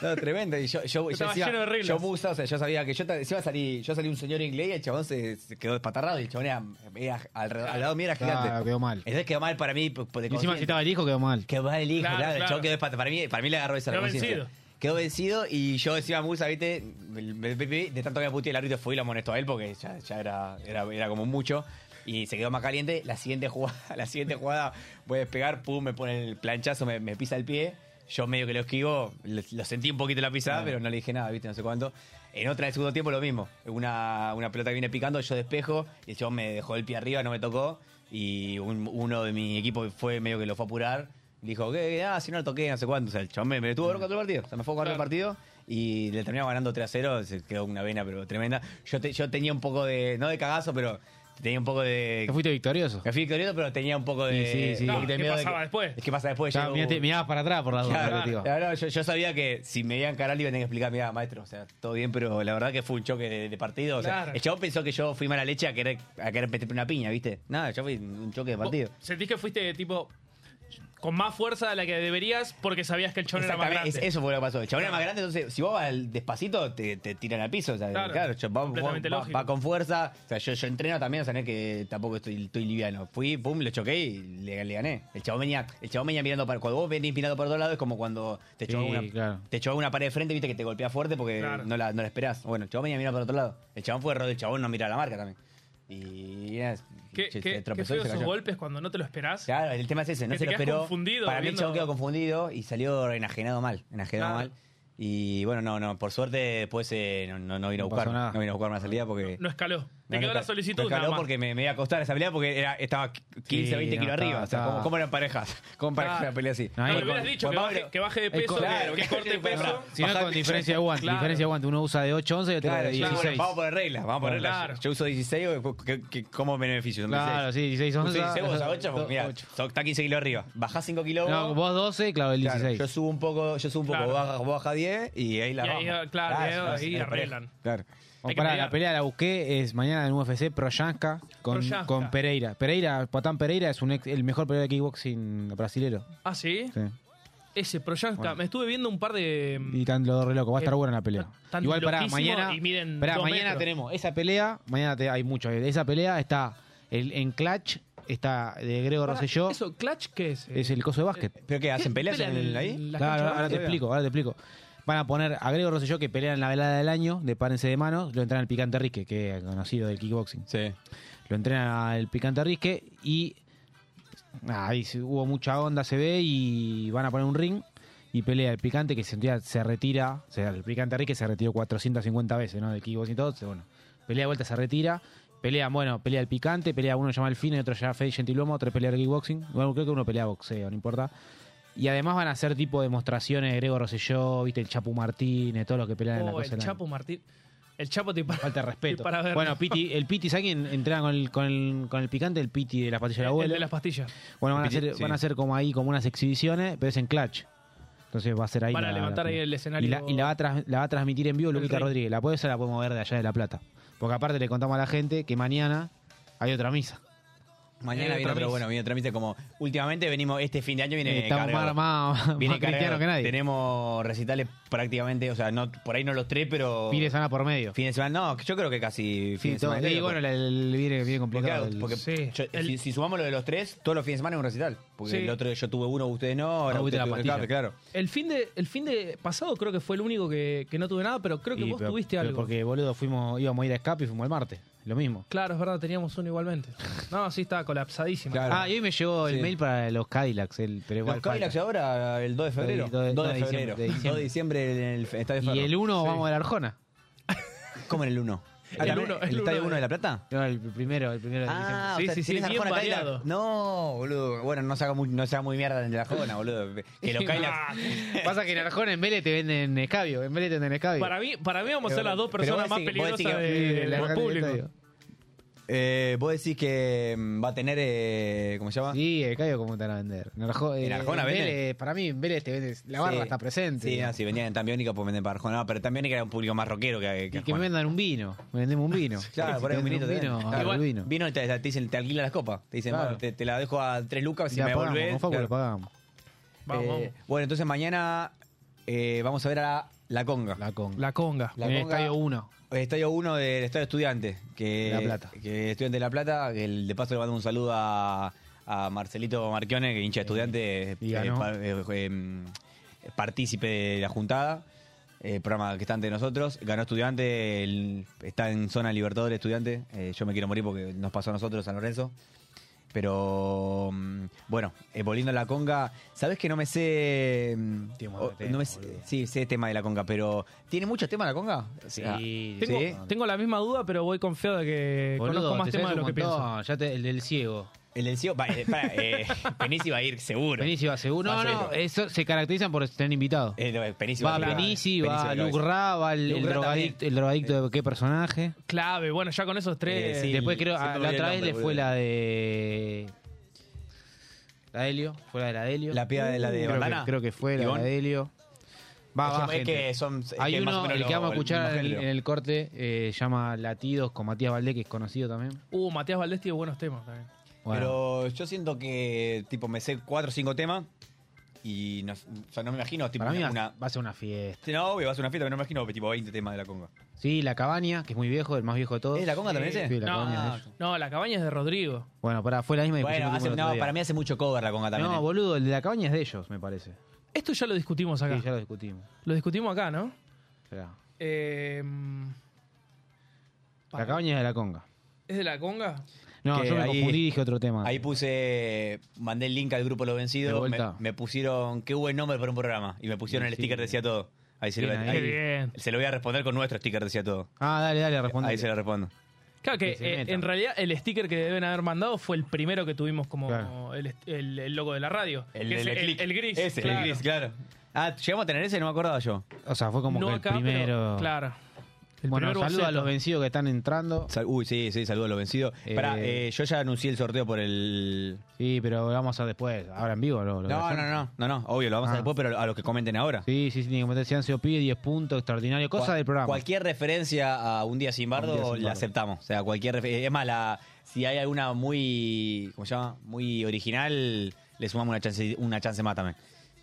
C: No, tremendo. Y yo, yo, yo,
D: Estaba
C: encima-
D: lleno de reglas.
C: yo musa, o sea, yo sabía que yo ta- encima salí, yo salí un señor inglés y el chabón se, se quedó despatarrado y el chabón era, era alrededor- al lado mío era gigante.
B: Claro, Ah, quedó mal.
C: Entonces quedó mal para mí. pues, por- por
B: Y encima si
C: consciente.
B: estaba el hijo quedó mal.
C: Quedó mal el hijo,
D: Claro,
C: claro. el
D: claro.
C: chabón quedó despatarrado. Para mí, para mí le agarró esa
D: Quedó
C: conciencia.
D: vencido.
C: Quedó vencido y yo encima Musa, viste, me- me- me- de tanto que me puteé el árbitro fue y lo amonestó a él porque ya, ya era, era, era como mucho. Y se quedó más caliente. La siguiente jugada, la siguiente jugada voy a despegar, pum, me pone el planchazo, me, me pisa el pie. Yo medio que lo esquivo, lo, lo sentí un poquito la pisada, pero no le dije nada, viste, no sé cuánto. En otra del segundo tiempo lo mismo. Una, una pelota que viene picando, yo despejo, y el chabón me dejó el pie arriba, no me tocó. Y un- uno de mi equipo fue medio que lo fue a apurar. Dijo, que ah, si no lo toqué, no sé cuánto. O sea, el chabón me, me tuvo bronca todo el partido. O sea, me fue a correr el partido y le terminaba ganando 3 a 0. Se quedó una vena, pero tremenda. Yo, te- yo tenía un poco de, no de cagazo, pero tenía un poco de.
B: Te fuiste victorioso.
C: Me fui victorioso, pero tenía un poco de.
B: Sí, sí, sí.
C: un
B: No,
C: poquito de
D: ¿qué
C: miedo de
D: pasaba
C: que-
D: después?
C: Es que pasa después.
B: Ya
C: Yo-
B: mirate- mirabas para atrás por las dudas.
C: Claro,
B: pero, tío.
C: la verdad, yo, yo sabía que si me iban a encarar, le iban a explicar, mira, maestro, o sea, todo bien, pero la verdad que fue un choque de, de partido. O sea,
D: Claro.
C: el chabón pensó que yo fui mala leche a querer, a querer meterme una piña, ¿viste? Nada, yo fui un choque de partido.
D: Sentís que fuiste tipo. con más fuerza de la que deberías porque sabías que el chabón era más
C: Exactamente,
D: grande.
C: es- eso fue lo que pasó. El chabón era más grande, entonces si vos vas al despacito, te, te tiran al piso. o sea, claro,
D: Claro,
C: yo- va,
D: completamente
C: va-
D: lógico.
C: va con fuerza. O sea, yo, yo entreno también, o sea, no es que tampoco estoy, estoy liviano. Fui, pum, lo choqué y le, le gané. El chabón, venía, el chabón venía mirando para. Cuando vos venís mirando para otro lado, es como cuando te
B: Sí,
C: choca una,
B: claro.
C: te choca una pared de frente, viste que te golpea fuerte porque
D: Claro.
C: no, la, no la esperás. Bueno, el chabón venía mirando para otro lado. El chabón fue error, el chabón no mira la marca también. Y. eh,
D: ¿Qué,
C: se-
D: qué-
C: se
D: qué
C: tropezó y
D: feo
C: se
D: esos
C: cayó.
D: golpes cuando no te lo esperás?
C: Claro, el tema es ese, no
D: Que
C: se lo
D: te quedas
C: esperó.
D: confundido
C: Para mí el
D: viendo-
C: chabón quedó confundido y salió enajenado mal, enajenado
D: Claro.
C: mal. Y bueno, no, no, por suerte después eh, no, no, no vino a
B: No
C: buscar,
B: pasó nada.
C: no vino a buscar una salida porque
D: No escaló. Te
C: no,
D: quedó
C: no,
D: la
C: no
D: solicitud
C: escaló
D: nada más.
C: porque me, me iba a costar esa pelea porque era, estaba 15
B: Sí,
C: 20
B: no,
C: kilos
B: estaba-
C: arriba, o sea,
B: estaba-
C: ¿cómo, cómo eran parejas? ¿Cómo parejas
D: Estaba-
C: una pelea así?
B: No,
D: No,
B: ahí
D: le
B: con-
D: hubieras dicho
C: con
D: que baje,
C: Pablo-
D: que baje de
B: el
D: peso,
B: co-
C: claro,
D: que, que corte
C: que-
D: peso.
C: pará.
B: Si no,
C: Bajar-
B: con diferencia de guante.
D: Claro.
B: Diferencia de guante. Uno usa de 8 a 11 y otro
C: Claro,
B: de
C: sí, bueno,
B: 16.
C: vamos por reglas, vamos por reglas.
D: Claro.
C: Yo uso 16 o que- que- ¿cómo me beneficio? Son
B: Claro,
C: 16.
B: sí, 16
C: Uso
B: 11.
C: 16 vos a 8,
B: do-
C: porque mira,
B: ocho.
C: está 15 kilos arriba. Bajás 5 kilos
B: No,
C: vos,
B: vos 12, claro, el
C: Claro,
B: 16.
C: yo subo un poco, yo subo un poco,
D: Claro.
C: baja, baja 10 y ahí la
D: Y ahí,
C: vamos.
D: claro, y ahí-
C: es-
D: ahí
C: es pareja.
D: arreglan.
C: Claro.
B: O
D: Hay que
B: pará,
D: pelear.
B: la pelea la busqué, es mañana en UFC Proyanska con,
D: Proyasca.
B: con Pereira. Pereira, Patán Pereira es un ex- el mejor peleador de kickboxing brasilero.
D: Ah, ¿sí?
B: Sí.
D: Ese Proyasca.
B: Bueno.
D: Me estuve viendo un par de... mm,
B: Y tan los re loco, va a estar
D: Eh,
B: buena la pelea.
D: tan
B: Igual para
D: loquísimo
B: mañana.
D: y miden
B: pará,
D: dos
B: mañana
D: metros.
B: tenemos esa pelea, mañana te- hay mucho. Esa pelea está el, en Clutch, está de Grego
D: Pará,
B: Rosselló,
D: ¿Eso, Clutch qué es?
B: es el coso de básquet.
C: ¿Pero qué? ¿Hacen peleas en el, ahí?
D: la
B: Claro,
D: cancha
B: ahora,
D: de
B: ahora te
C: básquet.
B: explico, ahora te explico. Van a poner a Grego Rosselló que pelea en la velada del año, de párense de manos, lo entrena el Picante Rique, que es conocido del kickboxing.
C: Sí.
B: Lo entrena el Picante Rique y nada, ahí se- hubo mucha onda, se ve, y van a poner un ring y pelea el Picante que se, se retira, o sea, el Picante Rique se retiró 450 veces, ¿no? Del kickboxing y todo, se- bueno, pelea de vuelta, se retira. Pelean, bueno, pelea el picante, pelea uno llama el fin, otro llama Fede Gentilomo, otro pelea el kickboxing. Bueno, creo que uno pelea boxeo, no importa. Y además van a hacer tipo demostraciones de Grego Rosselló, viste, el Chapu Martínez, todos los que pelean en la
D: Oh,
B: cosa.
D: el
B: del año.
D: Chapo Martín. El Chapo te para,
B: Falta de respeto.
D: Para ver.
B: Bueno, Piti, el Piti, ¿sabes quién entrena con el, con el, con el picante? El Piti de las pastillas de la
D: el
B: abuela.
D: de las pastillas.
B: Bueno, van a,
C: El Piti,
B: hacer,
C: sí.
B: van a hacer como ahí, como unas exhibiciones, pero es en clutch. Entonces va a ser ahí.
D: Para
B: la-
D: levantar
B: la-
D: ahí el escenario.
B: Y la, y la va, a tras- la va a transmitir en vivo
D: El
B: Luquita
D: ring.
B: Rodríguez. La puede esa la podemos ver de allá de La Plata. Porque aparte le contamos a la gente que mañana hay otra misa.
C: Mañana
D: Eh,
C: viene otro,
D: tramite.
C: bueno, viene trámite como... Últimamente venimos, este fin de año viene
B: Eh, Estamos más,
C: cargado.
B: más, más
C: Viene
B: cristianos
C: cargado.
B: que nadie.
C: Tenemos recitales prácticamente, o sea, no, por ahí no los tres, pero...
B: Pires sana por medio.
C: Fin de semana, no, yo creo que casi fin
B: Sí,
C: de
B: todo-
C: semana.
B: y
C: entero,
B: bueno, el, el- viene, viene
C: Porque,
B: complicado.
C: claro,
B: el-
C: porque
D: Sí.
C: yo-
D: El-
C: si, si sumamos lo de los tres, todos los fines de semana es un recital. Porque
D: Sí.
C: el otro yo tuve uno, ustedes no, ahora
B: Ah, viste
C: ustedes
B: la
C: tuvieron
B: pastilla.
C: claro.
D: El fin de, el fin de pasado creo que fue el único que, que no tuve nada, pero creo que
B: Y
D: vos
B: pero-
D: tuviste
B: pero
D: algo.
B: Porque, boludo, fuimos, íbamos a ir a escape y fuimos el martes. Lo mismo.
D: Claro, es verdad, teníamos uno igualmente. No, sí, estaba colapsadísima.
C: Claro.
B: Ah, y hoy me llegó el
C: Sí.
B: mail para los Cadillacs. El, pero igual
C: Los Cadillacs
B: falta.
C: ahora, el 2 de febrero.
B: Dos de-
C: 2 de,
B: dos de
C: febrero.
B: diciembre, de
C: 2 de diciembre en el Estadio Ferro.
B: Y el 1 vamos a la Arjona.
C: ¿Cómo en el 1?
D: El
C: el,
D: uno, el
C: Estadio
D: uno
C: 1 de La Plata?
B: No, el primero, el primero de diciembre.
C: Ah,
D: Sí,
C: o sea,
D: sí, sí,
C: tenés
D: bien
C: Arjona Cadillac.
D: variado.
C: No, boludo. Bueno, no se haga muy, no se haga muy mierda en la Arjona, boludo. Que los
D: Ah,
B: Ah.
C: Cadillacs.
B: Pasa que en Arjona en Vélez te venden escabio. En Vélez te venden escabio.
D: Para mí, para mí vamos a ser
C: Pero
D: las dos
C: vos decís-
D: personas más
C: vos decís que-
D: peligrosas de-
B: Sí,
D: del
B: la Arjona
D: público.
B: en el estadio.
C: Eh, vos decís que mm, va a tener. Eh, ¿Cómo se llama?
B: Sí, el escabio cómo te van a vender. En, Arjo-
C: ¿En
B: eh,
C: Arjona venden?
B: Vélez, para mí en Vélez te venden. La barra
C: Sí.
B: está presente.
C: Sí,
B: digamos.
C: no, si venían en Tambiónica, pues venden para Arjona. No, pero Tambiónica era un público más rockero que, que
B: Y que me
C: Arjona.
B: vendan un vino. Me vendemos un vino.
C: Claro,
B: Si
C: por
B: te
C: ahí
B: venden
C: un vinito. te
B: vino.
C: venden.
B: algo
C: Claro,
B: de vino.
C: Vino y te, te dicen, te alquila las copas. Te dicen,
B: Claro.
C: bueno, te, te la dejo a 3 lucas si
B: la
C: me
B: pagamos,
C: volvés.
B: con Facu
C: claro.
B: lo pagamos.
D: Vamos,
C: Eh,
D: vamos.
C: Bueno, entonces mañana eh, vamos a ver a La Conga.
B: La con.
D: La eh, conga.
C: La
B: en el
C: conga-
B: estadio 1.
C: El Estadio 1 del Estadio Estudiante. Que,
B: La Plata.
C: Que estudiante de La Plata. Que el- de paso le mando un saludo a, a Marcelito Marquione, que hincha de estudiante.
B: y ganó.
C: pa- eh, eh, mm, partícipe de la juntada. eh, programa que está ante nosotros. Ganó estudiante. el- está en zona Libertadores estudiante. eh, yo me quiero morir porque nos pasó a nosotros, San Lorenzo. Pero mm, bueno, eh, volviendo a la conga, ¿sabés que no me sé. mm,
B: Tiene un
C: o-
B: montón de
C: no me
B: temas,
C: sé-
B: boludo.
C: sí, sé tema de la conga, pero ¿tiene muchos temas la conga?
B: Sí,
C: Ah,
B: sí.
C: ¿sí?
D: Tengo la misma duda, pero voy confiado de que
B: Boludo,
D: conozco más
B: te
D: temas de
B: sabes
D: lo
B: un
D: que pienso.
B: montón. Ya te- el del ciego.
C: El del CIO, va, eh, para, eh, Penisi va a ir seguro.
B: Penisi va seguro. No,
C: Va
B: no,
C: seguro.
B: eso se caracterizan por tener invitados.
C: Eh, no, eh, Penisi
B: Va
C: a ir.
B: Penisi,
C: Penisi
B: va
C: a ir.
B: Lucra, va el,
C: Luc
B: el
C: Ra
B: drogadicto,
C: también.
B: el drogadicto de qué personaje.
D: Clave, bueno, ya con esos tres.
C: Eh, sí.
B: Después creo,
C: siempre
B: ah,
C: me
B: la
C: olvidé
B: otra
C: el
B: vez le
C: nombre,
B: fue
C: boludo.
B: la de... La de Helio, fue la de la de Helio. Uh,
C: La piba de la de
B: creo que,
C: bandana.
B: creo que fue la
C: Ivonne.
B: de la de Helio. Va,
C: Es que-
B: va,
C: es
B: gente.
C: que son- es
B: Hay
C: que más o
B: uno,
C: menos
B: el que
C: lo-
B: vamos a
C: el
B: escuchar
C: mismo
B: en,
C: género.
B: en el corte, eh, llama Latidos con Matías Valdés, que es conocido también.
D: Uh, Matías Valdés tiene buenos temas también.
B: Bueno,
C: Pero yo siento que, tipo, me sé cuatro o cinco temas y no, o sea, no me imagino, tipo,
B: para mí
C: una,
B: va,
C: una-
B: va a ser una fiesta.
C: No, obvio, vas a una fiesta, pero no me imagino, tipo, 20 temas de la conga.
B: Sí, La Cabaña, que es muy viejo, el más viejo de todos.
C: ¿Es la conga también ese?
B: Sí, La
D: No,
B: Cabaña.
C: ah,
B: es-
D: No, la cabaña es de Rodrigo.
B: Bueno, pará, fue la misma que
C: Bueno,
B: pusimos
C: hace-
B: el otro
C: no,
B: día.
C: para mí hace mucho cover la conga también.
B: No,
C: eh.
B: boludo, el de La Cabaña es de ellos, me parece.
D: Esto ya lo discutimos acá.
B: Sí, ya lo discutimos.
D: Lo discutimos acá, ¿no?
B: Esperá.
D: Eh, mm,
B: La Cabaña es de La Conga.
D: ¿Es de la conga?
B: No,
C: Que
B: yo me
C: ahí-
B: confundí y dije otro tema.
C: Ahí puse, mandé el link al grupo Los
B: De
C: Vencidos, me,
B: vuelta.
C: me pusieron, qué buen nombre para un programa, y me pusieron el
B: Sí,
C: sticker
B: sí.
C: decía todo. Ahí se, lo,
B: Bien,
C: ahí-
D: Qué bien.
C: se lo voy a responder con nuestro sticker decía todo.
B: Ah, dale, dale, responde.
C: Ahí se lo respondo.
D: Claro que,
B: Que se
D: eh,
B: meta.
D: en realidad el sticker que deben haber mandado fue el primero que tuvimos como
B: Claro.
D: el, est- el- el logo de la radio. que es
C: del click.
D: el gris.
C: Ese,
D: claro.
C: el gris, claro. Ah, llegamos a tener ese, no me acordaba yo.
B: O sea, fue como
D: no
B: que el
D: acá, pero-
B: primero.
D: claro. El
B: bueno,
D: primer
B: saludo
D: boceto.
B: a los vencidos que están entrando.
C: Sal- Uy, sí, sí, saludos a los vencidos.
B: Eh,
C: Pará, eh, yo ya anuncié el sorteo por el.
B: Sí, pero lo vamos a hacer después. Ahora en vivo, lo, lo
C: No,
B: hacemos.
C: no, no, no, no, obvio, lo vamos a
B: Ah.
C: hacer después, pero a los que comenten ahora.
B: Sí, sí, sí, tiene que meter Ciancio Pi, 10 puntos, extraordinario. Cosa
C: Cual-
B: del programa.
C: Cualquier referencia a Un Día Sin Bardo
B: Un Día Sin
C: la
B: Bardo.
C: aceptamos. O sea, cualquier refer- Es más, la- si hay alguna muy. ¿Cómo se llama? Muy original, le sumamos una chance, una chance más también.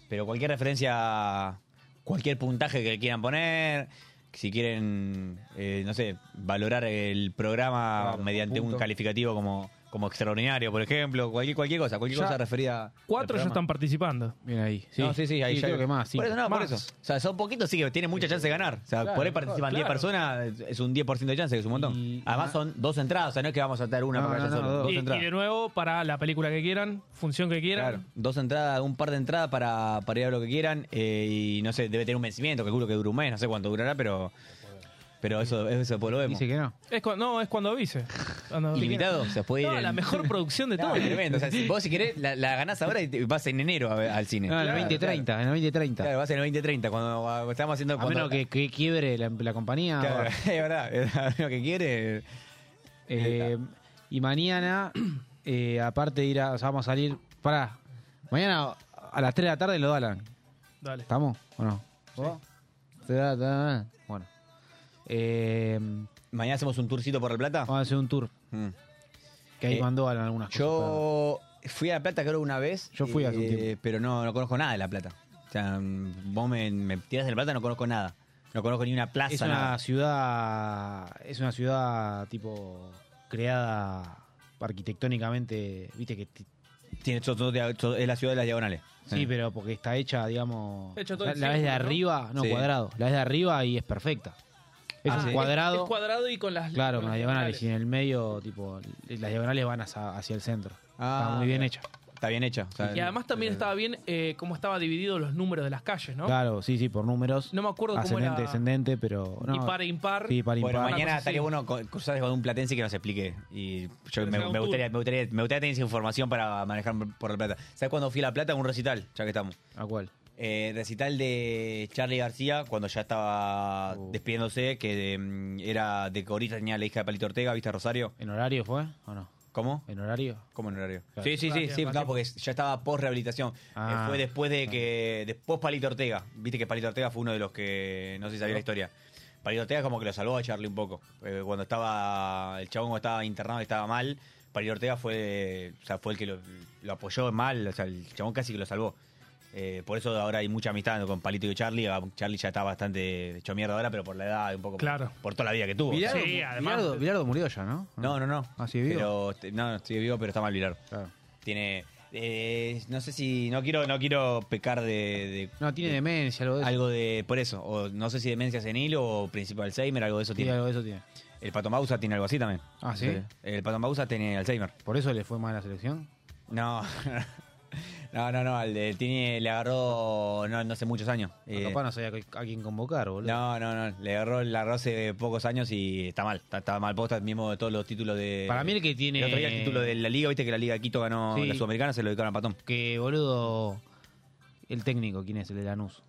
C: Pero cualquier referencia, cualquier puntaje que le quieran poner, si quieren, eh, no sé, valorar el programa
B: Claro,
C: mediante
B: punto.
C: un calificativo como, como extraordinario, por ejemplo, cualquier, cualquier cosa, cualquier
D: Ya
C: cosa referida.
D: Cuatro
C: al
D: ya
C: programa.
D: están participando.
B: Bien ahí. Sí,
C: No, sí, sí, ahí ya.
B: creo que más. Sí.
C: Por eso, no, por
D: Más.
C: eso. O sea, son poquitos, sí que tienen mucha chance de ganar. O sea, por ahí participan 10 personas, es un 10% de chance, que es un montón.
B: Y-
C: Además, son dos entradas, o sea, no es que vamos a saltar una
B: No,
C: para
B: no,
C: allá
B: no,
C: solo.
B: dos.
C: dos
D: Y, y
C: entradas.
D: de nuevo, para la película que quieran, función que quieran.
C: Claro, dos entradas, un par de entradas para, para ir a lo que quieran. eh, y no sé, debe tener un vencimiento, calculo que dura un mes, no sé cuánto durará, pero. Pero eso, eso después lo vemos.
B: Dice que no.
D: Es cua- no, es cuando avise. Cuando-
C: Limitado, se puede ir.
D: No,
C: en-
D: la mejor producción de
C: No,
D: todo.
C: tremendo. O sea, si vos si querés, la, la ganás ahora y te- vas en enero a ver- al cine.
B: No, en el 2030, en el 2030.
C: Claro, vas en el 2030, cuando cuando estamos haciendo.
B: a
C: cuando-
B: menos que, que quiebre la, la compañía.
C: Claro, es verdad, es verdad, lo que quiere.
B: Eh, y mañana, eh, aparte de ir a. O sea, vamos a salir. Pará. Mañana a las 3 de la tarde lo dan.
D: Dale.
B: ¿Estamos o no? ¿Vos? Te da- te da- Bueno. Eh,
C: Mañana hacemos un tourcito por La Plata.
B: vamos a hacer un tour.
C: Mm.
B: Que ahí
C: Eh,
B: mandó Alan algunas cosas.
C: Yo fui a La Plata creo una vez. eh,
B: Yo fui hace un tiempo.
C: Pero no, no conozco nada de La Plata. O sea, mm, vos me, me tiras de La Plata, no conozco nada. No conozco ni una plaza,
B: Es una
C: nada.
B: ciudad. Es una ciudad tipo. creada arquitectónicamente. Viste que. ti-
C: Tiene, todo- todo- todo- es la ciudad de las diagonales. Eh,
B: Sí, pero porque está hecha, digamos.
D: Hecho todo
B: la
D: en
B: la ves de
D: círculo, ¿no?
B: arriba, no,
C: Sí.
B: cuadrado. La ves de arriba y es perfecta. Es
D: Ah,
B: un cuadrado.
D: Es cuadrado y con las.
B: Claro, con las diagonales. Y en el medio, tipo, las diagonales van hacia, hacia el centro.
C: Ah,
B: Está muy bien
C: mira.
B: hecha.
C: Está bien hecha. o sea,
D: Y además también estaba bien eh, cómo estaba dividido los números de las calles, ¿no?
B: Claro, sí, sí, por números.
D: No me acuerdo cómo
B: ascendente,
D: era.
B: descendente, pero. No,
D: Y par e impar.
B: Sí, par
C: Bueno,
B: impar.
D: Una
C: mañana
D: cosa
C: estaría
D: así.
C: bueno co- cruzarse con un platense que nos explique. Y yo me,
D: haga un
C: me gustaría,
D: tour.
C: me, gustaría, me gustaría tener esa información para manejar por La Plata. ¿Sabes cuando fui a La Plata? Un recital, ya que estamos.
B: ¿A cuál?
C: Eh, recital de Charlie García cuando ya estaba despidiéndose, que mm, era de corista, tenía la hija de Palito Ortega, ¿viste Rosario?
B: ¿En horario fue? ¿O no?
C: ¿cómo?
B: ¿En horario?
C: ¿Cómo en horario?
B: Claro.
C: Sí, sí, sí, sí, claro, porque ya estaba post rehabilitación. Eh,
B: Ah.
C: fue después de que. Después Palito Ortega. Viste que Palito Ortega fue uno de los que. No sé si sabía la historia. Palito Ortega como que lo salvó a Charlie un poco. Eh, cuando estaba. El chabón estaba internado y estaba mal. Palito Ortega fue. O sea, fue el que lo, lo apoyó mal. O sea, el chabón casi que lo salvó. Eh, por eso ahora hay mucha amistad con Palito y Charlie. Ah, Charlie ya está bastante hecho mierda ahora, pero por la edad, y un poco por-
D: Claro.
C: por, toda la vida que tuvo.
B: Bilardo,
D: Sí, además-
B: Bilardo- Bilardo murió ya, ¿no?
C: No, no, no.
B: Ah, ¿sigue vivo?
C: Pero, este, no, no, sigue vivo, pero está mal Bilardo.
B: Claro.
C: Tiene. eh, no sé si. No quiero, no quiero pecar de. de-
B: No, tiene demencia, algo de eso.
C: algo de. Por eso. O no sé si demencia senil o principio de Alzheimer, algo de eso
B: Sí,
C: tiene.
B: algo de eso tiene.
C: El Pato Mausa tiene algo así también.
B: Ah, ¿sí?
C: El Pato Mausa tiene Alzheimer.
B: ¿Por eso le fue mal a la selección?
C: No. No, no, no. El de- tiene, le agarró. No, no hace muchos años. Eh,
B: Capaz no sabía a quién convocar, boludo.
C: no, no, no. Le agarró, le agarró hace pocos años y está mal. Está, está mal posta mismo de todos los títulos de.
B: Para mí el que tiene-
C: El otro día el título de la Liga, viste que la Liga de Quito ganó
B: Sí.
C: la Sudamericana, se lo dedicaron a Patón.
B: Que, boludo, el técnico, ¿quién es? El de Lanús.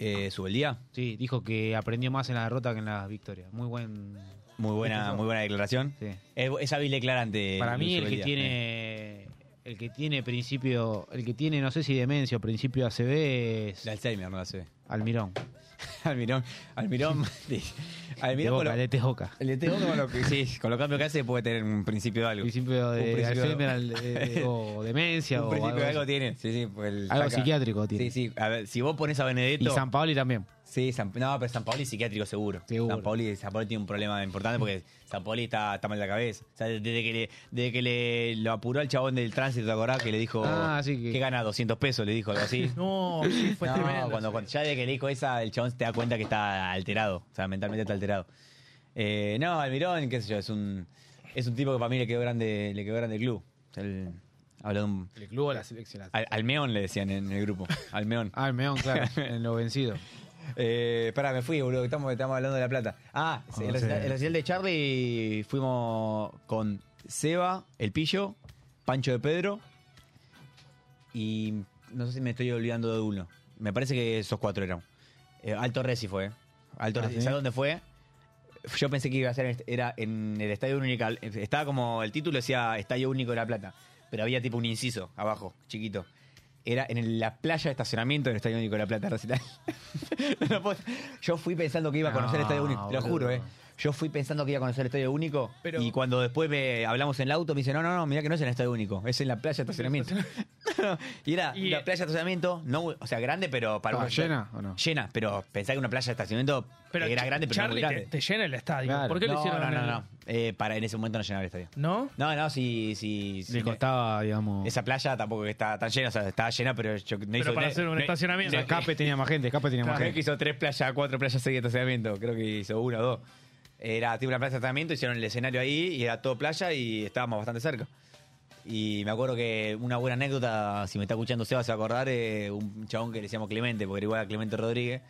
C: Eh, Subeldía.
B: Sí, dijo que aprendió más en la derrota que en las victorias. Muy buen.
C: Muy buena,
B: Escuchó.
C: muy buena declaración.
B: Sí.
C: Es, es hábil declarante.
B: Para mí el
C: Luis
B: que
C: Obelía, eh.
B: tiene. El que tiene principio. El que tiene, no sé si demencia o principio ACB es
C: De Alzheimer, no la sé.
B: Almirón.
C: Almirón, Almirón,
B: De
C: Almirón con
B: boca,
C: lo-
B: de Tejoca.
C: el de Teo con lo que- sí, con los cambios que hace puede tener un principio de algo.
B: principio
C: Un
B: de
C: principio de-
B: Alzheimer al- de- de- o demencia
C: un
B: o algo,
C: principio de algo
B: así.
C: tiene. Sí, sí, pues el
B: Algo psiquiátrico tiene.
C: Sí, sí. A ver, si vos pones a
B: Y
C: Benedetto.
B: San Paoli también.
C: Sí, San- no, pero San Paoli es psiquiátrico seguro.
B: Seguro.
C: San, Paoli, San Paoli tiene un problema importante porque San Paoli está, está mal de la cabeza. O sea, desde que, le, desde que le lo apuró al chabón del tránsito, ¿te acordás? Que le dijo
B: Ah, sí, que-
C: que... gana 200 pesos, le dijo algo así.
D: No, sí, fue
C: No,
D: tremendo.
C: cuando, cuando- ya de que le dijo esa, el chabón se te da cuenta que está alterado. O sea, mentalmente está alterado. Eh, no, Almirón, qué sé yo, es un, es un tipo que para mí le quedó grande, le quedó grande el club. El, habla de un-
B: El club o la selección.
C: al- Almeón le decían en el grupo. Almeón.
B: Ah, el Meón, claro, en lo vencido.
C: Eh, pará, me fui, boludo, que estamos, estamos hablando de la plata. Ah, sí, el, recital, el recital de Charlie fuimos con Seba, El Pillo, Pancho de Pedro y no sé si me estoy olvidando de uno. Me parece que esos cuatro eran. Eh, Alto Resi fue. eh. Alto
B: Ah,
C: Resi,
B: ¿sí?
C: ¿sabes dónde fue? Yo pensé que iba a ser en est- era en el Estadio Único. Estaba como el título decía Estadio Único de La Plata, pero había tipo un inciso abajo, chiquito. Era en el- la playa de estacionamiento del Estadio Único de La Plata, recital. No puedo- yo fui pensando que iba a conocer el
B: No,
C: Estadio Único, te lo
B: boludo.
C: juro, eh. Yo fui pensando que iba a conocer el Estadio Único
D: Pero-
C: y cuando después me hablamos en el auto me dice, no, no, no, mira que no es en el Estadio Único, es en la playa de estacionamiento. y era
D: Y-
C: una playa de estacionamiento, no, o sea, grande, pero para
B: Ah,
C: una-
B: ¿llena o no?
C: Llena, pero pensá que una playa de estacionamiento
D: Pero
C: era
D: Ch-
C: grande, pero no muy
D: Charlie
C: grande.
D: te, te llena el estadio.
B: Claro.
D: ¿Por qué lo
C: no,
D: hicieron?
C: no, no,
D: en el-
C: no. Eh, para, en ese momento no llenaba el estadio.
D: ¿No?
C: No, no, sí, sí. sí
B: Le costaba, digamos.
C: Esa playa tampoco que está tan llena, o sea, estaba llena, pero yo no hizo
D: para
C: no-
D: hacer un
C: no-
D: estacionamiento.
C: no-
B: escape tenía más gente, escape tenía más
C: Creo que
B: gente.
C: hizo tres playas, cuatro playas seguidas de estacionamiento. Creo que hizo una o dos. Era tipo una plaza de estacionamiento, hicieron el escenario ahí y era todo playa y estábamos bastante cerca. Y me acuerdo que una buena anécdota, si me está escuchando Seba, se va a acordar, eh, un chabón que le decíamos Clemente, porque era igual a Clemente Rodríguez,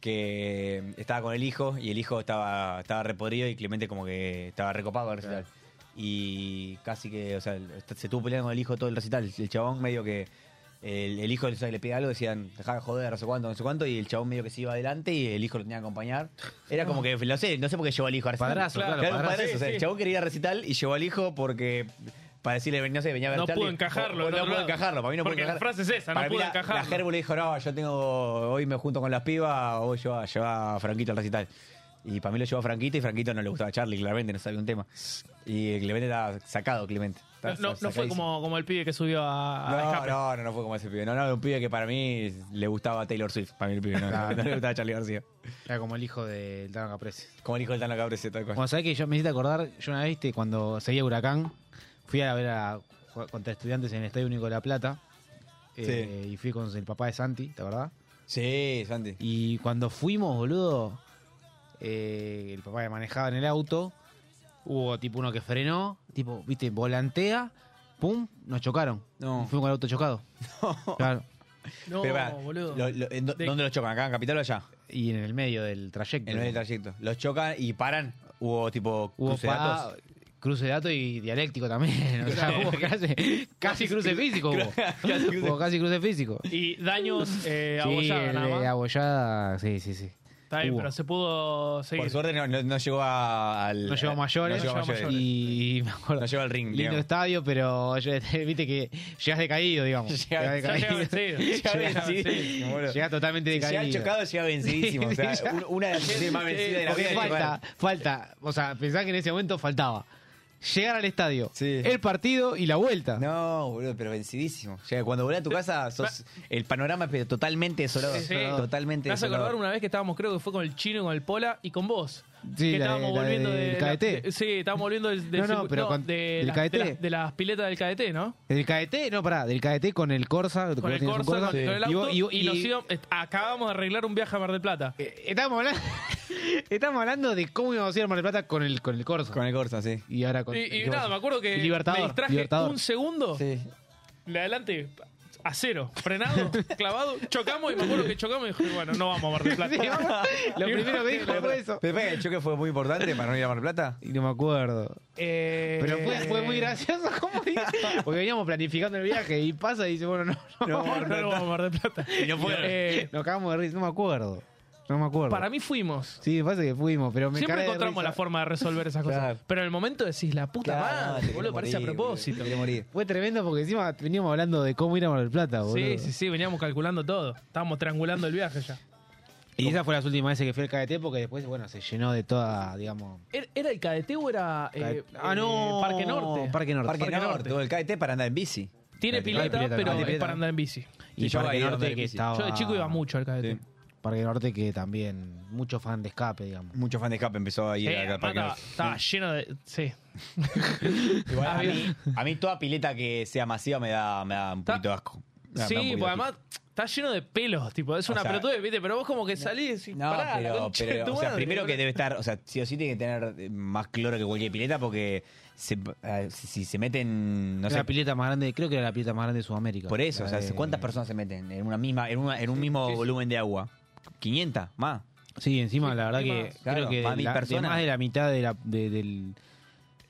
C: que estaba con el hijo y el hijo estaba, estaba repodrido y Clemente como que estaba recopado al recital. Y casi que, o sea, el- se estuvo peleando con el hijo todo el recital. El chabón medio que el, el hijo o sea, le pedía algo, decían, dejá de joder, no sé cuánto, no sé cuánto, y el chabón medio que se iba adelante y el hijo lo tenía que acompañar. Era como que, no sé, no sé por qué llevó al hijo a recital.
B: Padrazo, claro,
C: un
B: padrazo.
C: padrazo, o sea, el chabón quería ir al recital y llevó al hijo porque... Para decirle, no sé, venía a ver
D: No
C: Charlie.
D: pudo encajarlo,
C: O- o
D: del
C: No
D: otro
C: pudo
D: lado.
C: encajarlo, para mí no pudo
D: Porque la
C: encajar.
D: frase es esa, no
C: Para mí
D: pudo
C: la- La
D: encajarlo.
C: Gerbu le dijo, no, yo tengo, hoy me junto con las pibas, hoy yo a llevar a Franquito al recital. Y para mí lo llevó a Franquito y Franquito no le gustaba a Charlie, claramente, no sabía un tema. Y Clemente estaba sacado, Clemente.
D: No,
C: Estaba
D: no- no fue
C: sacadísimo.
D: como, como el pibe que subió a, a
C: No,
D: escape.
C: no, no, no fue como ese pibe. No, no, era un pibe que para mí le gustaba Taylor Swift. Para mí el pibe, no, no, no le gustaba Charlie García.
B: Era como el hijo del Tano Caprese.
C: Como el hijo del Tano Cabrese, tal cual.
B: Bueno, sabés que yo me hiciste acordar, yo una vez, viste, cuando seguía Huracán, fui a ver a jugar contra estudiantes en el Estadio Único de La Plata. eh, Y fui con el papá de Santi, ¿te acordás?
C: Sí, Santi.
B: Y cuando fuimos, boludo, eh, el papá que manejaba en el auto, hubo tipo uno que frenó, tipo, viste, volantea, pum, nos chocaron.
C: No.
B: Y Fuimos con el auto chocado. Claro.
D: No,
C: Pero pará,
D: boludo.
C: lo- lo- ¿en dó-
D: De-
C: ¿dónde los chocan? ¿Acá en Capital o allá?
B: Y en el medio del trayecto.
C: En el trayecto. Los chocan y paran. Hubo tipo
B: Hubo
C: cruce de datos.
B: pa- cruce de datos y dialéctico también. O sea, hubo casi, casi cruce físico. Hubo. Hubo casi cruce físico.
D: Y daños eh,
B: sí,
D: abolladas, nada
B: el de
D: más.
B: abollada, sí, sí, sí.
D: Está bien,
B: hubo.
D: pero se pudo seguir.
C: Por suerte no, no- no llegó a- al.
B: No llegó a mayores.
C: No llegó a
D: No llegó a
C: mayores.
B: Y me acuerdo.
C: No llegó al ring,
B: Lindo
C: digamos.
B: estadio, pero yo- viste que llegas decaído, digamos.
C: Llegás-
B: Llegás
D: Ya llega vencido.
C: Llega
D: Llega
C: vencidísimo, boludo.
B: Llegás totalmente
C: Si
B: decaído.
C: llega chocado, llega vencidísimo. O sea,
B: Sí, ya.
C: un- una de las gente más vencidas de la
B: Porque
C: vida.
B: falta, falta. O sea, pensá que en ese momento faltaba. Llegar al estadio,
C: Sí.
B: el partido y la vuelta.
C: No, boludo, pero vencidísimo. O sea, cuando volás a tu casa, sos el panorama es pero totalmente desolado.
D: Sí, sí.
C: Totalmente
D: Me vas a
C: desolado.
D: acordar una vez que estábamos, creo que fue con el chino y con el pola y con vos.
B: Sí,
D: que
B: la-
D: estábamos
B: la
D: volviendo
B: del
D: de,
B: KDT.
D: de- sí, estábamos volviendo del, del
B: No, no,
D: circuito-
B: pero con-
D: de,
B: del
D: las-
B: KDT.
D: de las- de las piletas del KDT, ¿no?
B: Del KDT, no, pará, del KDT con el Corsa. que
D: Con
B: vos
D: el
B: tenías
D: Corsa,
B: un
D: con, con el auto,
B: vos-
D: y,
B: y-
D: nos íbamos- est- acabamos de arreglar un viaje a Mar del Plata.
B: eh, Estamos hablando, estamos hablando de cómo íbamos a ir a Mar del Plata con el, con el Corsa.
C: Con el Corsa, sí.
B: Y ahora con.
D: Y, y
B: ¿qué
D: nada,
B: pasa?
D: me acuerdo que
B: Y Libertador,
D: me distraje
B: Libertador.
D: un segundo,
C: Sí.
D: le adelante a cero, frenado, clavado, chocamos y me acuerdo que chocamos y dije, bueno, no vamos a Mar del Plata.
B: Sí, vamos. Lo
D: Y una-
B: primero que dijo fue eso.
C: Pero el choque fue muy importante para no ir a Mar del Plata.
B: Y no me acuerdo.
D: Eh,
B: Pero fue, fue muy gracioso, ¿cómo dice? Porque veníamos planificando el viaje y pasa y dice, bueno, no, no,
D: No, no, no vamos a Mar del Plata. Eh,
B: nos acabamos de risa, no me acuerdo. No me acuerdo.
D: para mí fuimos.
B: Sí, pasa que fuimos, pero me
D: Siempre
B: cagué de
D: encontramos
B: risa.
D: la forma de resolver esas cosas.
C: Claro.
D: Pero en el momento decís, la puta madre, boludo, parece a propósito.
C: Quiero morir.
B: Fue tremendo porque encima veníamos hablando de cómo ir a Mar del Plata, boludo.
D: Sí, sí, sí, veníamos calculando todo. Estábamos triangulando el viaje ya.
B: Y esa fue la última vez que fui al KDT porque después, bueno, se llenó de toda, digamos.
D: ¿Era- ¿Era el cadete o era eh,
B: KDT. ah, no.
D: eh, Parque Norte?
B: Parque Norte.
C: Parque, Norte, o el KT para andar en bici.
D: Tiene
C: Parque
D: pileta,
B: pileta,
D: pero
B: no.
D: es
B: Pileta.
D: para andar en bici.
B: Y
C: Sí, yo
B: Parque
C: iba a andar
B: Norte
C: en
B: que
C: bici.
B: estaba.
D: Yo de chico iba mucho al cadete.
C: Ah, Sí.
B: Parque Norte que también, mucho fan de escape, digamos.
C: Mucho fan de escape empezó a ir
D: Sí,
C: acá al Parque
D: aparte
C: Norte.
D: Eh, Estaba lleno de. Sí.
C: Igual a, mí, a mí toda pileta que sea masiva me da, me da un
D: Ta-
C: poquito de asco. Me da- me da un
D: Sí,
C: poquito
D: pues
C: de asco.
D: además está lleno de pelos, tipo, es
C: O
D: una
C: sea,
D: pelotudez, ¿viste? Pero vos como que salís y
C: No,
D: pará, la
C: pero,
D: concha de
C: pero,
D: tu
C: o sea,
D: madre,
C: primero que
D: boludo.
C: debe estar, o sea, sí o sí tiene que tener eh, más cloro que cualquier pileta porque se- eh, si, si se meten, no
B: Era
C: sé,
B: la pileta más grande, creo que era la pileta más grande de Sudamérica.
C: por eso,
B: La
C: o sea,
B: de-
C: ¿cuántas personas se meten en una misma, en, una- en un mismo volumen de agua? 500 más.
B: Sí, encima, la verdad que
C: más? Claro,
B: creo que
C: más
B: de
C: mil
B: la- de
C: personas.
B: más de la mitad de la- de- del,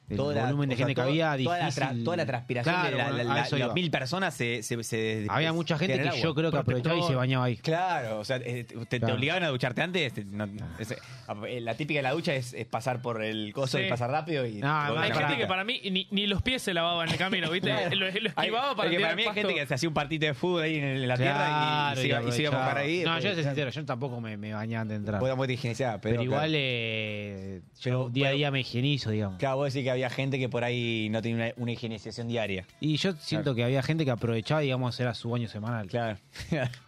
B: del
C: Toda la-
B: volumen de
C: o sea,
B: gente
C: todo-
B: que había,
C: toda la,
B: difícil-
C: tra- toda la transpiración
B: Claro,
C: de la-
B: bueno,
C: la-
B: a
C: la-
B: eso
C: las
B: iba.
C: mil personas se, se- se-
B: Había mucha gente
C: en el
B: que
C: agua.
B: yo creo que aprovechaba y se bañaba ahí.
C: Claro, o sea, eh, te- te,
B: Claro. Ah.
C: obligaban a ducharte antes. te- no- es- eh, la típica de la ducha es, es pasar por el coso
D: Sí.
C: y pasar rápido y...
B: No, además,
D: Hay
B: Bueno,
D: gente
B: pará.
D: que para mí ni, ni los pies se lavaban en el camino, ¿viste? lo, lo
C: Hay-
D: esquivaba para
C: porque
D: tirar
C: para
D: al
C: mí hay
D: pasto.
C: gente que se hacía un partidito de fútbol ahí en, el- en la tierra y-
B: Claro,
C: y, se iba, y se iba a mojar
B: aprovechaba.
C: ahí.
B: No, yo soy sincero, yo tampoco me, me bañaba antes de entrar.
C: Puedo muy higienizada, pero...
B: pero igual,
C: claro.
B: eh, yo
C: Pero-
B: día a
C: pero-
B: día me higienizo, digamos.
C: Claro, vos decís que había gente que por ahí no tenía una, una higienización diaria.
B: Y yo siento que había gente que aprovechaba, digamos, era su baño semanal.
C: Claro.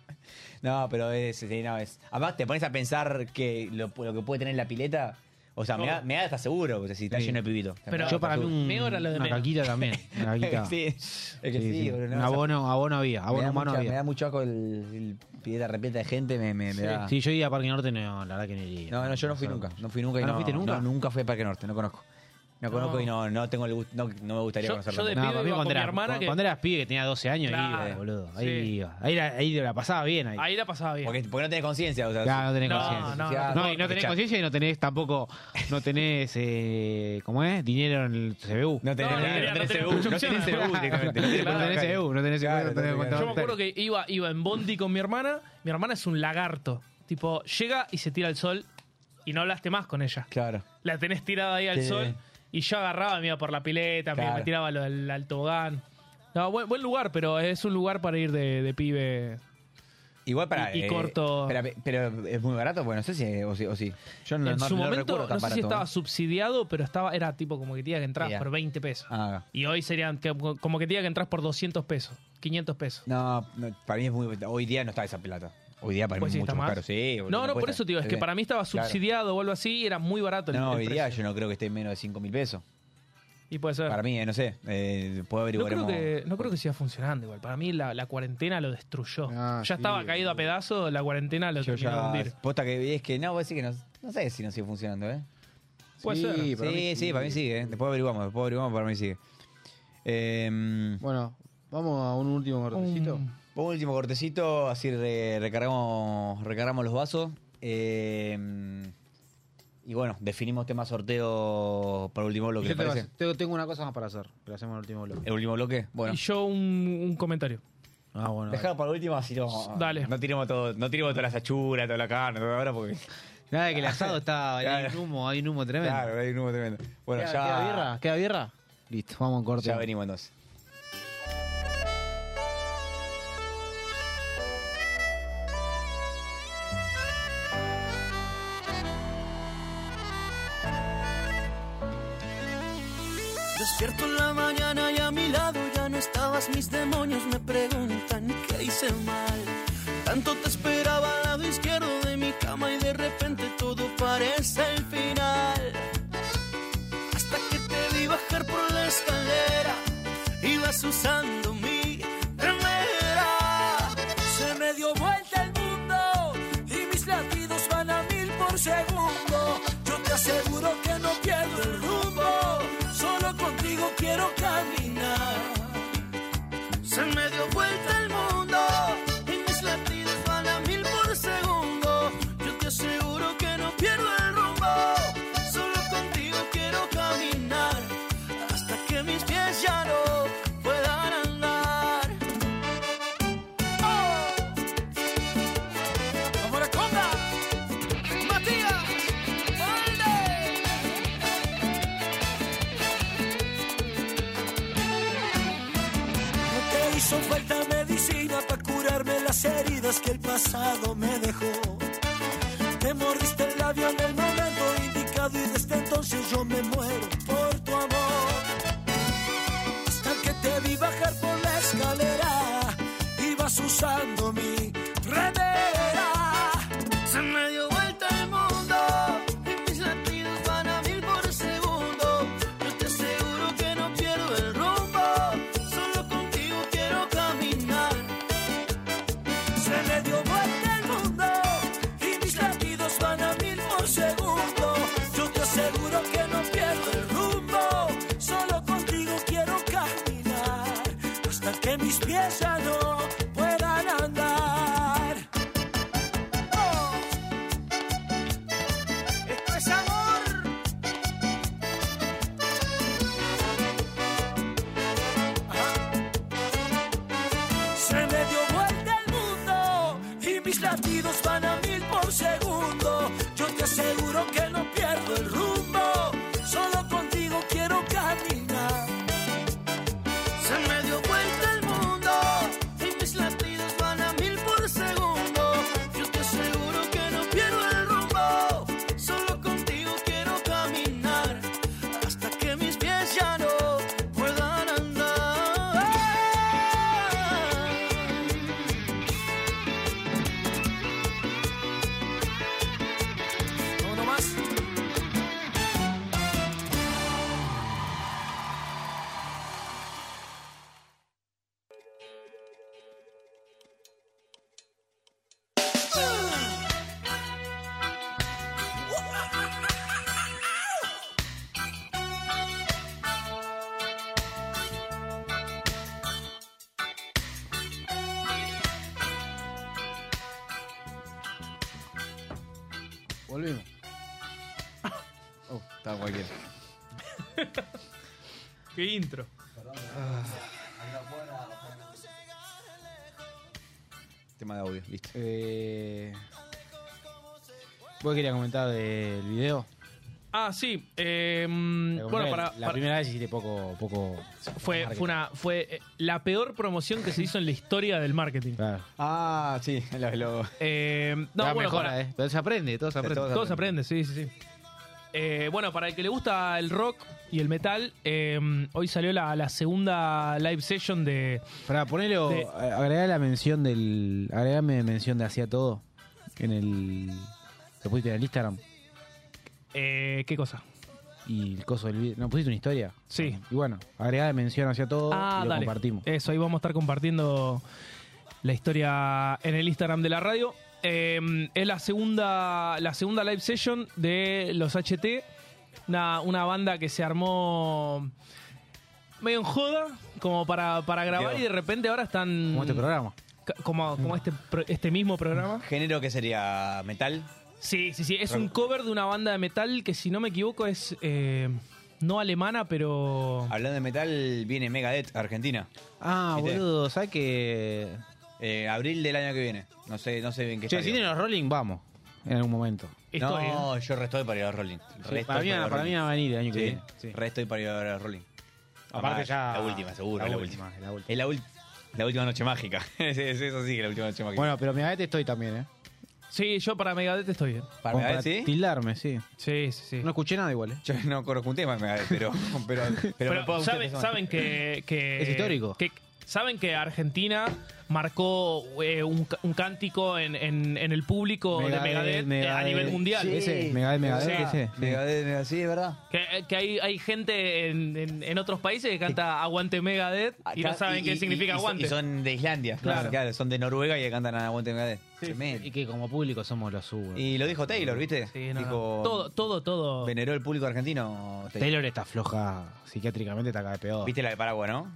C: no, pero es, sí, no, es... Además, te pones a pensar que lo, lo que puede tener la pileta... O sea, me da, me da hasta seguro, o sea, si está
B: Sí.
C: lleno de pibito.
D: Pero-
B: yo para mí un,
D: Peor a lo de
B: una
D: menos.
B: caquita también. Una caquita.
C: sí, es que
B: Sí,
C: sí,
B: sí.
C: boludo, no,
B: Un
C: o sea,
B: abono, abono había,
C: me,
B: abono
C: da
B: humano
C: mucha- me
B: había.
C: da mucho asco el, el pileta repleta de gente, me, me- me da...
B: Sí, yo iba a Parque Norte, no, la verdad que no iría.
C: No, no, yo no fui nunca. No fui nunca y
B: Ah,
C: no,
B: ¿no fuiste nunca?
C: no, nunca fui a Parque Norte, no conozco. No conozco y no, no tengo el gusto, no, no me gustaría
D: Yo-
C: conocerlo.
D: yo de-
B: No,
D: pibe
B: para mí cuando,
D: iba con mi
B: era,
D: hermana
B: cuando-
D: que-
B: cuando eras pibe que tenía 12 años,
D: Claro,
B: iba, boludo.
D: sí.
B: Ahí iba. Ahí la, ahí la pasaba bien. Ahí.
D: Ahí la pasaba bien.
C: porque, porque no tenés conciencia, o sea.
B: Claro, no tenés
D: No,
B: conciencia.
D: no,
C: ya-
B: No, y no tenés
C: Ah, escuchá,
B: conciencia y no tenés tampoco, no tenés, eh, ¿cómo es? Dinero en el CBU.
C: No tenés,
D: No,
C: no,
D: no, no
C: tenés
D: tenés
C: CBU, no
D: construcción.
C: tenés CBU directamente.
B: No tenés CBU, no tenés CBU,
C: Claro,
B: no tenés
C: no tenés-
B: contador.
D: Yo me acuerdo que iba, iba en Bondi con mi hermana. Mi hermana es un lagarto. Tipo, llega y se tira al sol y no hablaste más con ella.
C: Claro.
D: La tenés tirada ahí al
C: Sí.
D: sol y yo agarraba, me iba por la pileta, me-
C: Claro.
D: me tiraba lo del al tobogán. No, buen, buen lugar, pero es un lugar para ir de, de pibe.
C: Igual para.
D: Y- y corto.
C: Pero, pero es muy barato, bueno, no sé si. O sí. O sí. Yo no,
D: en
C: no-
D: su
C: no
D: momento,
C: recuerdo tan
D: no sé si
C: barato, ¿eh?
D: estaba subsidiado, pero estaba era tipo como que te iba que entrar
C: Mira.
D: por 20 pesos.
C: Ah,
D: Y hoy serían que- como que te iba que entras por 200 pesos, 500 pesos.
C: no, no, para mí es muy. Hoy día no está esa plata. Hoy día para mí
D: Pues
C: es
D: sí,
C: mucho
D: está
C: más
D: más.
C: caro, sí. boludo,
D: No, no, por
C: cuesta.
D: eso te digo, es
C: Sí,
D: que
C: sí.
D: para mí estaba
C: Claro.
D: subsidiado o algo así, y era muy barato el,
C: No,
D: el
C: hoy día
D: precio.
C: yo no creo que esté menos de 5 mil pesos.
D: Y puede ser.
C: Para mí, eh, no sé. Eh, puedo
D: no,
C: averiguar.
D: creo que, no creo que siga funcionando igual. Para mí la, la cuarentena lo destruyó.
B: Ah,
D: ya
B: sí,
D: estaba caído a pedazos, la cuarentena lo
C: Yo
D: terminó de
C: ya.
D: hundir.
C: Posta que es que no, voy a decir que no, no sé si no sigue funcionando, ¿eh?
D: Puede ser.
C: Sí, sí, para mí sigue. ¿eh? Después averiguamos, después averiguamos, para mí sigue. Eh,
B: Bueno, vamos a un último cortecito.
D: Un-
C: un último cortecito, así re- recargamos, recargamos los vasos. Eh, y bueno, definimos tema sorteo para el último bloque, ¿les
B: Yo te-
C: parece?
B: tengo, tengo una cosa más para hacer, pero hacemos en el último bloque.
C: ¿El último bloque? Bueno.
D: Y yo un, un comentario.
B: Ah, bueno. dale.
C: Dejado para el último, así no.
D: Dale.
C: No tiremos, todo, no tiremos todas las achuras, toda la carne, todo ahora, porque.
B: Nada, que el asado está, hay un
C: Claro.
B: humo, hay un humo tremendo.
C: Claro, hay un humo tremendo. Bueno,
B: ¿Queda,
C: ya.
B: queda birra? ¿Queda birra? Listo, vamos en corte.
C: Ya venimos entonces.
G: Despierto en la mañana y a mi lado ya no estabas, mis demonios me preguntan qué hice mal. Tanto te esperaba al lado izquierdo de mi cama y de repente todo parece el final. Hasta que te vi bajar por la escalera, ibas usando mi remera. Se me dio vuelta el mundo y mis latidos van a mil por segundo. Yo te aseguro que no pierdo el rumbo, solo contigo quiero caminar. Se me dio vuelta el mundo y mis latidos van a mil por segundo. Yo te aseguro que no pierdo el rumbo, solo contigo quiero caminar hasta que mis pies ya no puedan andar. ¡Oh! ¡Ahora conga! ¡Matías! ¡Ande! No te hizo falta medicina para curarme las heridas que el pasado me dejó. radio en el momento indicado y desde entonces yo me muero por tu amor. Hasta que te vi bajar por la escalera, ibas usando mi remera. Se me dio vuelta el mundo y mis latidos van a mil por segundo. Yo te aseguro que no pierdo el rumbo, solo contigo quiero caminar. Se me dio vuelta el mundo y mis latidos van a mil por segundo. Yo te aseguro que no pierdo el rumbo, solo contigo quiero caminar hasta que mis pies ya no puedan andar. Oh. Esto es amor. Se me dio vuelta el mundo y mis latidos van a mil por segundo. Yo te aseguro que no pierdo el rumbo, solo contigo quiero caminar. Se me dio vuelta el mundo y mis latidos van a mil por segundo. Yo te aseguro que no pierdo el rumbo, solo contigo quiero caminar hasta que mis pies ya no puedan andar. Uno más.
B: Volvemos.
C: Oh, estaba cualquiera.
D: Qué intro.
C: Tema de audio, listo.
B: Eh, vos querías comentar del video.
D: Ah, sí. eh, mm,
B: Te comenté
D: bueno,
B: que
D: para,
B: la
D: para-
B: primera vez hiciste poco, poco.
D: fue, fue una fue eh, la peor promoción que se hizo en la historia del marketing.
B: Claro.
C: Ah, sí, lo, lo-
D: Eh, no,
B: Cada
D: bueno,
B: mejora,
D: para-
B: eh. Pero se aprende, todo se aprende.
D: Todo se aprende, sí, sí, sí. Eh, bueno, para el que le gusta el rock y el metal, eh, hoy salió la, la segunda live session de...
B: Para ponerlo,
D: Sí.
B: agregar eh, la mención del. Agregame mención de Hacía Todo en el. Lo pusiste en el Instagram
D: eh, ¿Qué cosa?
B: y el coso del video. ¿No pusiste una historia?
D: Sí.
B: Y bueno, agregá la mención Hacía Todo
D: Ah,
B: y lo
D: dale.
B: compartimos.
D: Eso, ahí vamos a estar compartiendo la historia en el Instagram de la radio. Eh, es la segunda, la segunda live session de los HT, una, una banda que se armó medio en joda, como para, para grabar,
C: Quedó.
D: y de repente ahora están...
B: Como este programa.
D: Ca- como, como este, pro- este mismo programa.
C: Género que sería metal.
D: Sí, sí, sí. Es un cover de una banda de metal que, si no me equivoco, es eh, no alemana, pero.
C: Hablando de metal, viene Megadeth, Argentina.
B: Ah,
C: ¿Viste?
B: boludo, ¿sabes que
C: Eh, abril del año que viene. No sé, no sé bien qué
B: Che, si
C: estadio.
B: tienen los Rolling, vamos. En algún momento.
D: Estoy, eh.
C: No, yo resto para ir a los Rolling. Re
B: Sí,
C: estoy
B: para mí,
C: ir a los
B: para mí
C: Rolling.
B: va a venir el año que
C: Sí,
B: viene. Sí.
C: re estoy para ir a los Rolling.
B: Aparte
C: Además,
B: ya-
C: La última, seguro.
B: la
C: es La,
B: última,
C: última,
B: es la última.
C: Es la, ul- la última noche mágica. Es- es- Eso sí que es la última noche mágica.
B: Bueno, pero Megadeth estoy también, ¿eh?
D: Sí, yo para Megadeth estoy bien.
C: para
B: Como
C: Megadeth, sí.
B: tildarme, sí.
D: Sí, sí, sí.
B: No escuché nada igual, ¿eh?
C: Yo no conozco un tema de Megadeth, pero, pero, pero,
D: pero
C: me puedo gustar
D: saben,
C: esa
D: saben que, que-
B: Es histórico.
D: que- saben que Argentina marcó eh, un, ca- un cántico en, en- en el
B: Oh,
D: público de Megadeth eh, a nivel mundial.
B: Sí. Ese, Megadeth, Megadeth, ese.
C: banda. Megadeth, Megadeth, sí, es verdad.
D: Que, que hay, hay gente en, en- en otros países que canta Aguante Megadeth y no
C: Acá-
D: saben qué
C: y-
D: significa
C: y- y-
D: aguante.
C: Y son de Islandia.
D: Claro.
C: Claro. son de Noruega y cantan a Aguante Megadeth. Tremendo.
B: Y que como público somos los suyos.
C: Y lo dijo Taylor, ¿viste?
D: Sí, no, no.
C: dijo,
D: Todo, todo, todo.
C: Veneró el público argentino. Taylor.
B: Taylor está floja psiquiátricamente, está cada vez peor.
C: ¿Viste la de Paraguay, no?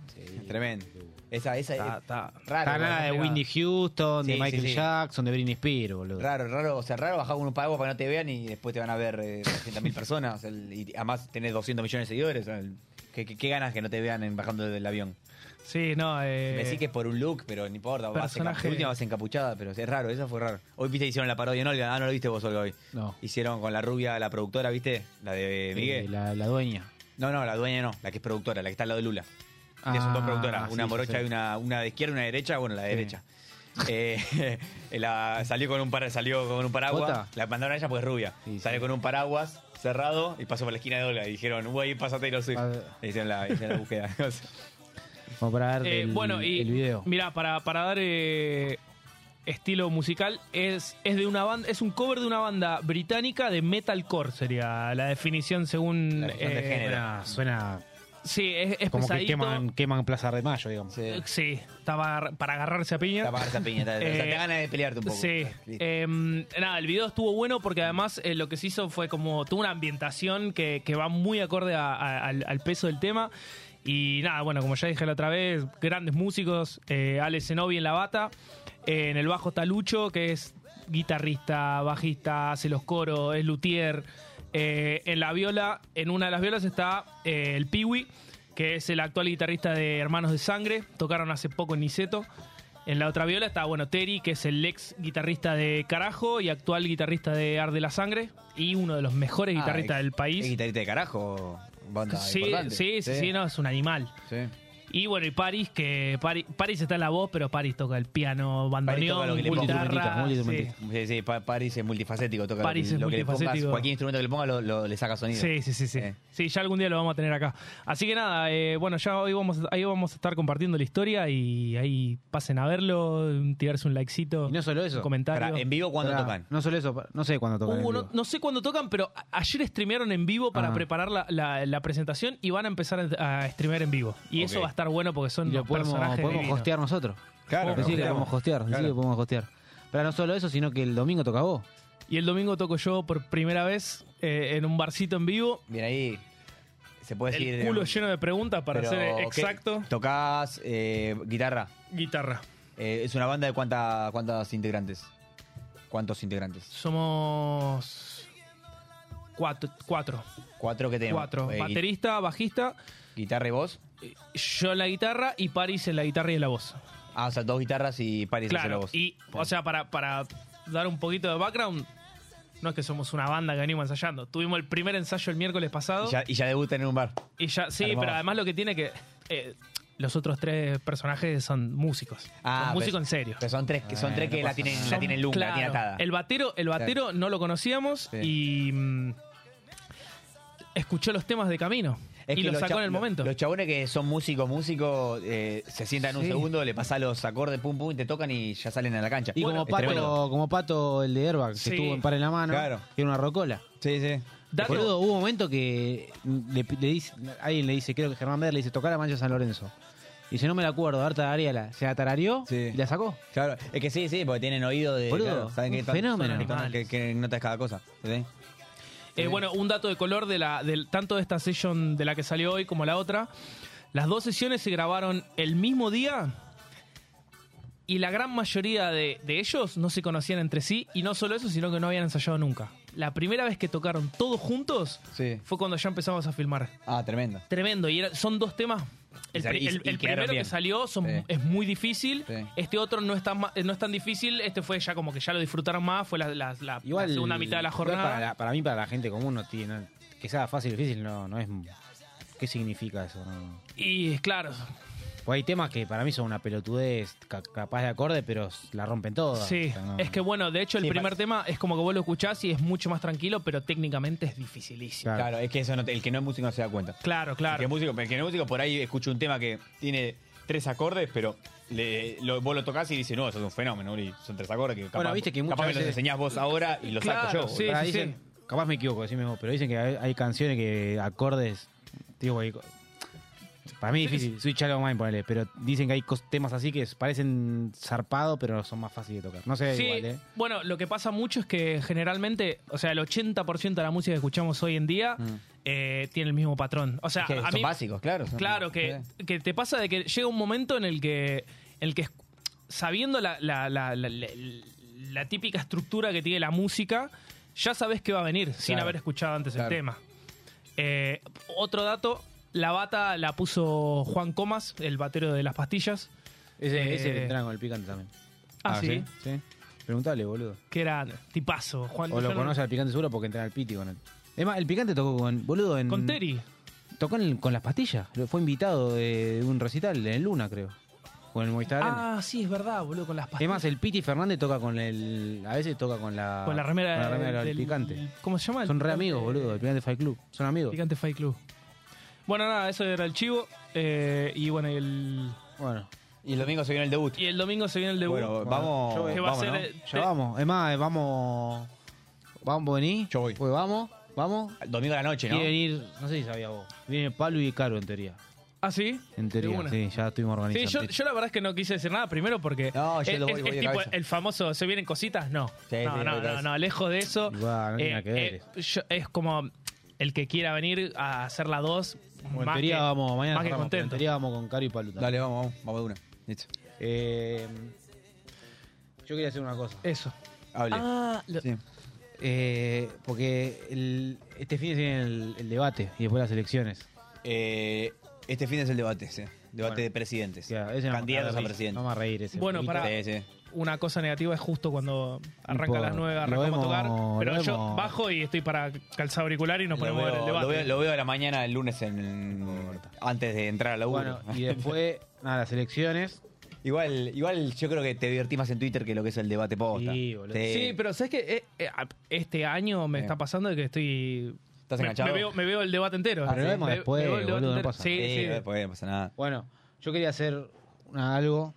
C: Tremendo. Esa, esa
D: Está-
C: es
D: está-
C: raro.
B: Está nada de
D: Mira.
B: Whitney Houston, de
C: Sí, sí,
B: Michael
C: sí.
B: Jackson, de Britney Spears, boludo.
C: Raro, raro, o sea, raro bajar con un paraguas para que no te vean y después te van a ver eh, 200.000 personas. o sea, el- y además tenés 200 millones de seguidores. o sea, el- ¿Qué, qué, qué ganas que no te vean en- bajando del avión?
D: Sí, no. eh,
C: Me decís que es por un look, pero no importa. Vas encapu-
D: Personaje-
C: última vas encapuchada, pero es raro, esa fue raro. Hoy viste hicieron la parodia en Olga. Ah, no lo viste vos, Olga, hoy.
B: No.
C: Hicieron con la rubia, la productora, ¿viste? La de Miguel.
B: Eh, la, la dueña.
C: No, no, la dueña no, la que es productora, la que está al lado de Lula.
B: Ah,
C: son dos productoras,
B: sí,
C: una
B: sí,
C: morocha
B: sí.
C: y una, una de izquierda y una de derecha, bueno, la de
B: Sí.
C: derecha. Eh, la- salió, con un para, salió con un paraguas.
B: ¿Jota?
C: La mandaron a ella pues rubia.
B: Sí,
C: salió con un paraguas cerrado y pasó por la esquina de Olga. Y dijeron, güey, pásate y lo sé.
B: A ver.
C: Le hicieron la, hicieron la búsqueda.
B: Como para ver
D: Eh,
B: el,
D: bueno, y
B: el video.
D: mirá, para, para dar eh, estilo musical, es, es de una banda, es un cover de una banda británica de metalcore, sería la definición según.
C: La definición de
D: eh,
C: género.
B: Suena, suena
D: Sí, es, es
B: como que
D: pesadito.
B: queman, queman Plaza de Mayo, digamos.
D: Eh, Sí, estaba para agarrarse a piña.
C: Tapar esa piña. Te
D: Eh,
C: da ganas de pelearte un poco.
D: Sí.
C: Listo.
D: Em, nada, el video estuvo bueno porque además eh, lo que se hizo fue como tuvo una ambientación que, que va muy acorde a- a- al, al peso del tema. Y nada, bueno, como ya dije la otra vez, grandes músicos, eh, Ale Zenobi en la bata, eh, en el bajo está Lucho, que es guitarrista, bajista, hace los coros, es luthier. Eh, en la viola, en una de las violas está eh, el Piwi, que es el actual guitarrista de Hermanos de Sangre, tocaron hace poco en Niceto. En la otra viola está, bueno, Terry, que es el ex guitarrista de Carajo y actual guitarrista de Arde la Sangre y uno de los mejores
C: Ah,
D: guitarristas
C: es-
D: del
C: Es
D: país.
C: guitarrista de carajo. Banda
D: Sí,
C: importante.
D: sí, sí, sí, no, es un animal.
C: Sí.
D: Y bueno, y Paris, que Paris, Paris está en la voz, pero Paris toca el piano,
C: Paris toca lo
D: bandoneón,
C: que le ponga.
D: guitarra.
B: Multiinstrumentista,
C: Sí, sí, Pa- Paris es multifacético. Toca
D: Paris
C: lo que,
D: es
C: lo que le pongas,
D: multifacético.
C: Cualquier instrumento que le ponga lo, lo- le saca sonido.
D: Sí, sí, sí, sí.
C: Eh.
D: Sí, ya algún día lo vamos a tener acá. Así que nada, eh, bueno, ya hoy vamos, a- ahí vamos a estar compartiendo la historia y ahí pasen a verlo, tirarse un likecito,
B: Y no solo
D: un
B: eso.
D: comentario.
C: Pará, en vivo cuando
B: Pará,
C: tocan.
B: No solo eso, pa- no sé cuándo tocan. en
D: Uh,
B: vivo.
D: no, no sé cuándo tocan, pero a- ayer streamearon en vivo para
B: Ah.
D: preparar la, la- la presentación y van a empezar a, a streamear en vivo. Y eso
C: Ok.
D: va a estar bueno porque son
B: Y lo
D: los
B: podemos,
D: personajes.
B: podemos
D: divinos.
B: hostear nosotros.
C: Claro,
B: Decí que
C: hosteamos.
B: podemos hostear, decí
C: Claro.
B: que podemos hostear. Pero no solo eso, sino que el domingo toca vos.
D: Y el domingo toco yo por primera vez eh, en un barcito en vivo.
C: Bien ahí. Se puede decir.
D: El culo lleno de preguntas para
C: Pero,
D: ser
C: ¿qué?
D: exacto.
C: Tocás eh, guitarra.
D: Guitarra.
C: Eh, ¿Es una banda de cuánta, cuántas integrantes? ¿Cuántos integrantes?
D: Somos cuatro. Cuatro.
C: Cuatro que tenemos.
D: cuatro.
C: Eh, gui-
D: Baterista, bajista,
C: Guitarra y voz.
D: yo en la guitarra y Paris en la guitarra y en la voz.
C: Ah, o sea, dos guitarras y Paris hace la
D: Claro,
C: voz.
D: y, o sea, para, para dar un poquito de background, no es que somos una banda que venimos ensayando. Tuvimos el primer ensayo el miércoles pasado.
C: Y ya, y ya debutan en un bar.
D: y ya- sí,
C: Hermoso.
D: pero además lo que tiene que. eh, los otros tres personajes son músicos.
C: Ah,
D: Son músicos
C: pues-
D: en serio.
C: Pero son tres, que son tres que la tienen, la
D: Son-
C: tienen lunga, la
D: claro,
C: tienen atada.
D: El batero, el batero no lo conocíamos y. mm, escuchó los temas de camino.
C: Es
D: y
C: que
D: lo
C: los
D: sacó
C: cha-
D: en el momento.
C: Los chabones que son músicos, músicos, eh, se sientan un
B: Sí.
C: segundo, le pasás los acordes, pum, pum, y te tocan y ya salen a la cancha.
B: Y
C: Es
B: como,
C: tremendo.
B: pato, como Pato, el de Airbag,
D: Sí.
B: que estuvo en par en la mano,
C: Claro.
B: y una rocola.
C: Sí, sí.
D: Dato-
B: Boludo, hubo un momento que le, le dice, alguien le dice, creo que Germán Verde le dice, tocar la mancha San Lorenzo. Y dice, no me la acuerdo, a ver, tarareala. Se la tarareó
C: Sí.
B: y la sacó.
C: Claro, es que sí, sí, porque tienen oído de.
B: Boludo,
C: claro, saben
B: un
C: que tan-
B: fenómeno.
C: son animales, Que, que notas cada cosa. ¿sí?
D: Eh, bueno, un dato de color de la, del- tanto de esta session de la que salió hoy como la otra. Las dos sesiones se grabaron el mismo día y la gran mayoría de, de ellos no se conocían entre sí y no solo eso, sino que no habían ensayado nunca. La primera vez que tocaron todos juntos
C: Sí.
D: fue cuando ya empezamos a filmar.
C: Ah, tremendo.
D: Tremendo, y era- son dos temas. El,
C: Y sal-
D: pri-
C: y-
D: el-
C: y quedaron
D: el primero que
C: bien.
D: salió son-
C: Sí.
D: es muy difícil.
C: Sí.
D: Este otro no es, tan, ma- no es tan difícil. Este fue ya como que ya lo disfrutaron más. Fue la, la- la- la
B: Igual,
D: segunda mitad de la
B: igual
D: jornada.
B: Para, la- para mí, para la gente común, no tiene, que sea fácil o difícil, no, no es... ¿Qué significa eso? No.
D: Y claro,
B: Pues hay temas que para mí son una pelotudez ca- capaz de acorde, pero la rompen todas.
D: Sí,
B: O sea, no-
D: es que bueno, de hecho el
C: Sí,
D: primer
C: pa-
D: tema es como que vos lo escuchás y es mucho más tranquilo, pero técnicamente es dificilísimo.
B: Claro.
C: Claro, es que eso no te- el que no es músico no se da cuenta.
D: Claro,
C: El, que es
D: claro.
C: músico, el que no es músico por ahí escucha un tema que tiene tres acordes, pero le- lo- vos lo tocas y dice, no, eso es un fenómeno, Uri, son tres acordes que capaz,
B: Bueno, viste que muchas
C: capaz me los
B: veces-
C: enseñás vos ahora y los saco
D: Claro,
C: yo.
D: sí.
B: Pará, dicen- Capaz me equivoco, decime vos, pero dicen que hay, hay canciones que acordes. Digo, hay co- para mí es difícil, soy Child of Mine, ponele, pero dicen que hay cos- temas así que parecen zarpados, pero son más fáciles de tocar. No sé,
D: Sí,
B: igual, ¿eh?
D: bueno, lo que pasa mucho es que generalmente, o sea, el 80% de la música que escuchamos hoy en día eh, tiene el mismo patrón. O sea,
C: Es que
D: a
C: son
D: mí,
C: básicos, claro. son-
D: Claro, que,
C: sí.
D: que te pasa de que llega un momento en el que, en el que escu- sabiendo la, la- la- la- la- la típica estructura que tiene la música, ya sabes que va a venir sin
C: Claro.
D: haber escuchado antes
C: Claro.
D: el tema. Eh, otro dato, la bata la puso Juan Comas, el batero de las pastillas.
B: Ese,
D: Eh,
B: ese que entra con el picante también.
D: Ah, sí,
B: Sí. Preguntale, boludo.
D: que era tipazo. Juan,
B: O
D: yo
B: lo
D: no-
B: conoce al picante seguro porque entra al piti con él. Es más, el picante tocó con, boludo, en.
D: Con Terry.
B: Tocó en el- con las pastillas. Fue invitado de un recital en el Luna, creo. con el Movistar Arena.
D: Ah, sí, es verdad, boludo, con las pastillas.
B: Es más, el Piti Fernández toca con el. A veces toca con la.
D: con la remera,
B: con la remera del
D: del-
B: picante.
D: ¿Cómo se llama? El
B: Son re
D: picante-
B: amigos, boludo. El picante Fight Club. Son amigos.
D: Picante Fight Club. Bueno, nada, eso era el chivo. eh, y bueno, y el,
B: Bueno,
C: Y el domingo se viene el debut.
D: y el domingo se viene el debut.
C: Bueno, vamos.
B: yo voy.
D: que va
C: vamos,
D: a ser.
C: ¿no?
D: eh,
B: ya
D: te-
B: vamos. Es más, eh, vamos. Vamos, vení.
C: Yo voy.
B: Pues vamos, vamos.
C: Domingo a la noche, ¿no?
B: Quiere venir, no sé si sabía vos. Viene Pablo y Caro en teoría.
D: ¿Ah, sí?
B: En
D: De
B: teoría,
D: una.
B: sí, ya estuvimos
D: Sí,
B: organizando.
D: yo, yo la verdad es que no quise decir nada primero porque.
C: No, yo
D: es,
C: lo voy-
D: es-
C: voy
D: es
C: de
D: tipo
C: cabeza.
D: el famoso, ¿se vienen cositas? No.
C: Sí, sí,
D: no,
C: voy de
D: no, no,
C: cabeza.
D: no, lejos de eso. eh,
B: Igual, no tiene nada que ver
D: yo- es como el que quiera venir a hacer la 2.
B: Bueno, en teoría vamos, mañana
D: más
B: cerramos,
D: que
B: pero en
D: contento.
B: teoría vamos con Caro y Pablo. también.
C: Dale, vamos, vamos, vamos de una. Listo.
B: Eh, yo quería hacer una cosa.
D: Eso.
C: Hable.
D: Ah, lo-
C: Sí.
B: Eh, porque el- este fin tiene el, el debate y después las elecciones.
C: Eh, este fin es el debate, sí. Debate
B: Bueno.
C: de presidentes.
B: O sea, ese no-
C: Candidatos a
B: no,
C: presidente.
B: No vamos a reír ese.
D: Bueno,
B: poquito.
D: pará.
C: Sí, sí.
D: Una cosa negativa es justo cuando arranca a
B: importa,
D: las 9,
B: lo
D: arrancamos a tocar.
B: vemos,
D: Pero
B: lo
D: yo
B: vemos.
D: bajo y estoy para calzado auricular y nos
C: Lo
D: ponemos a ver el
C: veo,
D: debate.
C: lo veo- lo veo a la mañana el lunes en, antes de entrar a la U.
B: Bueno, y después, nada, las elecciones.
C: igual, igual yo creo que te divertís más en Twitter que lo que es el debate posta.
B: Sí, boludo.
D: Sí, pero ¿sabes que Este año me
C: Bien.
D: está pasando de que estoy.
C: ¿Estás
D: me,
C: enganchado?
D: me veo, me veo el debate entero.
B: Ah, pero lo
D: Sí.
B: vemos
D: Me-
B: después,
D: me veo el debate
B: boludo, no
D: entero.
B: pasa
D: Sí,
C: Sí,
D: sí.
C: después no pasa nada.
B: Bueno, yo quería hacer una- algo.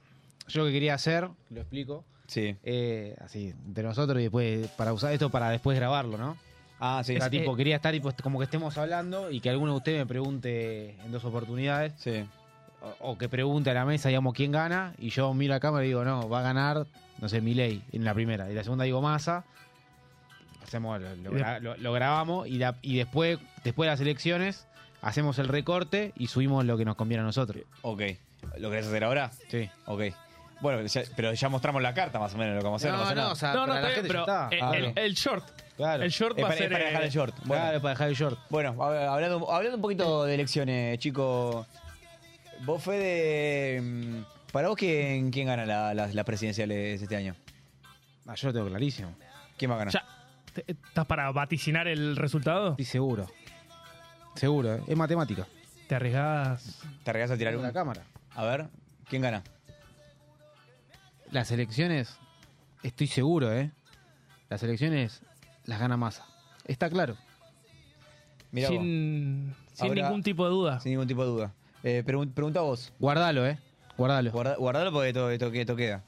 B: Yo lo que quería hacer, lo explico,
C: Sí.
B: eh, así, entre nosotros y después, para usar esto para después grabarlo, ¿no?
C: Ah, sí.
B: O sea,
C: sí.
B: tipo, quería estar tipo, como que estemos hablando y que alguno de ustedes me pregunte en dos oportunidades.
C: Sí.
B: o, o que pregunte a la mesa, digamos, quién gana, y yo miro a la cámara y digo, no, va a ganar, no sé, Milei en la primera. Y la segunda digo Massa. Hacemos, lo, lo gra- lo- lo grabamos y, la- y después, después de las elecciones hacemos el recorte y subimos lo que nos conviene a nosotros.
C: Ok. ¿Lo querés hacer ahora?
B: Sí.
C: Ok. Bueno, ya- pero ya mostramos la carta más o menos, lo que vamos a hacer. No, pasa nada.
B: sea,
D: No, no,
B: para
D: está
B: la
D: bien,
B: gente ya
D: pero
B: está.
D: eh,
C: Ah,
D: el,
C: bueno.
D: el short.
B: Claro.
D: El short
C: Es
D: va a
C: para,
D: ser.
C: es para dejar
D: eh,
C: el short. Bueno,
B: Claro, para dejar el short.
C: Bueno, a ver, hablando, hablando un poquito de elecciones, chicos. Vos, Fede, mm, ¿para vos quién, quién gana la- las- las presidenciales este año?
B: Ah, yo lo tengo clarísimo.
C: ¿Quién va a ganar?
D: ya. ¿Te- ¿Estás para vaticinar el resultado?
B: Estoy seguro. Seguro, ¿eh? es matemática.
D: Te arriesgás.
C: ¿Te arriesgas a tirar
B: Tengo
C: una?
B: la cámara.
C: A ver, ¿quién gana?
B: Las elecciones, estoy seguro, ¿eh? Las elecciones las gana Massa. Está claro.
C: Mirá vos, sin...
D: sin sin
C: Ahora-
D: ningún tipo de duda.
C: ningún tipo de duda. Eh, pregun- pregunta a vos.
B: Guardalo, ¿eh? Guardalo.
C: Guarda- guardalo porque esto, esto, esto queda.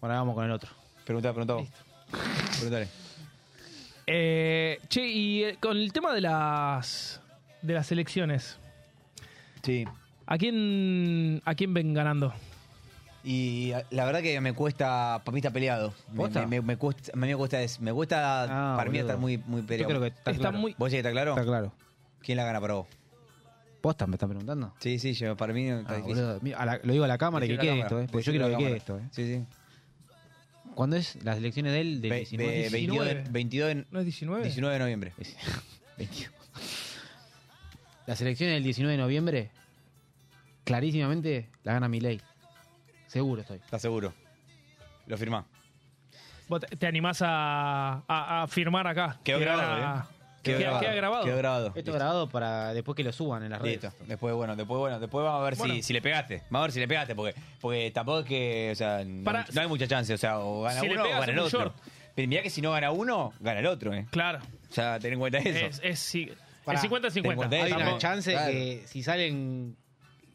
B: Ahora vamos con el otro.
C: Pregunta, pregunta a vos. Preguntale.
D: Eh, che, y eh, con el tema de las. de las elecciones.
C: Sí.
D: ¿A quién, ¿A quién ven ganando?
C: Y a- la verdad que me cuesta, para mí está peleado. Me,
B: ¿Posta?
C: me, me- me cuesta, a mí me cuesta, es- me cuesta
B: Ah,
C: para mí
B: boludo.
C: estar muy, muy peleado.
B: Yo creo que está,
D: Está
B: claro.
D: muy-
C: ¿Vos sí está claro?
B: Está claro.
C: ¿Quién la gana para vos?
B: ¿Posta me están preguntando?
C: Sí, sí, yo, para mí no está
B: Ah,
C: difícil.
B: boludo. Mira, a la- lo digo a la cámara y que
C: Decirle
B: quede
C: a la
B: esto,
C: cámara,
B: ¿eh? Porque yo
C: decirle
B: quiero
C: a
B: que
C: la
B: quede esto,
C: cámara.
B: ¿eh?
C: Sí, sí.
B: ¿Cuándo es las elecciones de él? Del
C: Ve-
B: 19?
C: ve- 22, de-
D: 19.
C: 22 de-
D: ¿No es 19?
C: 19 de noviembre.
B: Es- 22. Las elecciones del 19 de noviembre, clarísimamente, la gana Milei. Seguro estoy.
C: ¿Estás seguro? Lo firmá.
D: ¿Vos te, te animás a, a- a firmar acá?
C: Quedó
D: Que
C: grabado,
D: gana-
C: ¿eh?
D: que- Queda, queda grabado.
C: Quedó grabado.
B: Esto
C: Listo.
B: grabado para después que lo suban en las redes.
C: Listo. Después, bueno, después, bueno, después vamos a ver si,
D: Bueno.
C: si le pegaste. Vamos a ver si le pegaste, porque, porque tampoco es que, o sea, no,
D: Pará.
C: no hay mucha chance. O sea, o gana
D: Si le
C: uno o
D: pegas
C: gana el
D: un
C: otro.
D: short.
C: Pero mirá que si no gana uno, gana el otro, eh.
D: Claro.
C: O sea, ten en cuenta eso.
D: Es, es, sí,
B: Pará,
D: es 50 50
C: ten en
B: Hay
C: cuenta
B: una
C: Tampoco-
B: chance
C: claro.
B: que si salen,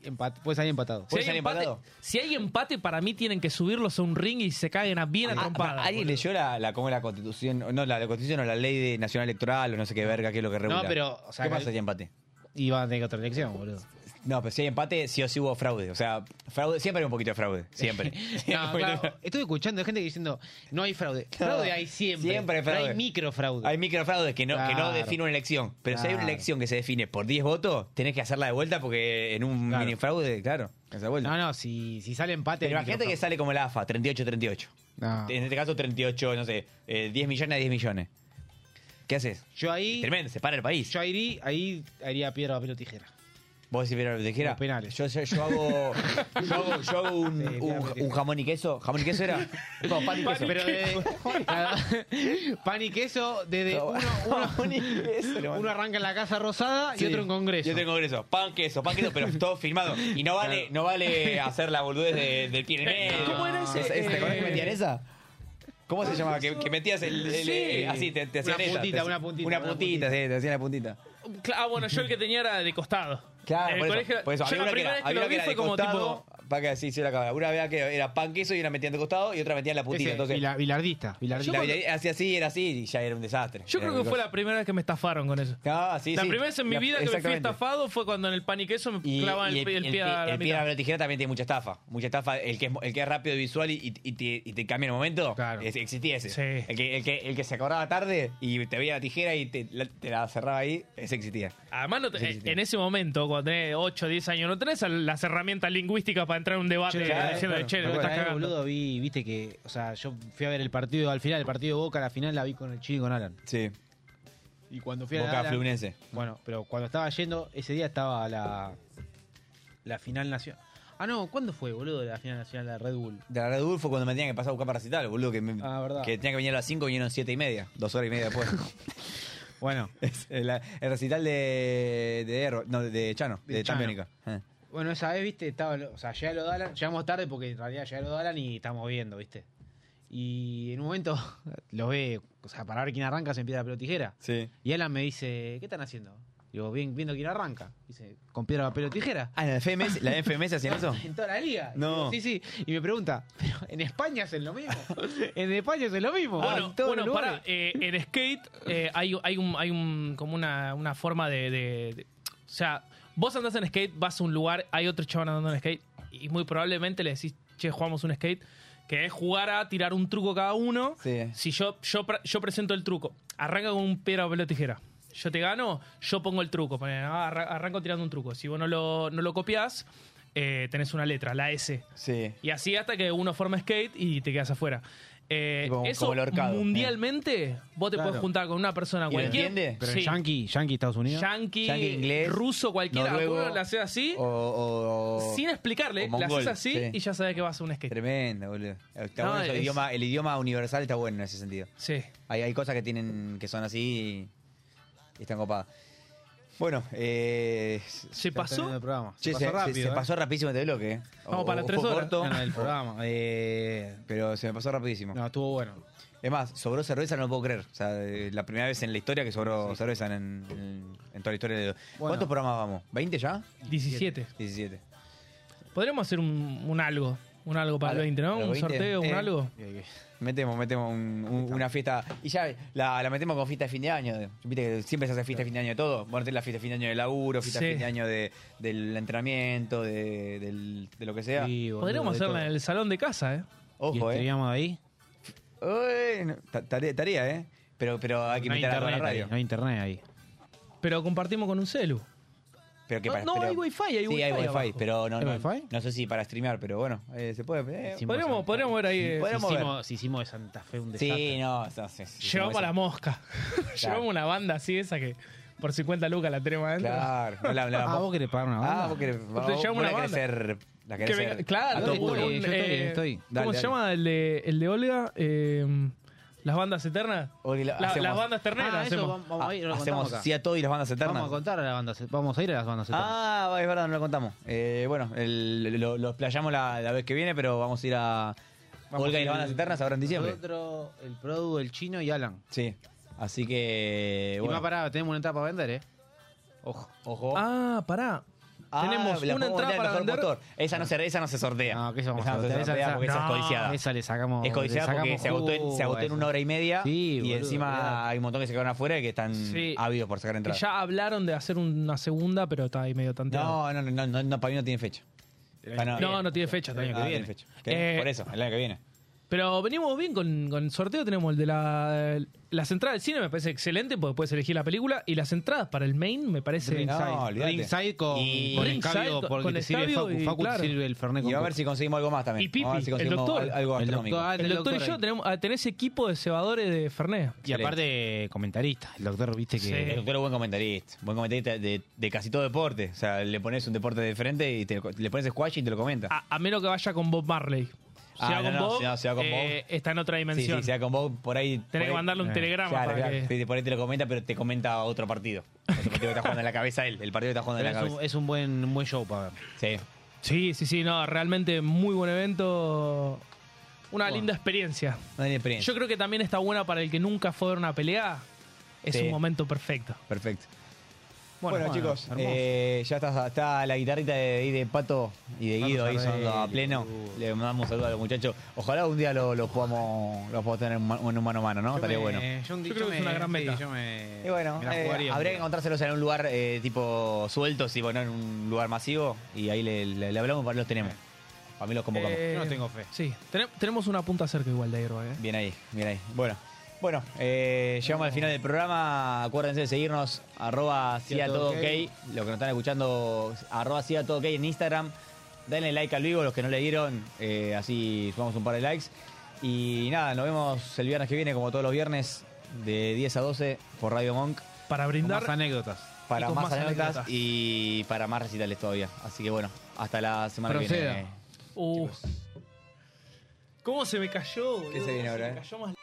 B: empat- puede salir empatado.
C: ¿Puede salir
D: empate,
C: empatado?
D: si hay empate, para mí tienen que subirlos a un ring y se caguen a bien a
C: Ah,
D: trompadas.
C: ¿Alguien
D: boludo.
C: leyó la, la, cómo es la constitución? No, la, la constitución o la ley de nacional electoral o no sé qué verga, qué es lo que regula.
B: pero, o sea,
C: ¿Qué
B: que-
C: pasa si hay empate?
B: Y van a tener que otra elección, boludo.
C: No, pero si hay empate, sí o sí hubo fraude. O sea, fraude, siempre hay un poquito de fraude. Siempre.
B: No,
C: Siempre.
B: claro, estoy escuchando gente diciendo, no hay fraude. Fraude hay siempre.
C: Siempre hay
B: pero
C: fraude.
B: Hay microfraude.
C: Hay microfraudes que no, que no
B: Claro.
C: define una elección. Pero si hay una
B: Claro.
C: elección que se define por 10 votos, tenés que hacerla de vuelta porque en un
B: Claro.
C: mini fraude, claro, esa vuelta.
B: No, no, si, si sale empate.
C: Pero imagínate
B: sale.
C: que sale como la AFA, 38-38.
B: No.
C: En este caso, 38, no sé, eh, 10 millones a 10 millones. ¿Qué haces?
B: Yo ahí.
C: Tremendo, se para el país.
B: Yo ahí, ahí haría piedra, papel o tijera.
C: Vos decís, mira, dijera.
B: Los penales.
C: Yo, yo, yo hago. Yo hago, yo hago un,
B: Sí, te
C: un-
B: voy a meter.
C: un jamón y queso. ¿Jamón y queso era? No, pan y queso.
B: Pero de- pan y queso desde
C: No,
B: uno, uno-
C: jamón y queso, le
B: uno
C: mando.
B: arranca en la Casa Rosada
C: Sí.
B: y otro en Congreso.
C: Yo tengo congreso. Pan, queso, pan, queso, pero todo filmado. Y no vale, no vale hacer la boludez de- del pie en el medio.
D: ¿Cómo era ese?
C: ¿Es- es- ¿Te acordás que
D: Eh, Ah,
C: metían esa? ¿Cómo se llamaba? Que, que metías el, el- el- así, te, te hacían
B: Una
C: esa,
B: puntita,
C: te-
B: una puntita,
C: Una
B: una
C: puntita, sí, te hacían la puntita.
D: Cla- Ah, bueno, yo el que tenía era de costado. En
C: Claro,
D: el
C: por eso,
D: colegio-
C: por eso.
D: Yo la
C: una
D: primera vez que
C: había
D: lo
C: una
D: vi
C: era
D: fue
C: de
D: como
C: costado,
D: tipo.
C: Para que así se la cámara. Una vez que era pan, queso y una metían de costado y otra metían la puntita.
B: Ese,
C: Entonces,
B: bila- bilardista.
C: la-
B: bilardista.
C: así, así, era así y ya era un desastre.
D: Yo
C: Era
D: creo que fue
C: cosa.
D: la primera vez que me estafaron con eso.
C: Ah, sí,
D: la
C: sí.
D: primera vez en mi
C: La-
D: vida que me fui
C: exactamente.
D: estafado fue cuando en el pan y queso me
C: Y, y
D: clavaban el, el pie a la
C: el pie a
D: mitad.
C: la tijera también tiene mucha estafa. Mucha estafa. El que es, el que es rápido y visual y, y- y te, y te cambia el momento.
B: Claro.
C: es- existía ese.
D: Sí.
C: El, que, el, que, el que se acordaba tarde y te veía la tijera y te la, te la cerraba ahí, ese existía.
D: Además, no te-
C: Sí, sí, sí.
D: en ese momento, cuando tenés 8, 10 años, no tenés las herramientas lingüísticas para entrar en un debate
B: Che,
C: claro,
D: diciendo,
C: claro.
D: che,
C: Me
D: lo
C: acuerdo.
D: estás
B: Una vez,
D: cagando.
B: boludo, vi, viste que, o sea, yo fui a ver el partido, al final el partido de Boca, la final la vi con el Chile y con Alan.
C: Sí.
B: Y cuando fui a la
C: Boca
B: Alan-
C: Fluminense.
B: Bueno, pero cuando estaba yendo, ese día estaba la, la final nacional. Ah, no, ¿cuándo fue, boludo, la final nacional de Red Bull?
C: De la Red Bull fue cuando me tenían que pasar a buscar para recital, boludo. Que, me-
B: Ah, verdad.
C: que tenía que venir a las 5, vinieron 7 y media. Dos horas y media después.
B: Bueno,
C: Es el, el recital de, de, Erro- no, de Chano, de,
B: De Chano.
C: Champiónica. Eh.
B: bueno, esa vez, viste, estaba, lo- o sea, llegué a lo de Alan, llegamos tarde porque en realidad llegué a lo de Alan y estamos viendo, viste. Y en un momento lo ve, o sea, para ver quién arranca se empieza la pelotijera.
C: Sí.
B: Y Alan me dice, ¿qué están haciendo? Digo, "Bien- viendo quién arranca. Dice, ¿con piedra, papel o tijera?
C: Ah, en la FMS, la FMS hacían eso.
B: en toda la liga. Digo,
C: No.
B: Sí, sí. Y me pregunta, ¿pero en España hacen lo mismo? en España hacen lo mismo.
D: Bueno,
B: En todos
D: bueno,
B: los
D: pará,
B: lugares.
D: eh, en skate eh, hay, hay, un, hay un, como una, una forma de, de- de- O sea, vos andás en skate, vas a un lugar, hay otro chaval andando en skate y muy probablemente le decís, che, jugamos un skate, que es jugar a tirar un truco cada uno.
C: Sí.
D: Si yo, yo, pre- yo presento el truco, arranca con un piedra, papel o tijera. Yo te gano, yo pongo el truco. Poné, ah, arra- arranco tirando un truco. Si vos no lo, no lo copiás, eh, tenés una letra, la S.
C: Sí.
D: Y así hasta que uno forma skate y te quedas afuera. Eh,
C: Como-
D: eso
C: como el ahorcado, Eh.
D: mundialmente vos te
B: Claro.
D: puedes juntar con una persona
C: lo
D: cualquiera.
C: entiende?
B: Pero
D: sí.
B: en Yankee, Yankee, Estados Unidos.
D: Yankee,
C: Yankee, inglés,
D: ruso, cualquiera,
C: noruego,
D: uno le hace así,
C: O, o- o-
D: sin explicarle,
C: o
D: le
C: mongol,
D: haces así
C: sí.
D: y ya sabes que vas a un skate.
C: Tremendo, boludo. Está
D: No,
C: bueno eso, el,
D: es-
C: idioma, el idioma universal está bueno en ese sentido.
D: Sí.
C: Hay, hay cosas que tienen que son así y, y están copadas. Bueno, eh,
D: ¿Se
B: Terminando
D: pasó?
B: el programa.
C: che,
B: Se pasó rápido.
C: se
B: ¿eh?
C: pasó rapidísimo este bloque. eh.
D: Vamos para las
C: fue
D: tres horas.
C: corto,
B: No, no, el programa. Eh,
C: pero se me pasó rapidísimo.
B: no, estuvo bueno.
C: Es más, sobró cerveza, no lo puedo creer. O sea, eh, la primera vez en la historia que sobró cerveza en, en- en toda la historia. De... ¿Cuántos programas vamos? ¿20 ya?
D: 17.
C: 17.
D: Podríamos hacer un, un algo, un algo para el
C: Al-
D: 20, ¿no?
C: al
D: Un
C: 20,
D: sorteo,
C: eh.
D: un algo.
C: Metemos, metemos un- un- una fiesta. Y ya la, la metemos con fiesta de fin de año. Viste que siempre se hace fiesta de fin de año de todo. Bueno, tenés la fiesta de fin de año del laburo, fiesta de
D: Sí.
C: fin de año de- del entrenamiento, de, del- de lo que sea.
B: Sí, boludo,
D: Podríamos
B: de
D: hacerla
B: todo.
D: en el salón de casa, ¿eh?
B: Y
C: Ojo, eh.
B: estreamos ahí.
C: Uy, no, ta- tarea, tarea, eh. Pero, pero hay que
B: No hay
C: invitar a toda la
B: internet
C: radio.
B: ahí. No hay internet ahí.
D: Pero compartimos con un celu.
C: Pero que
D: No,
C: para-
D: no,
C: pero-
D: hay wifi, hay
C: sí, hay
D: wifi
C: wifi,
D: abajo.
C: pero no, no,
B: ¿Hay wifi?
C: no sé si para streamear, pero bueno, eh, se puede. eh,
B: Hicimos
D: Podríamos,
B: Santa-
D: podríamos ver ahí. eh,
C: Podríamos-
B: si
C: ver.
B: hicimos, si hicimos de Santa Fe un desastre.
C: sí, no, no sé, sí,
D: Llevamos
C: como
D: la
C: esa-
D: mosca. Llevamos una banda así, esa que por 50 lucas la tenemos adentro.
C: Claro, no la, la-
B: Ah, vos querés pagar una banda.
C: Ah, vos querés. vos-
D: llevamos
C: vos
D: una
C: la querés
D: banda.
C: ser. La
D: Que
C: querés
D: venga-
C: ser
D: claro,
C: a
B: Yo
C: todo
D: un-
B: estoy,
C: pulmón.
B: yo estoy,
D: eh,
B: estoy.
D: ¿Cómo
C: Dale,
D: se
C: dale.
D: llama el de, el de Olga? Eh, ¿Las bandas eternas?
C: Oye, la-
D: La-
C: hacemos-
D: las bandas terneras
B: Ah, eso
D: hacemos.
B: vamos, vamos a ir, lo
C: Ah,
B: contamos
C: hacemos
B: acá.
C: sí a todo y las bandas eternas.
B: Vamos a contar a la banda, vamos a ir a las bandas eternas.
C: Ah, va, es verdad, no lo contamos. Eh, bueno, el- lo, lo explayamos la, la vez que viene, pero vamos a ir a Olga y las bandas eternas ahora en diciembre.
B: Nosotros, el Produ, el Chino y Alan.
C: Sí. Así que.
B: Y
C: Bueno,
B: más pará, tenemos una entrada para vender, ¿eh? Ojo.
C: ojo.
D: Ah, pará. tenemos
C: la
D: una
C: podemos
D: entrada
C: vender al
D: para
C: mejor
D: vender.
C: motor. Esa no se, esa no se sortea.
B: No, que esa vamos a
C: no se
B: sortear,
C: sortea
B: esa- esa-
C: porque esa es
D: no,
C: codiciada.
B: Esa le sacamos.
C: Es codiciada
B: le
C: porque
B: sacamos
C: se agotó, en, se agotó en
B: jugo a
C: una
B: esa.
C: hora y media
B: Sí,
C: y
B: boludo,
C: encima
B: olvidate.
C: hay un montón que se quedaron afuera y que están
D: Sí.
C: ávidos por sacar
D: Que
C: entradas.
D: ya hablaron de hacer una segunda, pero está ahí medio tanteado.
C: No, no, no, no, no, no, para mí no tiene fecha. Para-
D: no, no tiene fecha
C: Ah,
D: todavía.
C: tiene fecha. ¿Qué?
D: Eh,
C: por eso, el año que viene.
D: Pero venimos bien con, con el sorteo. Tenemos el de la, las entradas del cine, me parece excelente porque puedes elegir la película. Y las entradas para el main, me parece.
C: Ringside. No, olvídate.
B: Ringside con,
C: Y-
B: con
D: Ringside
B: Escabio,
D: con-
B: porque
D: con
B: te sirve
D: Escabio
B: Facu.
D: y
B: Facu te
D: claro.
B: sirve el Fernet con
C: Y a ver
B: coca.
C: si conseguimos algo más también.
D: Y Pipi,
C: Vamos a ver si
D: el
C: conseguimos
D: doctor.
C: al- algo
B: El
C: gastronómico.
B: doctor- ah,
D: El doctor y yo
B: ahí.
D: tenemos, ah, tenés equipo de cebadores de Fernet.
B: Y aparte, comentarista. El doctor, viste que.
D: Sí.
C: El doctor es buen comentarista, buen comentarista de, de casi todo deporte. O sea, le pones un deporte diferente y te, lo- le pones squash y te lo comenta.
D: A, a menos que vaya con Bob Marley. Si
C: Ah,
D: va
C: no,
D: con
C: no,
D: Bob,
C: si va- si va con
D: eh, está en otra
C: sí,
D: dimensión.
C: sí, sea con vos por ahí. por
D: Tenés
C: ahí-
D: que mandarle un
C: Eh.
D: telegrama
C: Claro,
D: para
C: claro.
D: que.
C: Sí, sí, por ahí te lo comenta, pero te comenta otro partido. Otro partido que está jugando en la cabeza él. El partido que está jugando
B: Pero
C: en la
B: es,
C: cabeza.
B: un, es un buen, un buen show para ver.
C: Sí.
D: Sí, sí, sí, no, realmente muy buen evento. Una linda experiencia.
C: No hay experiencia.
D: Yo creo que también está buena para el que nunca fue a ver una pelea. Es
C: Sí.
D: un momento perfecto.
C: Perfecto.
D: Bueno,
C: Bueno,
D: bueno,
C: chicos,
B: hermoso.
C: eh, ya está, está la guitarrita de, ahí de Pato y de
B: Pato
C: Guido ahí
B: Sardelli,
C: sonando a pleno.
B: boludo.
C: Le mandamos un saludo a los muchachos. Ojalá un día los lo podamos, lo podamos tener en ma- en un mano a mano, ¿no? Estaría bueno.
B: Yo,
D: Yo creo que es una gran meta.
C: Y bueno, eh, habría que encontrárselos en un lugar eh, tipo suelto, si bueno, en un lugar masivo, y ahí le, le- le hablamos para los tenemos. Para mí los convocamos.
D: Eh,
B: Yo no tengo fe.
D: Sí, Tenem- tenemos una punta cerca igual de Héroe. ¿eh?
C: Bien ahí, bien ahí. Bueno, bueno, eh, llegamos al final del programa. Acuérdense de seguirnos, arroba sea todo ok. Los que nos están escuchando, arroba sea todo ok en Instagram. Denle like al vivo, los que no le dieron, eh, así sumamos un par de likes. Y nada, nos vemos el viernes que viene, como todos los viernes, de 10 a 12 por Radio Monk.
D: Para
B: Con
D: brindar.
B: Más anécdotas.
C: para
D: y con
C: más,
D: más
C: anécdotas,
D: anécdotas.
C: y para más recitales todavía. Así que bueno, hasta la semana que
B: Proceda.
C: viene.
D: Uh, ¿Cómo se me cayó? boludo?
C: se viene
D: ¿Cómo
C: ahora,
D: me
C: eh?
D: cayó más